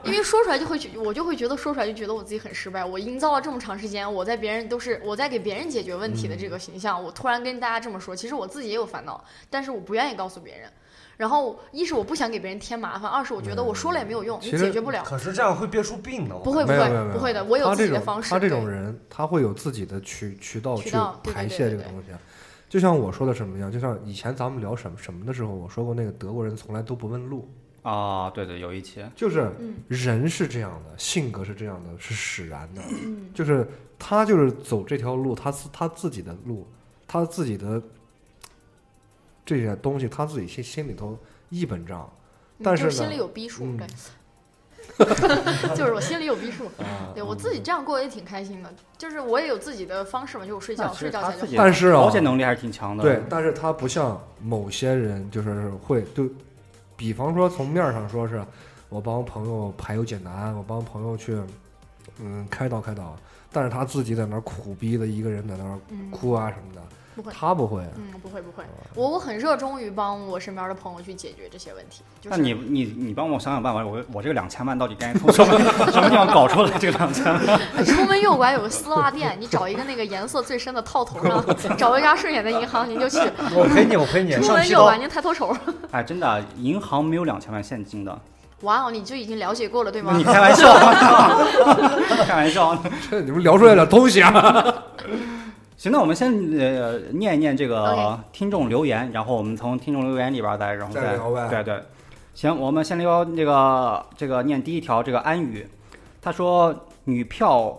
Speaker 3: 因为说出来就会觉我就会觉得说出来就觉得我自己很失败。我营造了这么长时间，我在别人都是我在给别人解决问题的这个形象，我突然跟大家这么说，其实我自己也有烦恼，但是我不愿意告诉别人。然后，一是我不想给别人添麻烦，二是我觉得我说了也没有用，
Speaker 1: 其
Speaker 3: 你
Speaker 1: 实
Speaker 3: 解决不了。
Speaker 4: 可是这样会憋出病的。我
Speaker 3: 不会
Speaker 1: 没有
Speaker 3: 不会
Speaker 1: 没有没
Speaker 3: 不会的我有
Speaker 1: 他
Speaker 3: 自己
Speaker 1: 这
Speaker 3: 的
Speaker 1: 种
Speaker 3: 方式
Speaker 1: 他这
Speaker 3: 对
Speaker 1: 种人，他会有自己的渠渠道
Speaker 3: 渠
Speaker 1: 去
Speaker 3: 道对对
Speaker 1: 排
Speaker 3: 对
Speaker 1: 泄
Speaker 3: 对
Speaker 1: 这个
Speaker 3: 对
Speaker 1: 东西。啊就像我说的什么一样，就像以前咱们聊什么什么的时候，我说过那个德国人从来都不问路，
Speaker 2: 啊，对对，有一期。
Speaker 1: 就是
Speaker 3: 嗯
Speaker 1: 人是这样的，性格是这样的，是使然的，
Speaker 3: 嗯
Speaker 1: 就是他就是走这条路，他自他自己的路，他自己的这些东西，他自己心心里头一本账。但
Speaker 3: 就是
Speaker 1: 呢
Speaker 3: 心里有逼数，
Speaker 1: 嗯
Speaker 3: 对 [laughs] 就是我心里有逼数。
Speaker 2: 啊
Speaker 3: 对我自己这样过也挺开心的，就是我也有自己的方式嘛，就我睡
Speaker 2: 那
Speaker 3: 觉，
Speaker 2: 其实
Speaker 3: 睡觉
Speaker 2: 他
Speaker 3: 前就
Speaker 2: 自己
Speaker 1: 但是啊
Speaker 2: 保险能力还是挺强的。
Speaker 1: 对，但是他不像某些人，就是会就，比方说从面儿上说是，我帮朋友排忧解难，我帮朋友去，嗯，开导开导，但是他自己在那儿苦逼的一个人在那儿
Speaker 3: 嗯，
Speaker 1: 哭啊什么的，
Speaker 3: 不会，
Speaker 1: 他不会。
Speaker 3: 嗯，不会不会，我我很热衷于帮我身边的朋友去解决这些问题，就
Speaker 2: 那
Speaker 3: 是
Speaker 2: 你你你帮我想想办法，我我这个两千万到底该从什
Speaker 3: [laughs]
Speaker 2: 么什么地方搞出来？这个两千万，
Speaker 3: 出门右拐有个丝袜店，你找一个那个颜色最深的套
Speaker 2: [laughs]
Speaker 3: 头上，找一家顺眼的银行，您就去。
Speaker 4: [laughs] 我陪你，我陪你，
Speaker 3: 出
Speaker 4: 上
Speaker 3: 门
Speaker 4: 西
Speaker 3: 右拐，
Speaker 4: 刀。
Speaker 3: 您抬头瞅。
Speaker 2: 哎，真的，银行没有两千万现金的，
Speaker 3: 哇哦，你就已经了解过了对吗
Speaker 2: 你？开玩笑， [laughs] 开玩笑。
Speaker 1: [laughs] 这你们聊出来点东西啊！
Speaker 2: 行，那我们先呃念一念这个
Speaker 3: OK
Speaker 2: 听众留言，然后我们从听众留言里边儿再然后
Speaker 1: 再
Speaker 2: 再
Speaker 1: 聊呗
Speaker 2: 对对，行，我们先聊这个这个念第一条，这个安宇，他说女票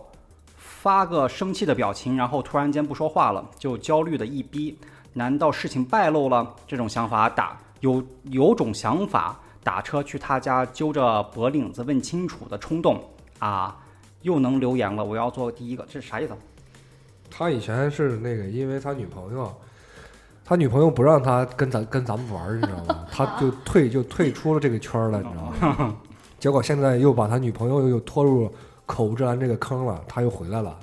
Speaker 2: 发个生气的表情，然后突然间不说话了，就焦虑的一逼，难道事情败露了？这种想法打有有种想法打车去他家揪着脖领子问清楚的冲动啊，又能留言了，我要做第一个，这是啥意思？
Speaker 1: [laughs] 他以前是那个，因为他女朋友，他女朋友不让他跟咱跟咱们玩儿，你知道吗？他就退就退出了这个圈儿了，你知道吗？ [laughs] 结果现在又把他女朋友又拖入口无遮拦这个坑了，他又回来了。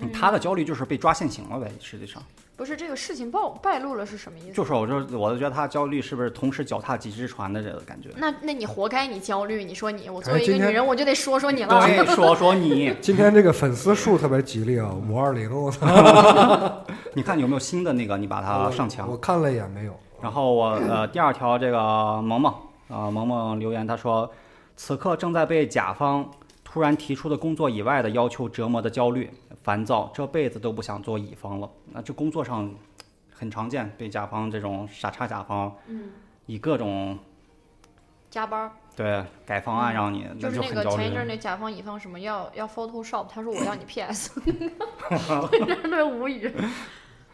Speaker 3: 嗯
Speaker 2: 他的焦虑就是被抓现行了呗，实际上
Speaker 3: 不是这个事情暴败露了是什么意思？
Speaker 2: 就是我就是我就觉得他焦虑是不是同时脚踏几只船的这个感觉？
Speaker 3: 那那你活该，你焦虑。你说你，我作
Speaker 1: 哎
Speaker 3: 为一个
Speaker 1: 今
Speaker 3: 女
Speaker 1: 天
Speaker 3: 人，我就得说说你了。
Speaker 2: 对，说说你，
Speaker 1: 今天这个粉丝数特别吉利啊，五二零，我操！
Speaker 2: 你看有没有新的那个你把它上墙
Speaker 1: 我。看了一眼没有。
Speaker 2: 然后我呃第二条这个萌萌啊、呃萌萌留言他说，此刻正在被甲方突然提出的工作以外的要求折磨的焦虑烦躁，这辈子都不想做乙方了。那这工作上很常见，被甲方这种傻叉甲方
Speaker 3: 嗯，
Speaker 2: 以各种
Speaker 3: [laughs] 加班儿。
Speaker 2: 对改方案让你，
Speaker 3: 嗯就是
Speaker 2: 就
Speaker 3: 那
Speaker 2: 很
Speaker 3: 个
Speaker 2: 焦
Speaker 3: 前
Speaker 2: 虑
Speaker 3: 一阵儿。那甲方乙方什么要要 Photoshop，他说我要你 PS，我真的无语。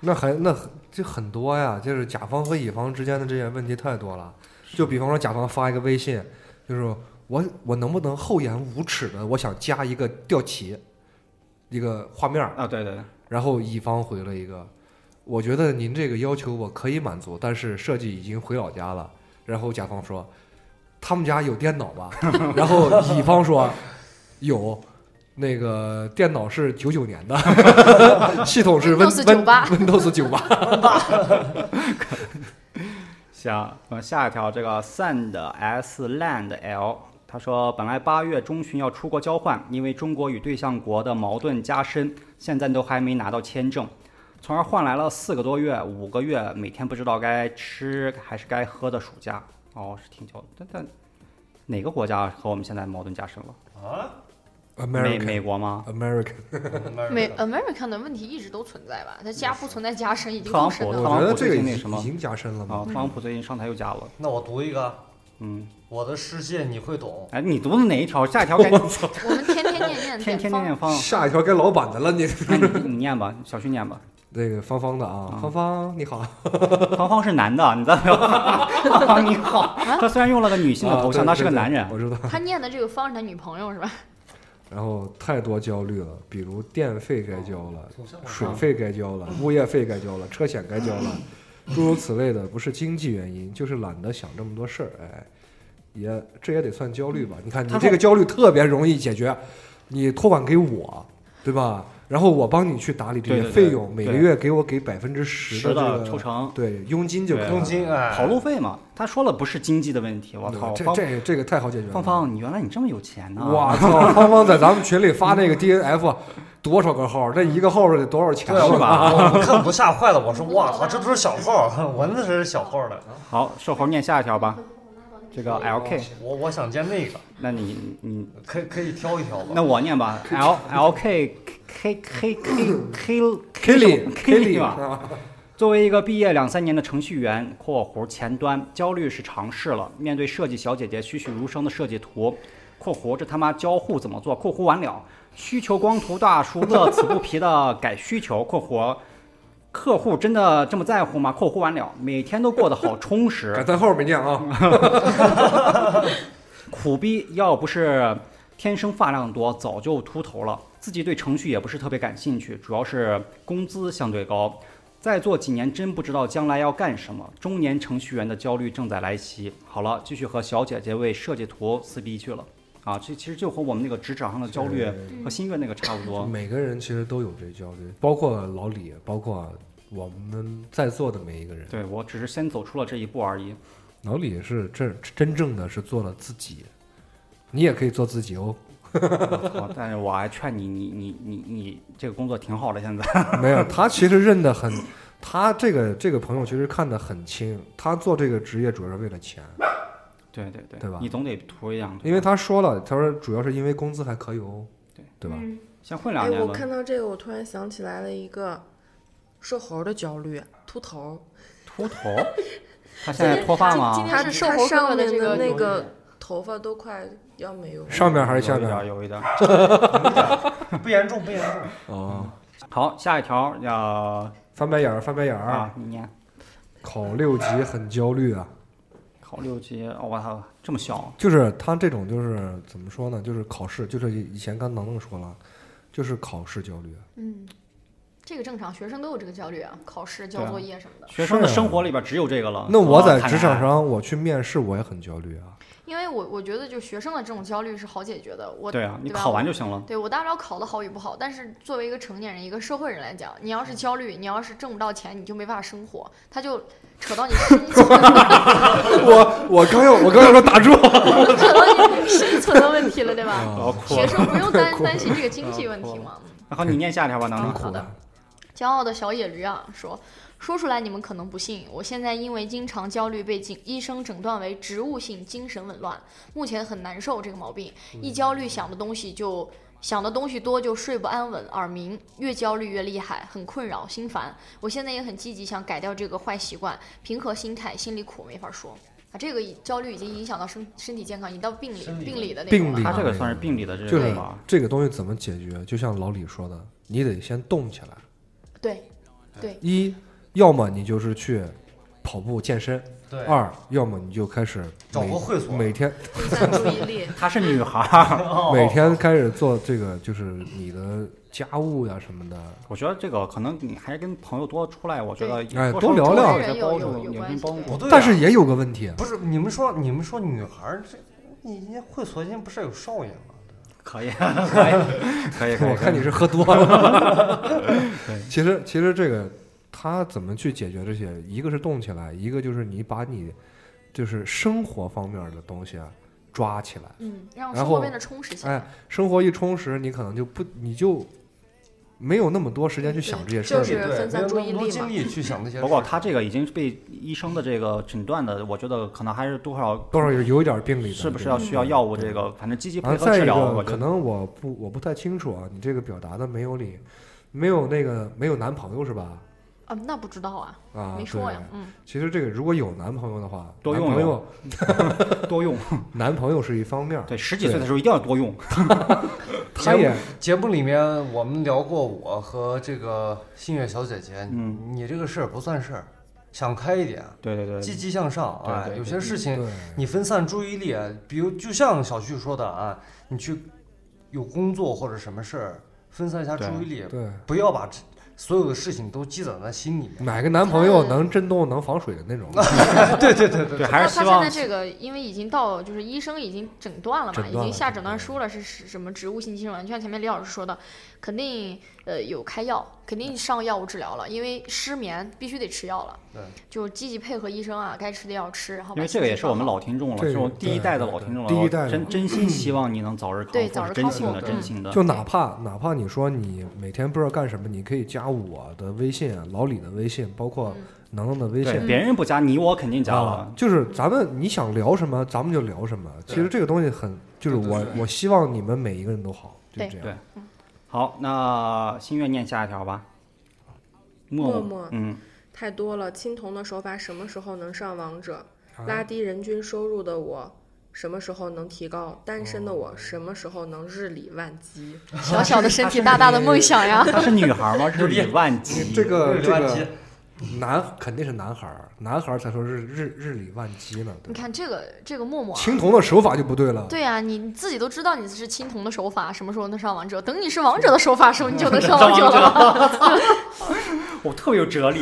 Speaker 1: 那还那很这很多呀，就是甲方和乙方之间的这些问题太多了。就比方说，甲方发一个微信，就是我我能不能厚颜无耻的，我想加一个吊旗，一个画面儿。
Speaker 2: 啊，对对对。
Speaker 1: 然后乙方回了一个，我觉得您这个要求我可以满足，但是设计已经回老家了。然后甲方说，他们家有电脑
Speaker 2: [laughs]
Speaker 1: 吧？然后乙方说，有。那个电脑是九九年的，
Speaker 2: [laughs]
Speaker 1: 系统是 Win
Speaker 3: Windows 98
Speaker 1: Windows 九八，
Speaker 2: 行，我们下一条这个 sand s land l，他说本来八月中旬要出国交换，因为中国与对象国的矛盾加深，现在都还没拿到签证，从而换来了四个多月、五个月每天不知道该吃还是该喝的暑假。哦，是挺焦，但但哪个国家和我们现在矛盾加深了？
Speaker 4: [laughs] 啊，
Speaker 2: 美
Speaker 1: American
Speaker 2: 美国吗？
Speaker 1: American，
Speaker 3: 美 American 的问题一直都存在吧？它加不存在加深已经
Speaker 2: 特朗
Speaker 3: 够
Speaker 2: 普
Speaker 3: 深
Speaker 1: 我
Speaker 2: 特
Speaker 3: 了。
Speaker 2: 朗
Speaker 1: 觉得
Speaker 2: 普
Speaker 1: 这
Speaker 2: 最
Speaker 1: 个
Speaker 2: 近那
Speaker 1: 已
Speaker 2: 什么
Speaker 1: 已经加深了
Speaker 2: 啊
Speaker 1: 嘛，。
Speaker 2: 特朗普最近上台又加了，
Speaker 4: 那我读一个，啊
Speaker 2: 嗯，
Speaker 4: 我的世界你会懂。
Speaker 2: 哎，你读的哪一条？下一条该
Speaker 3: 我们天天念
Speaker 2: [laughs]
Speaker 3: 念
Speaker 2: 天天念
Speaker 3: 点方，
Speaker 2: 念方，
Speaker 1: 下一条该老板的了，你
Speaker 2: 哎你你念吧，小旭念吧。
Speaker 1: [laughs] 那个芳芳的啊
Speaker 2: 啊，
Speaker 1: 芳芳你好，
Speaker 2: 芳芳是男的，你再不要。芳芳你好，他虽然用了个女性的头像，
Speaker 1: 啊
Speaker 2: 他是个
Speaker 1: 对对对
Speaker 2: 男人。
Speaker 1: 我知道。
Speaker 3: 他念的这个方是他女朋友是吧？
Speaker 1: 然后太多焦虑了，比如电费该交了，
Speaker 4: 走向
Speaker 1: 水费该交了，物业费该交了，车险该交了，诸如此类的，不是经济原因，就是懒得想这么多事儿，哎，也这也得算焦虑吧？你看你
Speaker 2: 他说
Speaker 1: 这个焦虑特别容易解决，你托管给我，对吧？然后我帮你去打理这
Speaker 2: 对
Speaker 1: 些
Speaker 2: 对对
Speaker 1: 费用，每个
Speaker 2: 对
Speaker 1: 月给我给百分之十
Speaker 2: 十
Speaker 1: 的
Speaker 2: 的
Speaker 1: 这
Speaker 2: 抽
Speaker 1: 个
Speaker 2: 成，
Speaker 1: 对佣金就可以了。
Speaker 4: 佣金哎，
Speaker 2: 跑路费嘛。他说了不是经济的问题，我靠，
Speaker 1: 这
Speaker 2: 芳
Speaker 1: 这这个太好解决了。
Speaker 2: 芳芳，你原来你这么有钱呢？
Speaker 1: 我
Speaker 2: [laughs]
Speaker 1: 操！芳芳在咱们群里发那个 DNF 多少个号？这一个号得多少钱
Speaker 4: 对
Speaker 1: 啊
Speaker 4: 啊，我
Speaker 2: 是吧
Speaker 4: 我看我吓坏了，
Speaker 5: [laughs]
Speaker 4: 我说哇操，这都是小号，我那是小号的。
Speaker 2: 好，瘦猴念下一条吧。这个 L
Speaker 5: 嗯
Speaker 2: K，
Speaker 4: 我我想见那个，
Speaker 2: 那你你
Speaker 4: 可以可以挑一挑吧。
Speaker 2: 那我念吧，L L K K K K K
Speaker 1: ？Kelly
Speaker 2: [laughs] Kelly
Speaker 1: Kelly
Speaker 2: 吧。
Speaker 1: 啊
Speaker 2: 作为一个毕业两三年的程序员（括弧前端），焦虑是常事了。面对设计小姐姐栩栩如生的设计图（括弧这他妈交互怎么做？括弧完了），需求光图大叔乐此不疲的改需求（括弧客户真的这么在乎吗？）（括弧完了），每天都过得好充实
Speaker 1: 改。赞号没念啊。
Speaker 2: 苦逼，要不是天生发量多，早就秃头了，自己对程序也不是特别感兴趣，主要是工资相对高。再做几年，真不知道将来要干什么。中年程序员的焦虑正在来袭。好了，继续和小姐姐为设计图撕逼去了啊！这其实就和我们那个职场上的 [laughs] 焦虑和心愿那个差不多。
Speaker 1: 每个人其实都有这焦虑，包括老李，包括我们在座的每一个人。
Speaker 2: 对我只是先走出了这一步而已。
Speaker 1: 老李是这真正的是做了自己，你也可以做自己哦。
Speaker 2: 我操！但是我还劝你，你你你你这个工作挺好的，现在
Speaker 1: 没有，他其实认得很，他这个这个朋友其实看得很清，他做这个职业主要是为了钱，
Speaker 2: 对对对，
Speaker 1: 对吧
Speaker 2: 你总得图一样，对
Speaker 1: 因为他说了，他说主要是因为工资还可以哦，
Speaker 2: 对
Speaker 1: 对吧？
Speaker 3: 嗯
Speaker 2: 先混两
Speaker 5: 哎，
Speaker 2: 年
Speaker 5: 我
Speaker 2: 吧。
Speaker 5: 看到这个，我突然想起来了一个瘦猴的焦虑，秃头。
Speaker 3: 哦
Speaker 2: 秃头，他现在脱发
Speaker 3: 今
Speaker 2: 吗？
Speaker 3: 天
Speaker 5: 他
Speaker 3: 是
Speaker 5: 他
Speaker 3: 瘦猴哥哥
Speaker 5: 上
Speaker 3: 的
Speaker 5: 面
Speaker 3: 这个
Speaker 5: 那
Speaker 2: 有一
Speaker 5: 个
Speaker 2: 点
Speaker 5: 头发都快要没有了。
Speaker 1: 上面还是下面？
Speaker 2: 有一点，有一点。
Speaker 4: 不严重，不严
Speaker 2: [laughs]
Speaker 4: 重。
Speaker 1: 哦，
Speaker 2: 好，下一条要
Speaker 1: 翻白眼儿，翻白眼儿，
Speaker 2: 啊，你念。
Speaker 1: 考六级很焦虑啊。
Speaker 2: 考六级，哦我、操，这么小，
Speaker 1: 就是他这种就是怎么说呢？就是考试，就是以前刚能能说了，就是考试焦虑。啊
Speaker 3: 嗯，这个正常，学生都有这个焦虑啊，考试、交
Speaker 2: 对啊
Speaker 3: 作业什么的。
Speaker 2: 学生的
Speaker 1: 是啊
Speaker 2: 生活里边只有这
Speaker 4: 哦
Speaker 2: 个了。
Speaker 1: 那我在
Speaker 2: 啊
Speaker 1: 职场，上，我去面试，我也很焦虑啊。 [laughs]
Speaker 3: 因为我我觉得，就学生的这种焦虑是好解决的。我
Speaker 2: 看来对啊，你
Speaker 3: 对吧
Speaker 2: 考完就行了。
Speaker 3: 对我大不了考得好与不好，但是作为一个成年人、一个社会人来讲，你
Speaker 2: 嗯
Speaker 3: 要是焦虑，你要是挣不到钱，你就没办法生活，他就扯到你生存 [laughs] 的，
Speaker 1: 我我刚要我刚要说打
Speaker 4: [laughs]
Speaker 1: 住。
Speaker 3: 扯到你生存的问题了，对吧？
Speaker 4: 哦
Speaker 1: 啊
Speaker 2: 哦 [laughs] 哭
Speaker 3: 学
Speaker 2: 了。哦
Speaker 3: 生不用担
Speaker 1: 哭了
Speaker 3: 担心这个经济问题嘛。
Speaker 2: 然后你念下一条吧，当
Speaker 1: 挺
Speaker 2: 当。
Speaker 1: 苦的，
Speaker 3: 骄傲的小野驴啊说。说出来你们可能不信，我现在因为经常焦虑被警医生诊断为植物性精神紊乱，目前很难受这个毛病。一焦虑想的东西就想的东西多，就睡不安稳，耳鸣，越焦虑越厉害，很困扰，心烦。我现在也很积极想改掉这个坏习惯，平和心态，心里苦没法说啊。这个已焦虑已经影响到身身体健康，已经到病理
Speaker 4: 生理
Speaker 3: 病理的那
Speaker 1: 病
Speaker 3: 种
Speaker 1: 理
Speaker 3: 了
Speaker 2: 他
Speaker 3: 啊。
Speaker 2: 这个算是病理的这
Speaker 1: 就
Speaker 2: 个
Speaker 1: 是
Speaker 2: 吧？
Speaker 1: 这个东西怎么解决？就像老李说的，你得先动起来。
Speaker 3: 对， [laughs]
Speaker 1: 一，要么你就是去跑步健身；
Speaker 4: 对，
Speaker 2: 哦
Speaker 1: 二，要么你就开始
Speaker 4: 找
Speaker 1: 每
Speaker 4: 个会所
Speaker 1: 每天
Speaker 5: 分散注意力。
Speaker 2: 她是女孩儿，
Speaker 1: 每天开始做这个，就是你的家务呀什么的。
Speaker 2: 我觉得这个可能你还是跟朋友多出来，我觉得
Speaker 1: 哎
Speaker 2: 多
Speaker 1: 多聊聊
Speaker 2: 有些帮助，
Speaker 3: 有
Speaker 2: 有
Speaker 3: 有关
Speaker 2: 些
Speaker 3: 系
Speaker 2: 帮
Speaker 4: 不
Speaker 2: 助。
Speaker 4: 对啊，
Speaker 1: 但是也有个问题，
Speaker 4: 不是你们说你们说女孩儿这，你人家会所现在不是有少爷吗？
Speaker 2: 可以， [laughs] 可以，可以，可以。
Speaker 1: 我看你是喝多了。
Speaker 2: [laughs] 对
Speaker 1: 其实，其实这个他怎么去解决这些？一个是动起来，一个就是你把你就是生活方面的东西啊抓起来。
Speaker 3: 嗯，让
Speaker 1: 然
Speaker 3: 生活
Speaker 1: 后
Speaker 3: 变得充实起来。
Speaker 1: 哎，生活一充实，你可能就不，你就没有那么多时间去想这些事
Speaker 5: 就
Speaker 1: 儿
Speaker 5: 是
Speaker 1: 了。
Speaker 4: 对，
Speaker 5: 分散
Speaker 4: 没有
Speaker 5: 注
Speaker 4: 那
Speaker 5: 意
Speaker 4: 么多
Speaker 5: 力
Speaker 4: 精
Speaker 5: 嘛
Speaker 4: 力
Speaker 2: [laughs]
Speaker 4: 去想那些事。
Speaker 2: 包括他这个已经是被医生的这个诊断的，我觉得可能还是多少
Speaker 1: 多少有有一点病理的，
Speaker 2: 是不是
Speaker 1: 对
Speaker 2: 要
Speaker 1: 吧
Speaker 2: 需要药物这个，反正积极
Speaker 1: 然
Speaker 2: 配
Speaker 1: 后
Speaker 2: 合
Speaker 1: 再
Speaker 2: 治
Speaker 1: 一
Speaker 2: 疗，我
Speaker 1: 个，
Speaker 2: 觉
Speaker 1: 可
Speaker 2: 得
Speaker 1: 能我不我不太清楚啊，你这个表达的没有理，没有那个没有男朋友是吧？
Speaker 3: 啊，那不知道啊，
Speaker 1: 啊，
Speaker 3: 没说
Speaker 1: 对
Speaker 3: 呀。嗯，
Speaker 1: 其实这个如果有男朋友的话，
Speaker 2: 多用
Speaker 1: 男朋
Speaker 2: 用
Speaker 1: 友
Speaker 2: 多用。
Speaker 1: [laughs] 男朋友是一方面儿，
Speaker 2: 对，十几岁的时候一定要多用。
Speaker 1: 他也
Speaker 4: 节目里面我们聊过我和这个新月小姐姐，
Speaker 2: 嗯
Speaker 4: 你这个事儿不算事儿，想开一点，啊
Speaker 2: 对对对，
Speaker 4: 积极向上
Speaker 2: 对
Speaker 4: 啊
Speaker 2: 嗯对，对
Speaker 4: 有些事情
Speaker 1: 对
Speaker 4: 你分散注意力，啊比如就像小旭说的啊，你去有工作或者什么事儿，分散一下注意力，
Speaker 1: 对，
Speaker 4: 不要把这所有的事情都积攒在心里面。
Speaker 1: 买个男朋友能震动能防水的
Speaker 3: [laughs]
Speaker 1: 那种，
Speaker 4: 对对对对
Speaker 2: 对，
Speaker 4: 对，
Speaker 2: 还是
Speaker 3: 那
Speaker 2: 希
Speaker 3: 他现
Speaker 2: 望
Speaker 3: 在这个，因为已经到就是医生已经诊断了嘛，
Speaker 1: 诊
Speaker 3: 已
Speaker 1: 断
Speaker 3: 经
Speaker 1: 了
Speaker 3: 下
Speaker 1: 诊
Speaker 3: 诊断
Speaker 1: 断
Speaker 3: 书了，是是什么植物性精神紊乱？就像前面李老师说的，肯定呃有开药，肯定上药物治疗了，因为失眠必须得吃药了。
Speaker 4: 对，
Speaker 3: 就积极配合医生啊，该吃的药吃，然后
Speaker 2: 因
Speaker 3: 把
Speaker 2: 为
Speaker 3: 心
Speaker 2: 这个也
Speaker 3: 情
Speaker 2: 是我
Speaker 3: 放
Speaker 2: 们
Speaker 3: 好
Speaker 2: 老听众了，
Speaker 1: 这
Speaker 2: 是
Speaker 1: 个
Speaker 2: 我第一代的老
Speaker 1: 对
Speaker 2: 听众了，
Speaker 1: 第一代的
Speaker 2: 真
Speaker 1: [clears throat]
Speaker 2: 真心希望你能早日康
Speaker 3: 对
Speaker 2: 复，
Speaker 3: 早
Speaker 2: 是
Speaker 3: 日
Speaker 2: 真
Speaker 3: 康
Speaker 2: 心
Speaker 3: 复
Speaker 2: 的，
Speaker 4: 嗯
Speaker 2: 真心的。
Speaker 1: 就哪怕哪怕你说你每天不知道干什么，你可以加我的微信、老李的微信，包括
Speaker 3: 嗯
Speaker 1: 能能的微
Speaker 2: 对
Speaker 1: 信。
Speaker 2: 别人不加你，我肯定加
Speaker 1: 啊
Speaker 2: 了，。
Speaker 1: 就是咱们你想聊什么，咱们就聊什么。其
Speaker 4: 对
Speaker 1: 实这个东西很，就是
Speaker 4: 对对
Speaker 1: 我
Speaker 4: 对
Speaker 1: 我希望你们每一个人都好，就
Speaker 3: 对
Speaker 1: 这
Speaker 2: 对
Speaker 1: 样。
Speaker 2: 好，那心愿念下一条吧。默
Speaker 5: 默默
Speaker 2: 嗯，
Speaker 5: 太多了，青铜的手法什么时候能上王者？拉
Speaker 1: 啊
Speaker 5: 低人均收入的我。什么时候能提高？单身的
Speaker 1: 哦
Speaker 5: 我什么时候能日理万
Speaker 1: [laughs]
Speaker 5: 机？
Speaker 2: [laughs]
Speaker 3: 小小的身体，大大的梦想呀。
Speaker 2: 她是女孩吗？日理万机。
Speaker 1: 这个
Speaker 4: 六
Speaker 1: 这
Speaker 4: 六万级
Speaker 1: 个男肯定是男孩儿，男孩儿才说日日日理万机呢。对
Speaker 3: 你
Speaker 1: 吧，
Speaker 3: 看这个这个默默、啊，
Speaker 1: 青铜的手法就不对了。
Speaker 3: 对呀、你你自己都知道你是青铜的手法，什么时候能上王者？等你是王者的手法时候，你
Speaker 2: [laughs]
Speaker 3: 就能上王者了。
Speaker 2: 我特别有
Speaker 1: [laughs]
Speaker 2: 哲理。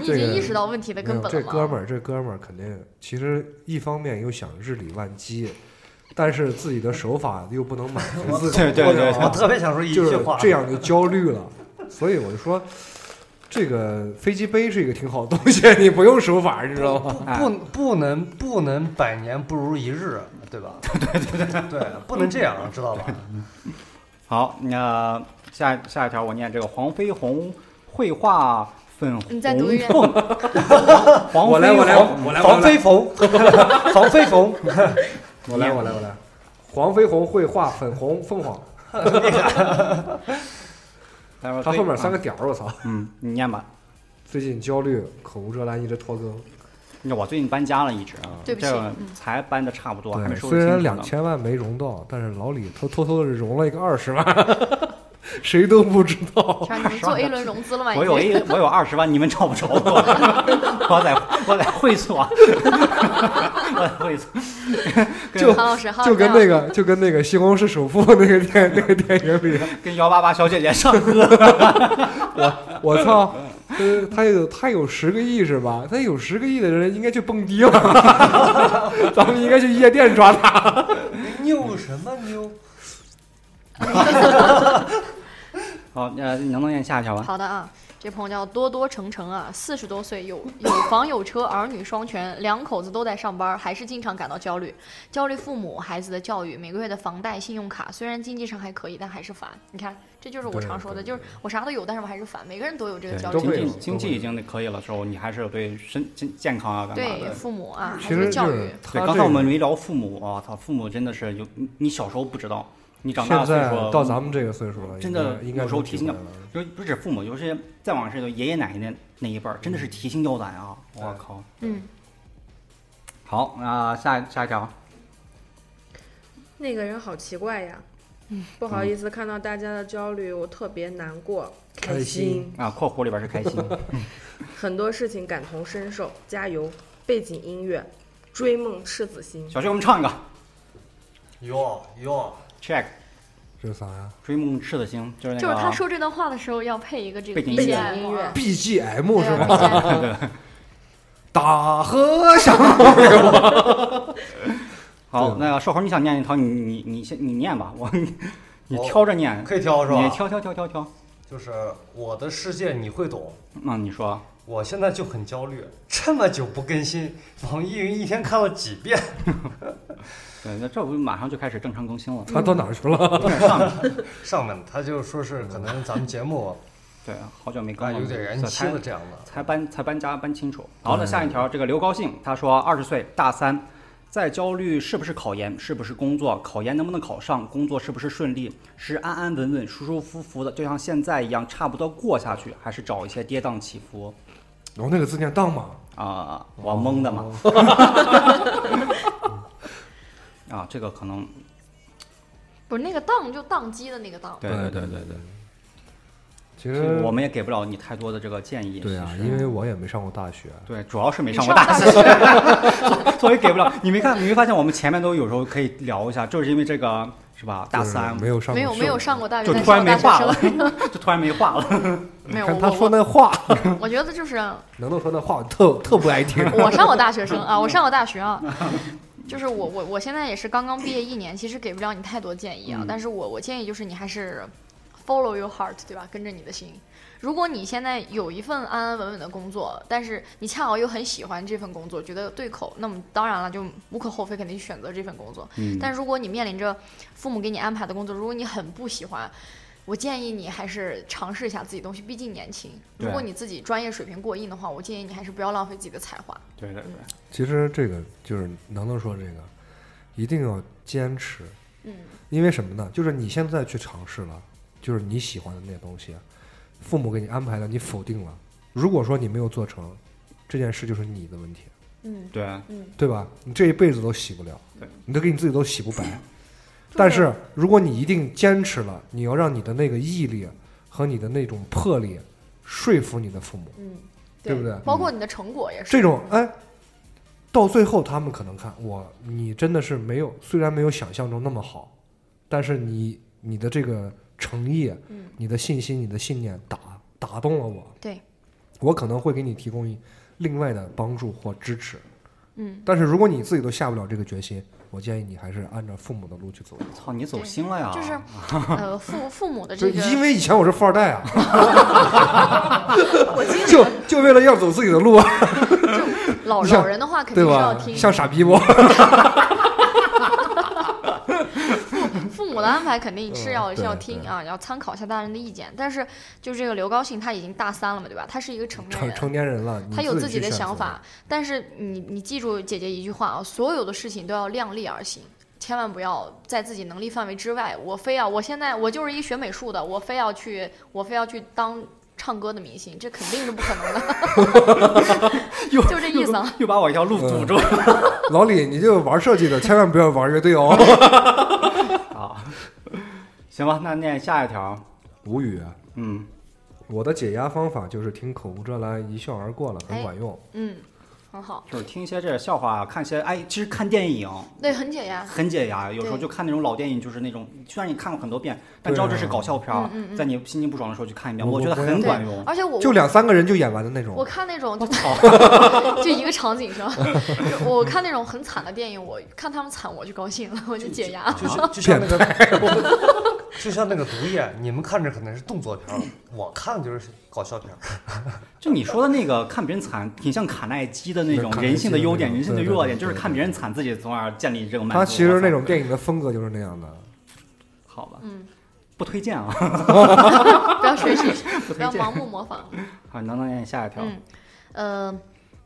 Speaker 3: 你已
Speaker 1: 这
Speaker 3: 经
Speaker 1: 个
Speaker 3: 意识到问题的
Speaker 1: 没
Speaker 3: 根
Speaker 1: 有
Speaker 3: 本
Speaker 1: 这
Speaker 3: 了
Speaker 1: 哥
Speaker 3: 吗？
Speaker 1: 们儿，这哥们儿肯定，其实一方面又想日理万机，但是自己的手法又不能满足自己，
Speaker 2: 对对对
Speaker 1: 吧
Speaker 4: [laughs] 我特别想说一
Speaker 1: 就
Speaker 4: 句
Speaker 1: 是
Speaker 4: 话，
Speaker 1: 这样就焦虑了。所以我就说，这个飞机杯是一个挺好的东西，你不用手法，你知道吗？
Speaker 4: 不不能不能百年不如一日，对吧？对对对对，不能这样，知道吧？
Speaker 2: 好，那、下下一条我念这个黄飞鸿绘画粉红
Speaker 3: 你再读一遍
Speaker 2: 凤，黄
Speaker 1: 我来
Speaker 2: 飞
Speaker 1: 我来
Speaker 2: 鸿
Speaker 1: 我来
Speaker 4: 黄飞鸿， [laughs] 黄飞鸿，
Speaker 1: 我来，我来，我来。黄飞鸿绘画粉红凤凰，
Speaker 2: 他说
Speaker 1: 它后面三
Speaker 2: 个，
Speaker 1: 个点儿，我操！
Speaker 2: 嗯，你念吧。
Speaker 1: 最近焦虑，口无遮拦，一直拖更。
Speaker 2: 那我最近搬家了，一直，啊
Speaker 3: 对不起
Speaker 2: 这个
Speaker 3: 嗯
Speaker 2: 才搬的差不多，还没
Speaker 1: 对，
Speaker 2: 收
Speaker 1: 虽
Speaker 2: 拾清楚
Speaker 1: 然
Speaker 2: 呢
Speaker 1: 两千万没融到，但是老李偷偷偷的融了一个二十万， [laughs] 谁都不知道。
Speaker 3: 天啊，你们做 A 轮融资了吗？
Speaker 2: 我有
Speaker 3: 已经
Speaker 2: 一我有二十万，你们找不着
Speaker 3: [laughs]
Speaker 2: 我，我在我在会所， [laughs] 我在会所，
Speaker 3: [laughs]
Speaker 1: 就
Speaker 3: 韩老师，韩老
Speaker 1: 就
Speaker 3: 师
Speaker 1: 跟
Speaker 3: 加
Speaker 1: 那
Speaker 3: 油
Speaker 1: 个就跟那个《西红柿首富》那个电那个电影里，
Speaker 2: 跟幺八八小姐姐上 [laughs] 课， [laughs]
Speaker 1: 我操，呃，他有他有十个亿是吧？他有十个亿的人应该去蹦迪了， [laughs] 咱们应该去夜店抓他。
Speaker 4: 牛什么牛？
Speaker 2: 好，呃，你能不能念下一条啊？
Speaker 3: 好的啊，这朋友叫多多成成啊，四十多岁，有有房有车，儿女双全，两口子都在上班，还是经常感到焦虑，焦虑父母、孩子的教育，每个月的房贷、信用卡，虽然经济上还可以，但还是烦。你看，这就是我
Speaker 1: 对
Speaker 3: 常说的，
Speaker 1: 对
Speaker 3: 就是我啥都有，但是我还是烦。每个人都有这个焦
Speaker 1: 都
Speaker 3: 虑
Speaker 2: 经
Speaker 1: 会
Speaker 3: 问
Speaker 1: 有
Speaker 2: 济
Speaker 3: 题，
Speaker 2: 经济已经可以了时候，你还是有对身健健康啊干嘛
Speaker 3: 对
Speaker 2: 的。
Speaker 3: 父母啊，
Speaker 1: 其
Speaker 3: 还
Speaker 1: 实
Speaker 3: 有
Speaker 1: 就
Speaker 3: 教
Speaker 1: 是
Speaker 3: 育，
Speaker 1: 他
Speaker 2: 对，
Speaker 1: 这
Speaker 2: 刚才我
Speaker 1: 个
Speaker 2: 们没聊父母，我操，父母真的是有你，你小时候不知道，你长大
Speaker 1: 现
Speaker 2: 了岁
Speaker 1: 在
Speaker 2: 数啊
Speaker 1: 到咱们这个岁数了，
Speaker 2: 真的
Speaker 1: 应该
Speaker 2: 有时候
Speaker 1: 体
Speaker 2: 提
Speaker 1: 会
Speaker 2: 醒
Speaker 1: 了。
Speaker 2: 就不止父母，就是再往上就爷爷奶奶那那一辈儿，真的是提心吊胆啊！我靠。
Speaker 3: 嗯，
Speaker 2: 好啊、下下一条，
Speaker 5: 那个人好奇怪呀。不好意思，看到大家的焦虑，我特别难过，
Speaker 1: 开
Speaker 5: 开
Speaker 1: 心
Speaker 2: 啊，括弧里边是开心，
Speaker 5: 很多事情感同身受，加油！背景音乐，《追梦赤子心》。
Speaker 2: 小薛给我们唱一个
Speaker 4: 哟哟，
Speaker 2: check
Speaker 1: 这是啥
Speaker 3: 啊
Speaker 1: 呀
Speaker 2: 追梦赤子心，就是那个啊
Speaker 3: 就是他说这段话的时候要配一个这个
Speaker 2: 背景
Speaker 5: 背景
Speaker 3: BGM
Speaker 5: 音乐
Speaker 3: 啊
Speaker 1: ？BGM 是
Speaker 3: 对
Speaker 1: 吧？
Speaker 3: 啊
Speaker 2: [laughs]
Speaker 3: BGM
Speaker 1: 大和尚，
Speaker 2: 好，
Speaker 1: 对
Speaker 2: 那个瘦猴你想念一条，你你你先你念吧，我你
Speaker 4: 我
Speaker 2: 挑着念，
Speaker 4: 可以挑是
Speaker 2: 你
Speaker 4: 吧？
Speaker 2: 挑挑挑挑挑，
Speaker 4: 就是我的世界你会懂。
Speaker 2: 那你说
Speaker 4: 我现在就很焦虑，这么久不更新，网易云一天看了几遍？
Speaker 2: 对，那这不马上就开始正常更新了，
Speaker 1: 他到哪儿去了？
Speaker 2: 有点上面，
Speaker 4: 上面他就说是可能咱们
Speaker 3: [laughs]
Speaker 4: 节
Speaker 3: 哦
Speaker 4: 目
Speaker 2: 对，好久没更
Speaker 4: 啊
Speaker 2: 了，
Speaker 4: 有点人
Speaker 2: 才
Speaker 4: 气了这样的。
Speaker 2: 才搬才搬家搬清楚。好，那下一条，这个刘高兴他说二十岁大三，在焦虑是不是考研，是不是工作，考研能不能考上，工作是不是顺利，是安安稳稳、舒舒服服的，就像现在一样，差不多过下去，还是找一些跌宕起伏
Speaker 1: 我那个字念当吗？
Speaker 2: 啊、我懵的嘛。哦 [laughs] 啊，这个可能
Speaker 3: 不是那个宕就宕机的那个宕，
Speaker 2: 对对对对对，
Speaker 1: 其
Speaker 2: 这
Speaker 1: 实
Speaker 2: 个我们也给不了你太多的这个建议。
Speaker 1: 对啊
Speaker 2: 其，实
Speaker 1: 因为我也没上过大学。
Speaker 2: 对，主要是没
Speaker 3: 你
Speaker 2: 上过大学。 [laughs] 所以给不了。你没看，你没发现我们前面都有时候可以聊一下，就是因为这个是吧？大
Speaker 1: 就是
Speaker 2: 三
Speaker 1: 没有上过
Speaker 3: 没有
Speaker 1: 学
Speaker 3: 没有上过大学，
Speaker 2: 就
Speaker 3: 但
Speaker 2: 突然没
Speaker 3: 上过
Speaker 2: 话
Speaker 3: 大
Speaker 2: 了
Speaker 3: 学生，
Speaker 2: 就突然没话了。
Speaker 3: [laughs] 没有
Speaker 1: 看
Speaker 3: 我
Speaker 1: 他
Speaker 3: 我
Speaker 1: 说那话，
Speaker 3: 我觉得就是
Speaker 1: 能能说那话，我特特不爱听。
Speaker 3: 我上过大学生啊，我上过大
Speaker 2: [laughs]
Speaker 3: 学啊，就是我我我现在也是刚刚毕业一年，其实给不了你太多建议啊，
Speaker 2: 嗯
Speaker 3: 但是我我建议就是你还是 follow your heart，对吧？跟着你的心。如果你现在有一份安安稳稳的工作，但是你恰好又很喜欢这份工作，觉得对口，那么当然了，就无可厚非，肯定选择这份工作。
Speaker 2: [laughs] 嗯
Speaker 3: 但如果你面临着父母给你安排的工作，如果你很不喜欢，我建议你还是尝试一下自己东西，毕竟年轻。如
Speaker 2: 对
Speaker 3: 果你自己专业水平过硬的话，我建议你还是不要浪费自己的才华。
Speaker 2: 对对对，
Speaker 1: 其实这个就是能能说这个，一定要坚持，
Speaker 3: 嗯，
Speaker 1: 因为什么呢？就是你现在去尝试了，就是你喜欢的那些东西，父母给你安排的，你否定了。如果说你没有做成，这件事就是你的问题，
Speaker 3: 嗯
Speaker 2: 对
Speaker 3: 嗯，
Speaker 1: 对吧？你这一辈子都洗不了
Speaker 2: 对，
Speaker 1: 你都给你自己都洗不白。但是如果你一定坚持了，你要让你的那个毅力和你的那种魄力说服你的父母，
Speaker 5: 嗯，
Speaker 1: 对不对？
Speaker 3: 包括你的成果也是
Speaker 1: 这种哎，到最后他们可能看我，你真的是没有，虽然没有想象中那么好，但是你你的这个诚意、
Speaker 3: 嗯
Speaker 1: 你的信心、你的信念打打动了我，
Speaker 3: 对，
Speaker 1: 我可能会给你提供一另外的帮助或支持。
Speaker 3: 嗯，
Speaker 1: 但是如果你自己都下不了这个决心，我建议你还是按照父母的路去走。
Speaker 2: 操，你走心了呀！
Speaker 3: 就是
Speaker 2: [laughs]
Speaker 3: 呃父父
Speaker 1: [laughs]
Speaker 3: 母的这
Speaker 1: 啊就因
Speaker 3: 个
Speaker 1: 为以前我是富二代
Speaker 3: [laughs]
Speaker 1: 啊，
Speaker 5: 我今
Speaker 1: 就就为了要走自己的路，
Speaker 3: 老
Speaker 1: 像
Speaker 3: 老人的话肯
Speaker 1: 对
Speaker 3: 定是
Speaker 1: 吧？
Speaker 3: 要听
Speaker 1: 像傻逼不？
Speaker 3: 父母的安排肯定是要、
Speaker 1: 嗯对
Speaker 3: 要听
Speaker 1: 对
Speaker 3: 啊，要参考一下大人的意见。但是就这个刘高兴他已经大三了嘛，对吧？他是一个成年
Speaker 1: 成
Speaker 3: 人，
Speaker 1: 成年人了，你
Speaker 3: 他有
Speaker 1: 自
Speaker 3: 自己
Speaker 1: 去
Speaker 3: 的
Speaker 1: 选
Speaker 3: 想
Speaker 1: 择
Speaker 3: 法。，但是你你记住姐姐一句话啊，所有的事情都要量力而行，千万不要在自己能力范围之外。我非要我现在我就是一学美术的，我非要去我非要去当唱歌的明星，这肯定是不可能的。
Speaker 2: 又
Speaker 3: 就这意思啊，
Speaker 2: 又又把我一条路堵住
Speaker 1: 嗯
Speaker 2: 了 [laughs]
Speaker 1: 老李，你就玩设计的，千万不要玩乐队哦。
Speaker 2: 啊！行吧，那念下一条。
Speaker 1: 无语啊，
Speaker 2: 嗯，
Speaker 1: 我的解压方法就是听口无遮拦，一笑而过了，很管用。
Speaker 3: 嗯，很好，
Speaker 2: 就是听一些这笑话，看一些哎，其实看电影
Speaker 3: 对，很解压。
Speaker 2: 很解压，有时候
Speaker 3: 对
Speaker 2: 就看那种老电影，就是那种虽然你看过很多遍，但
Speaker 1: 对
Speaker 2: 知道这
Speaker 1: 啊
Speaker 2: 是搞笑片儿
Speaker 3: 嗯嗯，嗯
Speaker 2: 在你心情不爽的时候去看一遍，
Speaker 1: 我啊
Speaker 2: 我觉得
Speaker 1: 我
Speaker 2: 很
Speaker 1: 也
Speaker 2: 管
Speaker 3: 对 [laughs]
Speaker 2: 用。 [laughs]
Speaker 3: 而且我
Speaker 1: 就两三个人就演完的那种，
Speaker 3: 我看那种
Speaker 2: 我
Speaker 3: 就
Speaker 2: 操！
Speaker 3: 就一个场景是吧？ [laughs] 就我看那种很惨的电影，我看他们惨我就高兴了，我就解压。
Speaker 4: 就像就像那
Speaker 1: 变
Speaker 3: [laughs]
Speaker 4: 个， [laughs] 就像那个毒液，你们看着可能是动作
Speaker 3: [laughs]
Speaker 4: 片儿，我看就是搞笑片儿。
Speaker 2: 就你说的那个看别人惨，挺像卡耐基的那种
Speaker 1: 卡耐基
Speaker 2: 人性的优点、
Speaker 1: 那种
Speaker 2: 人性的
Speaker 1: 对对
Speaker 2: 弱
Speaker 1: 对
Speaker 2: 点，就是
Speaker 1: 对
Speaker 2: 看别人惨，自己从而建立这个满足。
Speaker 1: 他其实那种
Speaker 2: 我操
Speaker 1: 电影的风格就是那样的。
Speaker 2: 好吧，
Speaker 3: 嗯，
Speaker 2: 不推荐啊。
Speaker 3: 不要学习，不要
Speaker 2: 推荐
Speaker 3: 盲目模仿。
Speaker 2: 好，你能不能念下一条？
Speaker 3: 嗯，呃，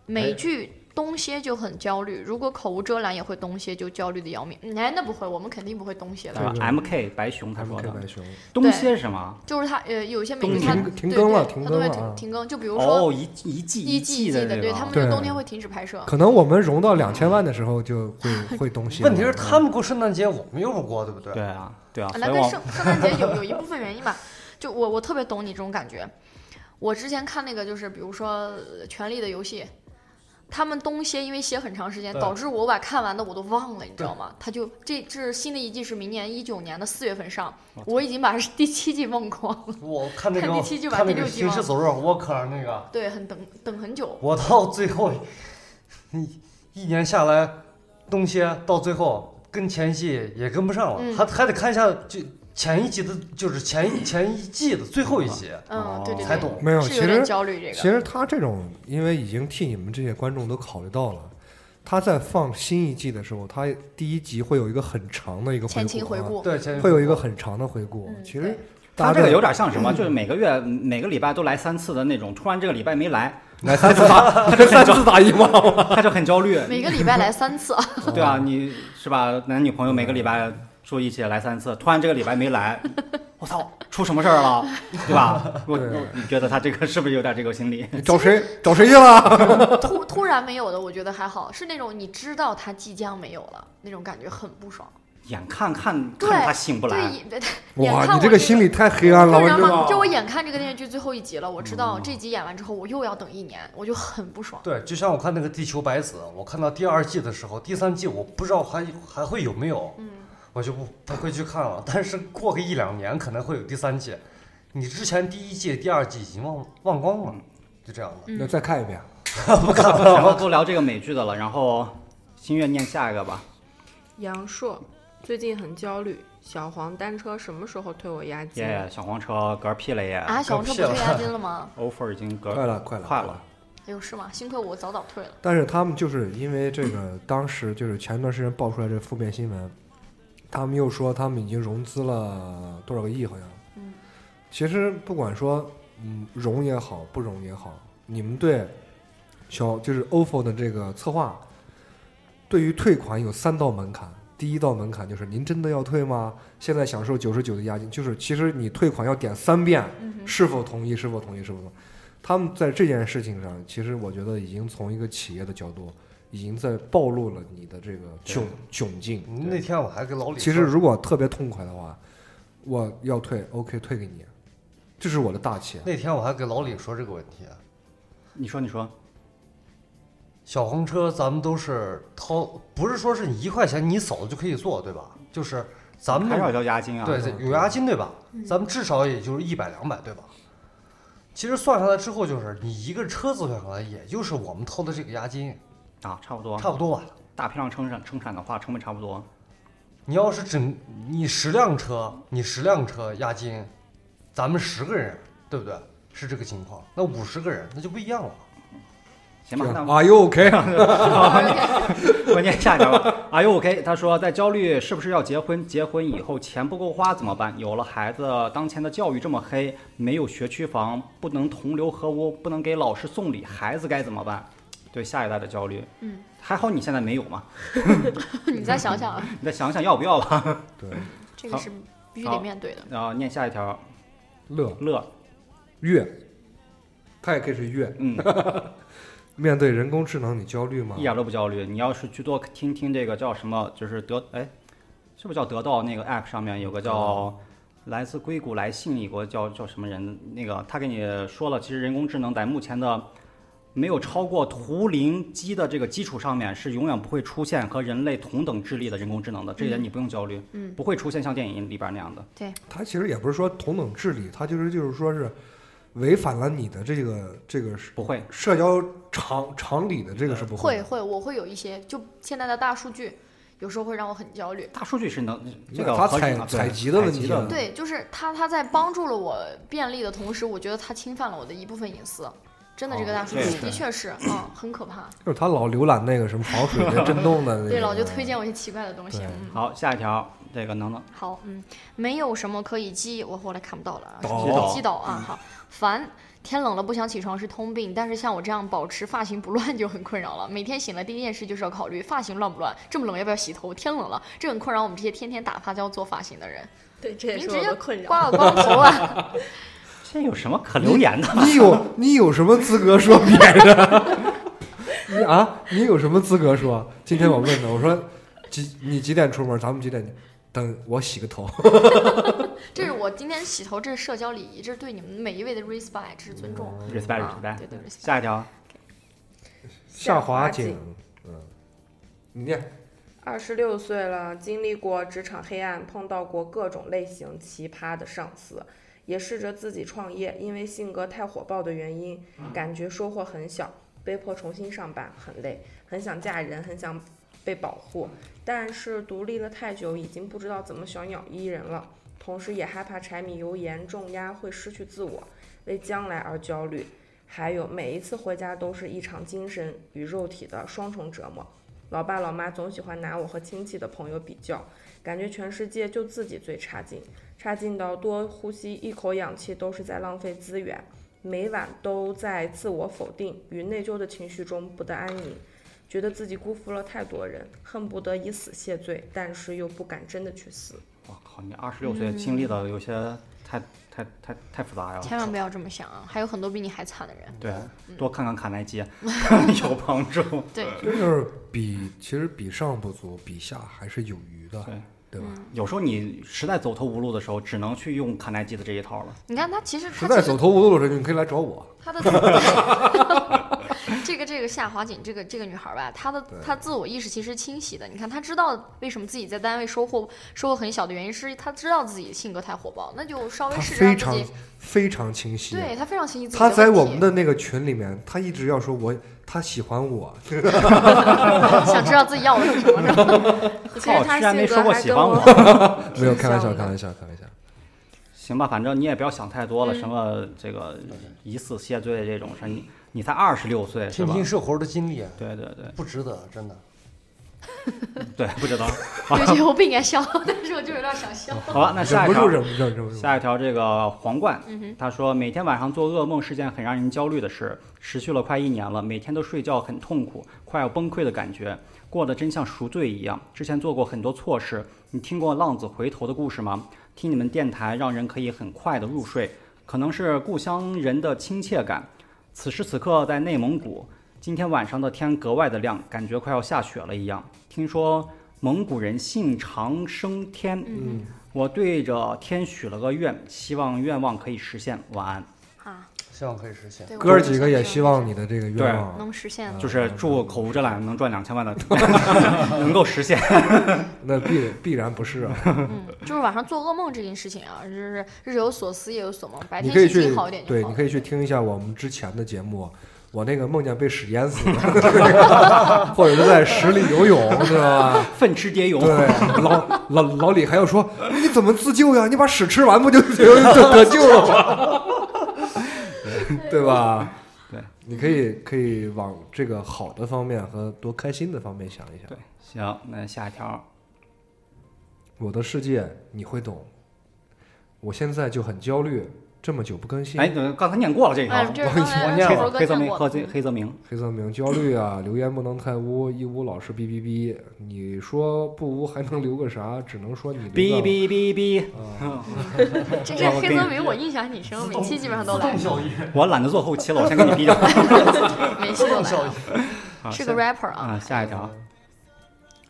Speaker 3: 美剧东歇就很焦虑，如果口无遮拦也会东歇，就焦虑的要命。嗯哎，那不会，我们肯定不会东歇
Speaker 2: 对吧
Speaker 3: 的。
Speaker 1: 这个
Speaker 2: ？M K 白熊他
Speaker 1: M
Speaker 2: 说
Speaker 1: K
Speaker 2: 的
Speaker 1: 白熊，
Speaker 2: 东歇是什么？
Speaker 3: 就是他呃，有一些美
Speaker 2: 冬
Speaker 3: 剧它
Speaker 2: 天
Speaker 1: 停停更了
Speaker 3: 对
Speaker 1: 停
Speaker 3: 对它
Speaker 1: 更
Speaker 3: 都会
Speaker 1: 了
Speaker 3: 停
Speaker 1: 啊
Speaker 3: 停更。就比如说
Speaker 2: 哦，一一季
Speaker 3: 一季
Speaker 2: 季
Speaker 3: 一季的，
Speaker 2: 这
Speaker 3: 对
Speaker 2: 个
Speaker 3: 他们
Speaker 1: 对
Speaker 3: 就冬天会停止拍摄。
Speaker 1: 可能我们融到两千万的时候就会
Speaker 3: [laughs]
Speaker 1: 会东西了。
Speaker 4: 问题是他们过圣诞节，我们又不过，对不对？
Speaker 2: 对啊，对啊，
Speaker 3: 啊
Speaker 2: 所
Speaker 3: 那
Speaker 2: 以
Speaker 3: 跟
Speaker 2: 我
Speaker 3: 圣圣诞节有有一部分原因吧。就我我特别懂你这种感觉。我之前看那个就是比如说呃《权力的游戏》，他们东歇因为歇很长时间，
Speaker 4: 对
Speaker 3: 导致我把看完的我都忘了，你知道吗？他就这这是新的一季是明年一九年的四月份上，
Speaker 2: 我操
Speaker 3: 我已经把第七季忘光了。
Speaker 4: 我看那
Speaker 3: 看
Speaker 4: 个
Speaker 3: 第七季吧
Speaker 4: 看那
Speaker 3: 第
Speaker 4: 个
Speaker 3: 六
Speaker 4: 《
Speaker 3: 季
Speaker 4: 行
Speaker 3: 吗
Speaker 4: 尸走肉》，我靠那个，
Speaker 3: 对，很等等很久。
Speaker 4: 我到最后一一年下来，东歇到最后跟前戏也跟不上了，
Speaker 3: 嗯
Speaker 4: 还还得看一下就前一集的，就是前一前一季的最后一集
Speaker 2: 哦
Speaker 3: 嗯，对对
Speaker 4: 才
Speaker 3: 对，
Speaker 4: 懂。
Speaker 1: 没有，
Speaker 3: 是
Speaker 1: 其
Speaker 3: 有点
Speaker 1: 实
Speaker 3: 焦虑这
Speaker 1: 其
Speaker 3: 个。
Speaker 1: 实他这种，因为已经替你们这些观众都考虑到了。他在放新一季的时候，他第一集会有一个很长的一个回顾啊
Speaker 3: 前情回，顾，
Speaker 4: 对，前
Speaker 1: 会有一个很长的回顾。
Speaker 3: 嗯
Speaker 1: 其
Speaker 3: 对
Speaker 1: 实大
Speaker 2: 他
Speaker 1: 家
Speaker 2: 这个
Speaker 1: 在
Speaker 2: 有点像什么？就是每个月每个礼拜都来三次的那种，突然这个礼拜没来，
Speaker 1: 来三次
Speaker 2: [laughs]
Speaker 1: 打，他这三次打一吗？
Speaker 2: 他就很焦虑。
Speaker 3: 每个礼拜来三次， [laughs]
Speaker 2: 对啊，你是吧？男女朋友每个礼拜
Speaker 3: 嗯
Speaker 2: 说一起来三次，突然这个礼拜没来， [laughs] 我操，出什么事儿
Speaker 3: [laughs]
Speaker 2: 了？对吧？我
Speaker 1: 对
Speaker 2: 我你觉得他这个是不是有点这个心理？
Speaker 1: 你 [laughs] 找谁找谁去了？
Speaker 3: 突突然没有的，我觉得还好，是那种你知道他即将没有了那种感觉，很不爽。
Speaker 2: 眼看看
Speaker 3: 对
Speaker 2: 看他醒不 [laughs] 来，
Speaker 3: 对，对 [laughs] 眼
Speaker 1: [laughs]
Speaker 3: 看
Speaker 1: 哇，
Speaker 3: 我
Speaker 1: 你这个心里太黑
Speaker 3: [laughs]
Speaker 1: 暗了，
Speaker 3: 不
Speaker 1: 我
Speaker 3: 然
Speaker 1: 知
Speaker 3: 嘛，
Speaker 1: 道。
Speaker 3: 就我眼看这个电视剧最后一集了，我知道
Speaker 1: 嗯
Speaker 3: 这集演完之后我又要等一年，我就很不
Speaker 4: [laughs]
Speaker 3: 爽。
Speaker 4: 对，就像我看那个《地球白子》，我看到第二季的时候，第三季我不知道还还会有没有，
Speaker 3: 嗯，
Speaker 4: 我就不不会去看了。但是过个一两年可能会有第三季，你之前第一季、第二季已经忘忘光了，就这样的。
Speaker 1: 那再看一遍，
Speaker 2: 然后都聊这个美剧的了，然后心月念下一个吧。
Speaker 5: 杨烁最近很焦虑，小黄单车什么时候退我押金？
Speaker 2: 耶，小黄车嗝屁哎了耶！
Speaker 3: 啊，小红车不退押金了吗？
Speaker 2: offer 已经隔
Speaker 1: 快了快了
Speaker 2: 快
Speaker 1: 快
Speaker 2: 了
Speaker 1: 了，
Speaker 3: 哎呦，是吗？幸亏我早早退了。
Speaker 1: 但是他们就是因为这个，当时就是前段时间爆出来这个负面新闻，他们又说他们已经融资了多少个亿，好像。
Speaker 3: 嗯。
Speaker 1: 其实不管说嗯融也好，不融也好，你们对小就是 OFO 的这个策划，对于退款有三道门槛。第一道门槛就是您真的要退吗？现在享受九十九的押金，就是其实你退款要点三遍，
Speaker 3: 嗯哼，
Speaker 1: 是否同意，是否同意，是否同意。他们在这件事情上，其实我觉得已经从一个企业的角度，已经在暴露了你的这个窘窘境。
Speaker 4: 那天我还跟老李说，
Speaker 1: 其实如果特别痛快的话，我要退，OK，退给你。这是我的大钱。
Speaker 4: 那天我还给老李说这个问题，
Speaker 2: 你说，你说，
Speaker 4: 小黄车咱们都是掏，不是说是你一块钱你扫就可以做，对吧？就是咱们
Speaker 2: 还是要交押金啊？
Speaker 4: 对对，有押金对吧？咱们至少也就是一百两百对吧？其实算下来之后，就是你一个车子算下来，也就是我们掏的这个押金，
Speaker 2: 啊，差不多，
Speaker 4: 差不多吧。
Speaker 2: 大批量生产生产的话，成本差不多。
Speaker 4: 你要是整你十辆车，你十辆车押金，咱们十个人，对不对？是这个情况。那五十个人那就不一样了。
Speaker 2: 行吧，
Speaker 4: 啊
Speaker 2: 那
Speaker 1: Are you 哎 OK？
Speaker 4: [laughs]
Speaker 2: 我念下一条吧。啊呦，OK，他说在焦虑是不是要结婚？结婚以后钱不够花怎么办？有了孩子，当前的教育这么黑，没有学区房，不能同流合污，不能给老师送礼，孩子该怎么办？对下一代的焦虑，
Speaker 3: 嗯，
Speaker 2: 还好你现在没有嘛，
Speaker 3: [laughs] 你再想想啊，
Speaker 2: 你再想想要不要吧。 [laughs]
Speaker 1: 对，
Speaker 3: 这个是必须得面对的。
Speaker 2: 然后念下一条，啊
Speaker 1: 乐
Speaker 2: 乐，
Speaker 1: 月，它也可以是月。
Speaker 2: 嗯，
Speaker 1: [laughs] 面对人工智能，你焦虑吗
Speaker 2: 一？点都不焦虑。你要是去多听听这个叫什么，就是得哎，是不是叫得到那个 app 上面有个叫来自硅谷来信一个叫叫什么人？那个他给你说了，其实人工智能在目前的没有超过图灵机的这个基础上面，是永远不会出现和人类同等智力的人工智能的。这一点你不用焦虑，
Speaker 3: 嗯
Speaker 2: 不会出现像电影里边那样的。
Speaker 1: 它其实也不是说同等智力，它就是就是说是违反了你的这个这个
Speaker 2: 不会，
Speaker 1: 社交常常理的这个是不
Speaker 3: 会
Speaker 1: 会。
Speaker 3: 会，我会有一些，就现在的大数据，有时候会让我很焦虑。
Speaker 2: 大数据是能这
Speaker 1: 那
Speaker 2: 个
Speaker 1: 它
Speaker 2: 合
Speaker 1: 采
Speaker 2: 理的
Speaker 1: 采
Speaker 2: 对
Speaker 1: 集的问题
Speaker 2: 的
Speaker 1: 呢嗯
Speaker 3: 对，就是他他在帮助了我便利的同时，我觉得他侵犯了我的一部分隐私。真的，这个
Speaker 2: 哦
Speaker 3: 大数
Speaker 2: 对
Speaker 3: 据
Speaker 2: 是
Speaker 3: 的确是，嗯，很可怕。
Speaker 1: 就是他老浏览那个什么防水
Speaker 3: [laughs]
Speaker 1: 的震动的那个。
Speaker 3: 对，老就推荐我一些奇怪的东西。
Speaker 1: 对
Speaker 3: 嗯，
Speaker 2: 好，下一条，这个能能
Speaker 3: 好，嗯，没有什么可以激，我后来看不到了啊，
Speaker 1: 倒
Speaker 3: 是击倒啊，好烦。天冷了不想起床是通病，但是像我这样保持发型不乱就很困扰了。每天醒来第一件事就是要考虑发型乱不乱，这么冷要不要洗头？天冷了，这很困扰我们这些天天打发胶做发型的人。
Speaker 5: 对，这也
Speaker 3: 您
Speaker 5: 是
Speaker 3: 直
Speaker 5: 我
Speaker 3: 接
Speaker 5: 的困扰。
Speaker 3: 刮个光头
Speaker 5: [laughs]
Speaker 3: 啊！
Speaker 2: 这有什么可留言的？ [laughs]
Speaker 1: 你有你有什么资格说别人？ [laughs] 你啊，你有什么资格说？今天我问的，我说几你几点出门？咱们几点？等我洗个头。
Speaker 3: 这是我今天洗头，这是社交礼仪，这是对你们每一位的 respect，这是尊重。
Speaker 2: respect
Speaker 3: 啊
Speaker 2: respect
Speaker 3: 对。对 respect。
Speaker 2: 下一条，
Speaker 1: 下滑
Speaker 5: 下
Speaker 1: 井
Speaker 5: 滑，
Speaker 1: 嗯，你念
Speaker 5: 二十六岁了，经历过职场黑暗，碰到过各种类型奇葩的上司，也试着自己创业，因为性格太火爆的原因，感觉收获很小，被迫重新上班，很累，很想嫁人，很想被保护，但是独立了太久，已经不知道怎么小鸟依人了，同时也害怕柴米油盐重压会失去自我，为将来而焦虑。还有每一次回家都是一场精神与肉体的双重折磨，老爸老妈总喜欢拿我和亲戚的朋友比较，感觉全世界就自己最差劲，差劲到多呼吸一口氧气都是在浪费资源，每晚都在自我否定与内疚的情绪中不得安宁，觉得自己辜负了太多人，恨不得以死谢罪，但是又不敢真的去死。
Speaker 2: 我哦靠，你二十六
Speaker 3: 嗯
Speaker 2: 岁经历的有些太太太太复杂呀。
Speaker 3: 千万不要这么想啊！还有很多比你还惨的人。
Speaker 2: 对，多看看卡耐
Speaker 3: [laughs]
Speaker 2: 基有帮助。
Speaker 3: 嗯对，
Speaker 1: 这就是比其实比上不足，比下还是有余的，
Speaker 2: 对
Speaker 1: 对吧？
Speaker 2: 有时候你实在走投无路的时候，只能去用卡耐基的这一套了。
Speaker 3: 你看他其实
Speaker 1: 实
Speaker 3: 他
Speaker 1: 在
Speaker 3: 其
Speaker 1: 走
Speaker 3: 实
Speaker 1: 投无路的时候，你可以来找我。
Speaker 3: 他的这个这个夏华锦这个这个女孩吧，她的她自我意识其实清晰的。你看，她知道为什么自己在单位收获收获很小的原因是她知道自己性格太火爆，那就稍微
Speaker 1: 他
Speaker 3: 试着
Speaker 1: 非
Speaker 3: 让自
Speaker 1: 常
Speaker 3: 己。
Speaker 1: 非常清晰，
Speaker 3: 对她非常清晰自己
Speaker 1: 他在
Speaker 3: 问题
Speaker 1: 我们的那个群里面，他一直要说我他喜欢我， [laughs]
Speaker 3: 想知道自己要的是什么是吧。
Speaker 5: 其
Speaker 2: 哦
Speaker 5: 实他
Speaker 2: 居然没
Speaker 5: 性
Speaker 2: 说
Speaker 5: 格
Speaker 2: 过
Speaker 5: 还
Speaker 2: 喜
Speaker 5: 跟
Speaker 2: 欢
Speaker 5: 我
Speaker 2: 我
Speaker 1: 没有开玩笑，
Speaker 5: 挺像的
Speaker 1: 开玩笑，开玩笑。
Speaker 2: 行吧，反正你也不要想太多了，
Speaker 3: 嗯
Speaker 2: 什么这个以死谢罪这种事儿，你你才二十六岁是
Speaker 4: 听
Speaker 2: 吧
Speaker 4: 听？社活的经历，
Speaker 2: 对对对
Speaker 4: 不值得，真的。
Speaker 2: 对，不知道。
Speaker 3: 对不起，我不应该笑，但是我就有点想笑。
Speaker 2: 好了，那
Speaker 1: 忍
Speaker 2: 下一
Speaker 1: 不住，
Speaker 2: 条，
Speaker 1: 忍不住，忍不住。
Speaker 2: 下一条这个皇冠，
Speaker 3: 嗯哼，
Speaker 2: 他说，每天晚上做噩梦是件很让人焦虑的事，持续了快一年了，每天都睡觉很痛苦，快要崩溃的感觉，过得真像赎罪一样。之前做过很多错事，你听过浪子回头的故事吗？听你们电台让人可以很快的入睡，可能是故乡人的亲切感。此时此刻在内蒙古，今天晚上的天格外的亮，感觉快要下雪了一样。听说蒙古人信长生天，
Speaker 3: 嗯，
Speaker 2: 我对着天许了个愿，希望愿望可以实现。晚安。
Speaker 3: 啊，
Speaker 4: 希望可以实现。
Speaker 3: 对
Speaker 1: 嗯哥儿几个也希望你的这个愿望
Speaker 3: 能实现
Speaker 1: 嗯
Speaker 2: 就是祝口无遮拦能赚两千万的 [laughs] 能够实现。
Speaker 1: 那必必然不是啊，
Speaker 3: 嗯，就是晚上做噩梦这件事情啊，就是日有所思，夜有所梦，白
Speaker 1: 你
Speaker 3: 天
Speaker 1: 可以
Speaker 3: 心
Speaker 1: 去
Speaker 3: 情好一点就
Speaker 1: 对，
Speaker 3: 好
Speaker 1: 你
Speaker 3: 了
Speaker 1: 可以去听一下我们之前的节目，我那个梦见被屎淹死的
Speaker 3: [laughs]
Speaker 1: 或者是在水里游泳，知道吧？
Speaker 2: 粪吃爹油，
Speaker 1: 对，老老老李还要说，你怎么自救呀？你把屎吃完不就就就得救了吗？ [laughs] 对吧？
Speaker 2: 对，
Speaker 1: 你可以可以往这个好的方面和多开心的方面想一想
Speaker 2: [laughs] 对。，行，那下一条，
Speaker 1: 我的世界你会懂，我现在就很焦虑，这么久不更新，
Speaker 2: 哎，对刚才念过了这一条，
Speaker 3: 嗯，这是刚才
Speaker 2: 我
Speaker 3: 小
Speaker 2: 念
Speaker 3: 猴
Speaker 2: 了
Speaker 3: 哥
Speaker 2: 黑泽
Speaker 3: 念
Speaker 2: 明，
Speaker 3: 过
Speaker 2: 黑
Speaker 3: 的
Speaker 2: 泽黑泽明，
Speaker 1: 黑泽明焦虑啊，留言不能太污，一污老是哔哔哔，你说不污还能留个啥？只能说你
Speaker 2: 哔
Speaker 1: 留个
Speaker 2: 哔哔哔，
Speaker 1: 啊，
Speaker 3: 这是黑泽明，我印象挺深，我每期基本上都来，
Speaker 4: 效应，
Speaker 2: 我懒得做后期了，我先给你逼掉。
Speaker 3: 每期
Speaker 4: 自
Speaker 3: 都
Speaker 4: 动
Speaker 3: 来
Speaker 4: 效应
Speaker 3: 了。。
Speaker 2: 啊
Speaker 3: [laughs] 是个
Speaker 2: 下
Speaker 3: rapper 啊，
Speaker 2: 啊，下一条，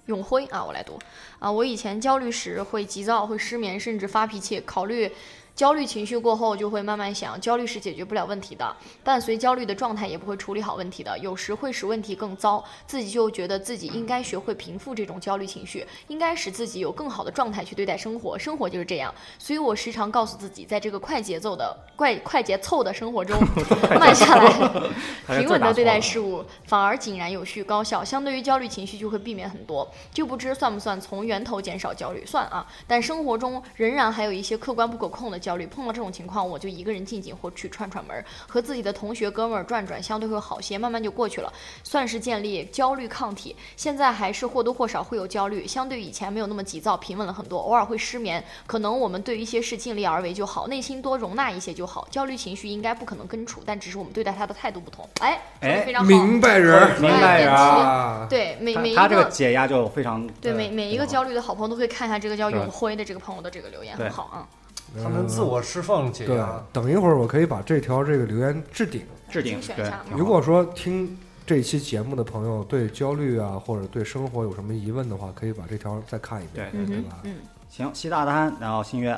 Speaker 3: 永辉啊，我来读啊。我以前焦虑时会急躁、会失眠，甚至发脾气。考虑焦虑情绪过后，就会慢慢想，焦虑是解决不了问题的，伴随焦虑的状态也不会处理好问题的，有时会使问题更糟。自己就觉得自己应该学会平复这种焦虑情绪，应该使自己有更好的状态去对待生活。生活就是这样，所以我时常告诉自己，在这个快节奏的快快节奏的生活
Speaker 2: [laughs]
Speaker 3: 中，慢下来。
Speaker 2: 他是
Speaker 3: 平
Speaker 2: 字儿
Speaker 3: 稳
Speaker 2: 打
Speaker 3: 的对
Speaker 2: 错
Speaker 3: 待
Speaker 2: 了
Speaker 3: 事物，反而井然有序、高效。相对于焦虑情绪，就会避免很多。就不知算不算从源头减少焦虑？算啊，但生活中仍然还有一些客观不可控的焦虑。碰到这种情况，我就一个人静静或去串串门儿，和自己的同学、哥们儿转转，相对会好些，慢慢就过去了，算是建立焦虑抗体。现在还是或多或少会有焦虑，相对以前没有那么急躁，平稳了很多。偶尔会失眠，可能我们对一些事尽力而为就好，内心多容纳一些就好。焦虑情绪应该不可能根除，但只是我们对待它的态度不同。哎，说
Speaker 2: 哎
Speaker 3: 的非常好。
Speaker 1: 明白人儿，
Speaker 2: 明白人
Speaker 1: 啊，
Speaker 3: 哎对每每一
Speaker 2: 他他这个
Speaker 3: 个
Speaker 2: 解压就非常
Speaker 3: 对每每一个
Speaker 2: 非常
Speaker 3: 焦虑的好朋友都可以看一下这个叫
Speaker 2: 对
Speaker 3: 永辉的这个朋友的这个留言，
Speaker 2: 对
Speaker 3: 很好啊。
Speaker 2: 嗯
Speaker 4: 他能自我释放啊解
Speaker 1: 对啊
Speaker 4: 压，，
Speaker 1: 等一会儿我可以把这条这个留言置顶。
Speaker 2: 置顶
Speaker 3: 精选
Speaker 2: 对
Speaker 3: 一下
Speaker 2: 挺好
Speaker 1: 如果说听这一期节目的朋友对焦虑啊或者对生活有什么疑问的话，可以把这条再看一遍。
Speaker 2: 对
Speaker 3: 嗯
Speaker 1: 对
Speaker 3: 哼
Speaker 1: 吧，
Speaker 3: 嗯，
Speaker 2: 行，西大丹，然后新月，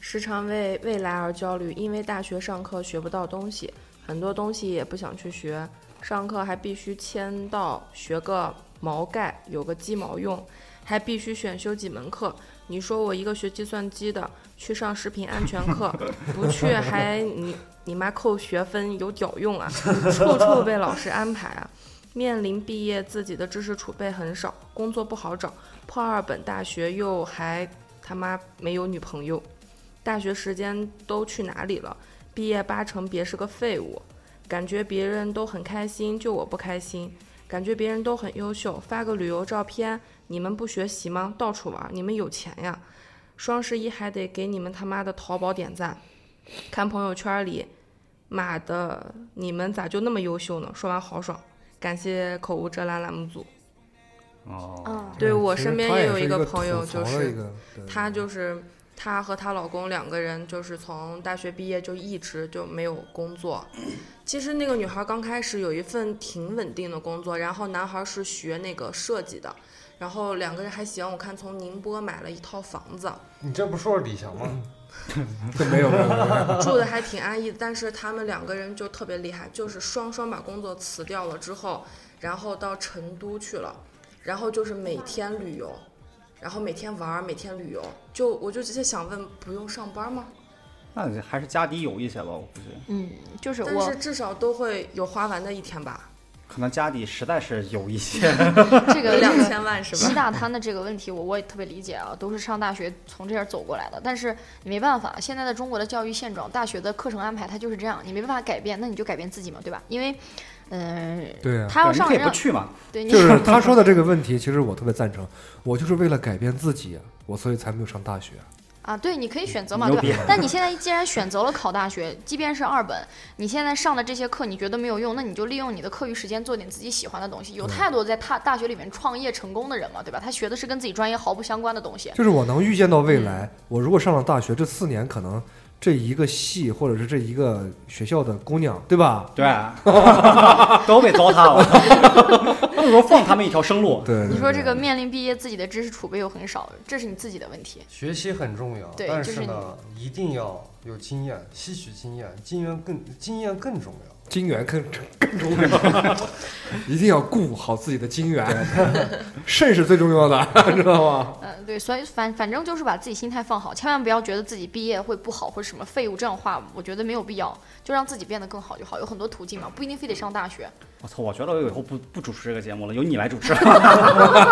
Speaker 5: 时常为未来而焦虑，因为大学上课学不到东西，很多东西也不想去学。上课还必须签到，学个毛概，有个鸡毛用，还必须选修几门课。你说我一个学计算机的去上食品安全课，不去还你你妈扣学分，有屌用啊！ [laughs] 处处被老师安排啊！面临毕业，自己的知识储备很少，工作不好找，破二本大学又还他妈没有女朋友。大学时间都去哪里了？毕业八成别是个废物。感觉别人都很开心，就我不开心。感觉别人都很优秀，发个旅游照片，你们不学习吗？到处玩，你们有钱呀！双十一还得给你们他妈的淘宝点赞。看朋友圈里，妈的，你们咋就那么优秀呢？说完好爽，感谢口无遮拦栏目组。
Speaker 2: 哦，
Speaker 3: 啊，
Speaker 5: 对
Speaker 1: 嗯
Speaker 5: 我
Speaker 1: 其
Speaker 5: 身
Speaker 1: 实
Speaker 5: 边
Speaker 1: 他
Speaker 5: 也
Speaker 1: 也
Speaker 5: 有
Speaker 1: 是
Speaker 5: 一
Speaker 1: 一
Speaker 5: 个
Speaker 1: 个
Speaker 5: 朋友
Speaker 1: 吐槽
Speaker 5: 就
Speaker 1: 的
Speaker 5: 是
Speaker 1: 一个对
Speaker 5: 她就是她和她老公两个人，就是从大学毕业就一直就没有工作。其实那个女孩刚开始有一份挺稳定的工作，然后男孩是学那个设计的，然后两个人还行。我看从宁波买了一套房子，
Speaker 4: 你这不说是李翔吗？
Speaker 2: 嗯
Speaker 1: [laughs] 这没有没有没有没有，
Speaker 5: 住的还挺安逸，但是他们两个人就特别厉害，就是双双把工作辞掉了之后，然后到成都去了，然后就是每天旅游，然后每天玩儿，每天旅游，就我就直接想问，不用上班吗？
Speaker 3: 啊
Speaker 2: 那还是家底有一些吧，我估计，
Speaker 3: 嗯，就是
Speaker 5: 但
Speaker 3: 我
Speaker 5: 是至少都会有花完的一天吧，
Speaker 2: 可能家底实在是有一些，
Speaker 3: 这
Speaker 5: 有
Speaker 3: 个 [laughs]
Speaker 5: 两
Speaker 3: 这个
Speaker 5: 千万是
Speaker 3: 西
Speaker 5: 吧？
Speaker 3: 大滩的这个问题我，我也特别理解啊，都是上大学从这儿走过来的。但是你没办法，现在的中国的教育现状，大学的课程安排它就是这样，你没办法改变，那你就改变自己嘛，对吧？因为，嗯、
Speaker 1: 对啊，
Speaker 3: 他要
Speaker 2: 你
Speaker 3: 上
Speaker 2: 可以不
Speaker 3: 让
Speaker 2: 去嘛，
Speaker 3: [laughs] 对你
Speaker 1: [laughs] 就是他说的这个问题，其实我特别赞成。我就是为了改变自己，啊我所以才没有上大学。
Speaker 3: 啊，对，你可以选择嘛，
Speaker 2: 牛
Speaker 3: 对吧
Speaker 2: 逼？
Speaker 3: 但你现在既然选择了考大学，即便是二本，你现在上的这些课你觉得没有用，那你就利用你的课余时间做点自己喜欢的东西。有
Speaker 1: 对
Speaker 3: 太多在大大学里面创业成功的人嘛，对吧？他学的是跟自己专业毫不相关的东西。
Speaker 1: 就是我能预见到未来，我如果上了大学，这四年可能这一个系或者是这一个
Speaker 2: 啊 [laughs]
Speaker 1: 学校的姑娘，对吧？
Speaker 2: 对，都被糟蹋了，或者说放他们一条生路。
Speaker 1: 对，对
Speaker 3: 你说这个
Speaker 1: 对
Speaker 3: 面临毕业，自己的知识储备又很少，这是你自己的问题。
Speaker 4: 学习很重要，
Speaker 3: 对
Speaker 4: 但
Speaker 3: 就是是
Speaker 4: 呢，一定要有经验，吸取经验，经验更经验更重要。
Speaker 1: 金元更更重要， [laughs] 一定要顾好自己的金元，肾是最重要的， [laughs] 知道吗？
Speaker 3: 嗯，对，所以反反正就是把自己心态放好，千万不要觉得自己毕业会不好或者什么废物这样的话，我觉得没有必要，就让自己变得更好就好。有很多途径嘛，不一定非得上
Speaker 2: [laughs]
Speaker 3: 大学。
Speaker 2: 我操，我觉得我以后不不主持这个节目了，由你来主持。 [laughs]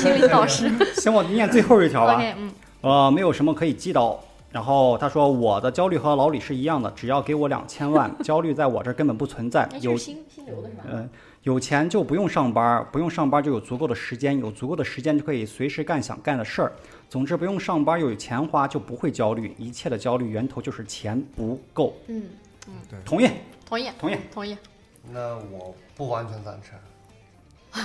Speaker 3: 心灵导师
Speaker 2: 行，我念最后一条吧。
Speaker 3: ，OK，嗯，
Speaker 2: 呃，没有什么可以记到。然后他说，我的焦虑和老李是一样的，只要给我两千万，焦虑在我这儿根本不存在
Speaker 3: [laughs] 那。哎这
Speaker 2: 有
Speaker 3: 是心心流的是吧？
Speaker 2: 嗯，有钱就不用上班，不用上班就有足够的时间，有足够的时间就可以随时干想干的事儿。总之，不用上班又有钱花，就不会焦虑。一切的焦虑源头就是钱不够。
Speaker 3: 嗯，
Speaker 2: 同意，
Speaker 3: 同意，
Speaker 2: 同意。
Speaker 3: 同意。
Speaker 4: 那我不完全赞成。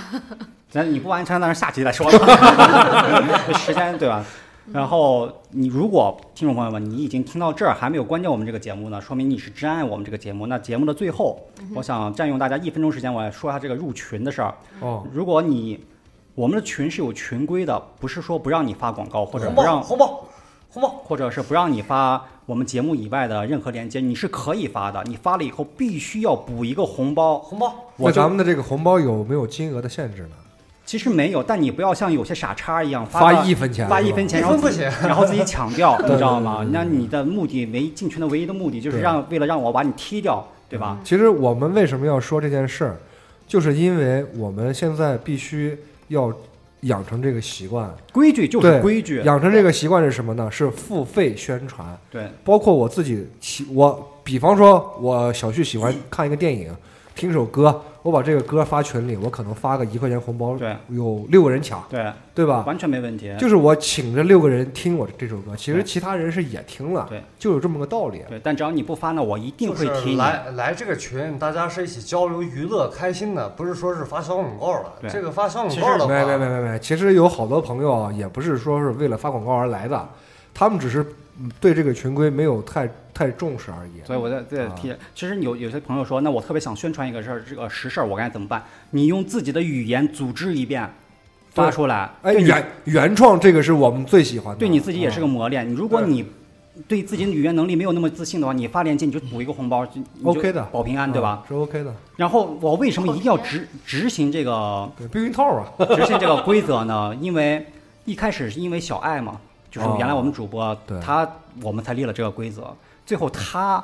Speaker 2: 咱你不完全，但是下期再说吧。 [laughs] 时间对吧？然后你如果听众朋友们，你已经听到这儿还没有关掉我们这个节目呢，说明你是真爱我们这个节目。那节目的最后，我想占用大家一分钟时间，我来说一下这个入群的事儿。
Speaker 1: 哦，
Speaker 2: 如果你我们的群是有群规的，不是说不让你发广告或者
Speaker 4: 红
Speaker 2: 不
Speaker 4: 包，
Speaker 2: 让，
Speaker 4: 红包，红包。
Speaker 2: 或者是不让你发我们节目以外的任何链接，你是可以发的。你发了以后必须要补一个红包。
Speaker 4: 红包，
Speaker 1: 那
Speaker 2: 我
Speaker 1: 咱
Speaker 2: 就
Speaker 1: 们的这个红包有没有金额的限制呢？
Speaker 2: 其实没有，但你不要像有些傻叉一样发
Speaker 1: 发
Speaker 2: 到
Speaker 1: 一分钱，
Speaker 2: 发一分钱，
Speaker 4: 一
Speaker 2: 然后
Speaker 4: 分不
Speaker 2: 自己
Speaker 4: 行。
Speaker 2: [laughs] 然后自己抢
Speaker 1: [laughs]
Speaker 2: 掉，你知道
Speaker 1: 对
Speaker 2: 吗
Speaker 1: 对？对
Speaker 2: 那你的目的唯进群的唯一的目的就是
Speaker 1: 对
Speaker 2: 让为了让我把你踢掉，对吧？
Speaker 1: 其实我们为什么要说这件事儿，就是因为我们现在必须要养成这个习惯。
Speaker 2: 规矩就
Speaker 1: 对
Speaker 2: 是规矩，
Speaker 1: 养成这个习惯是什么呢？是付费宣传。
Speaker 2: 对
Speaker 1: 包括我自己喜，我比方说，我小旭喜欢看一个电影，听首歌，我把这个歌发群里，我可能发个一块钱红包，
Speaker 2: 对
Speaker 1: 有六个人抢，
Speaker 2: 对，
Speaker 1: 对吧？
Speaker 2: 完全没问题。
Speaker 1: 就是我请这六个人听我这首歌，其实
Speaker 2: 对
Speaker 1: 其他人是也听了，
Speaker 2: 对，
Speaker 1: 就有这么个道理。
Speaker 2: 对，但只要你不发呢，我一定
Speaker 4: 就
Speaker 2: 会
Speaker 4: 是
Speaker 2: 踢你。
Speaker 4: 来来这个群，大家是一起交流、娱乐、开心的，不是说是发小广告的。
Speaker 2: 对
Speaker 4: 这个发小广
Speaker 2: 其
Speaker 4: 告
Speaker 2: 实
Speaker 4: 的
Speaker 1: 没没
Speaker 4: 话，
Speaker 1: 没没没，其实有好多朋友啊，也不是说是为了发广告而来的，他们只是嗯对这个群规没有太太重视而已。
Speaker 2: 所以我在在
Speaker 1: 啊
Speaker 2: 提，其实有有些朋友说，那我特别想宣传一个事儿，这个实事儿，我该怎么办？你用自己的语言组织一遍，发
Speaker 1: 对
Speaker 2: 出来，
Speaker 1: 哎，
Speaker 2: 对你
Speaker 1: 原原创这个是我们最喜欢的，
Speaker 2: 对你自己也是个
Speaker 1: 嗯
Speaker 2: 磨练。如果
Speaker 4: 对
Speaker 2: 你对自己的语言能力没有那么自信的话，你发链接你就补一个红包就你就
Speaker 1: OK 的
Speaker 2: 保平安，对吧？？
Speaker 1: 嗯是 OK 的，
Speaker 2: 然后我为什么一定要
Speaker 3: 保平
Speaker 2: 执执行这个
Speaker 1: 对避孕套啊，
Speaker 2: 执行这个规则呢？因为一开始是因为小爱嘛，就是
Speaker 1: 哦
Speaker 2: 原来我们主播
Speaker 1: 对
Speaker 2: 他我们才立了这个规则，最后他。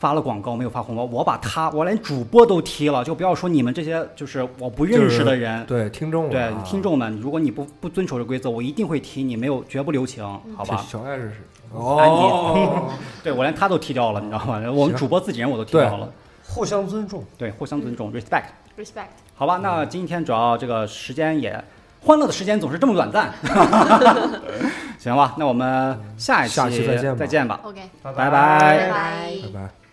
Speaker 2: 发了广告没有发红包，我把他，我连主播都踢了，就不要说你们这些就是我不认识的人，
Speaker 1: 对听众啊，
Speaker 2: 嗯对听众们，如果你不不遵守这规则，我一定会踢你，没有绝不留情，
Speaker 1: 嗯
Speaker 2: 好吧？
Speaker 1: 小爱是谁？
Speaker 2: 安 [laughs]
Speaker 1: 哦，
Speaker 2: 对我连他都踢掉了，你知道吗？我们
Speaker 1: 行
Speaker 2: 主播自己人我都踢
Speaker 1: 对
Speaker 2: 掉了，
Speaker 4: 互相尊重。
Speaker 2: 对，互相尊重，respect。
Speaker 3: respect。
Speaker 2: 好吧，那今天主要这个时间也，欢乐的时间总是这么短暂。 [laughs] 行吧，那我们下一期
Speaker 1: 下期再见吧
Speaker 2: 再见吧，
Speaker 3: OK，
Speaker 2: 拜
Speaker 4: 拜
Speaker 2: 拜
Speaker 3: 拜拜
Speaker 1: 拜拜。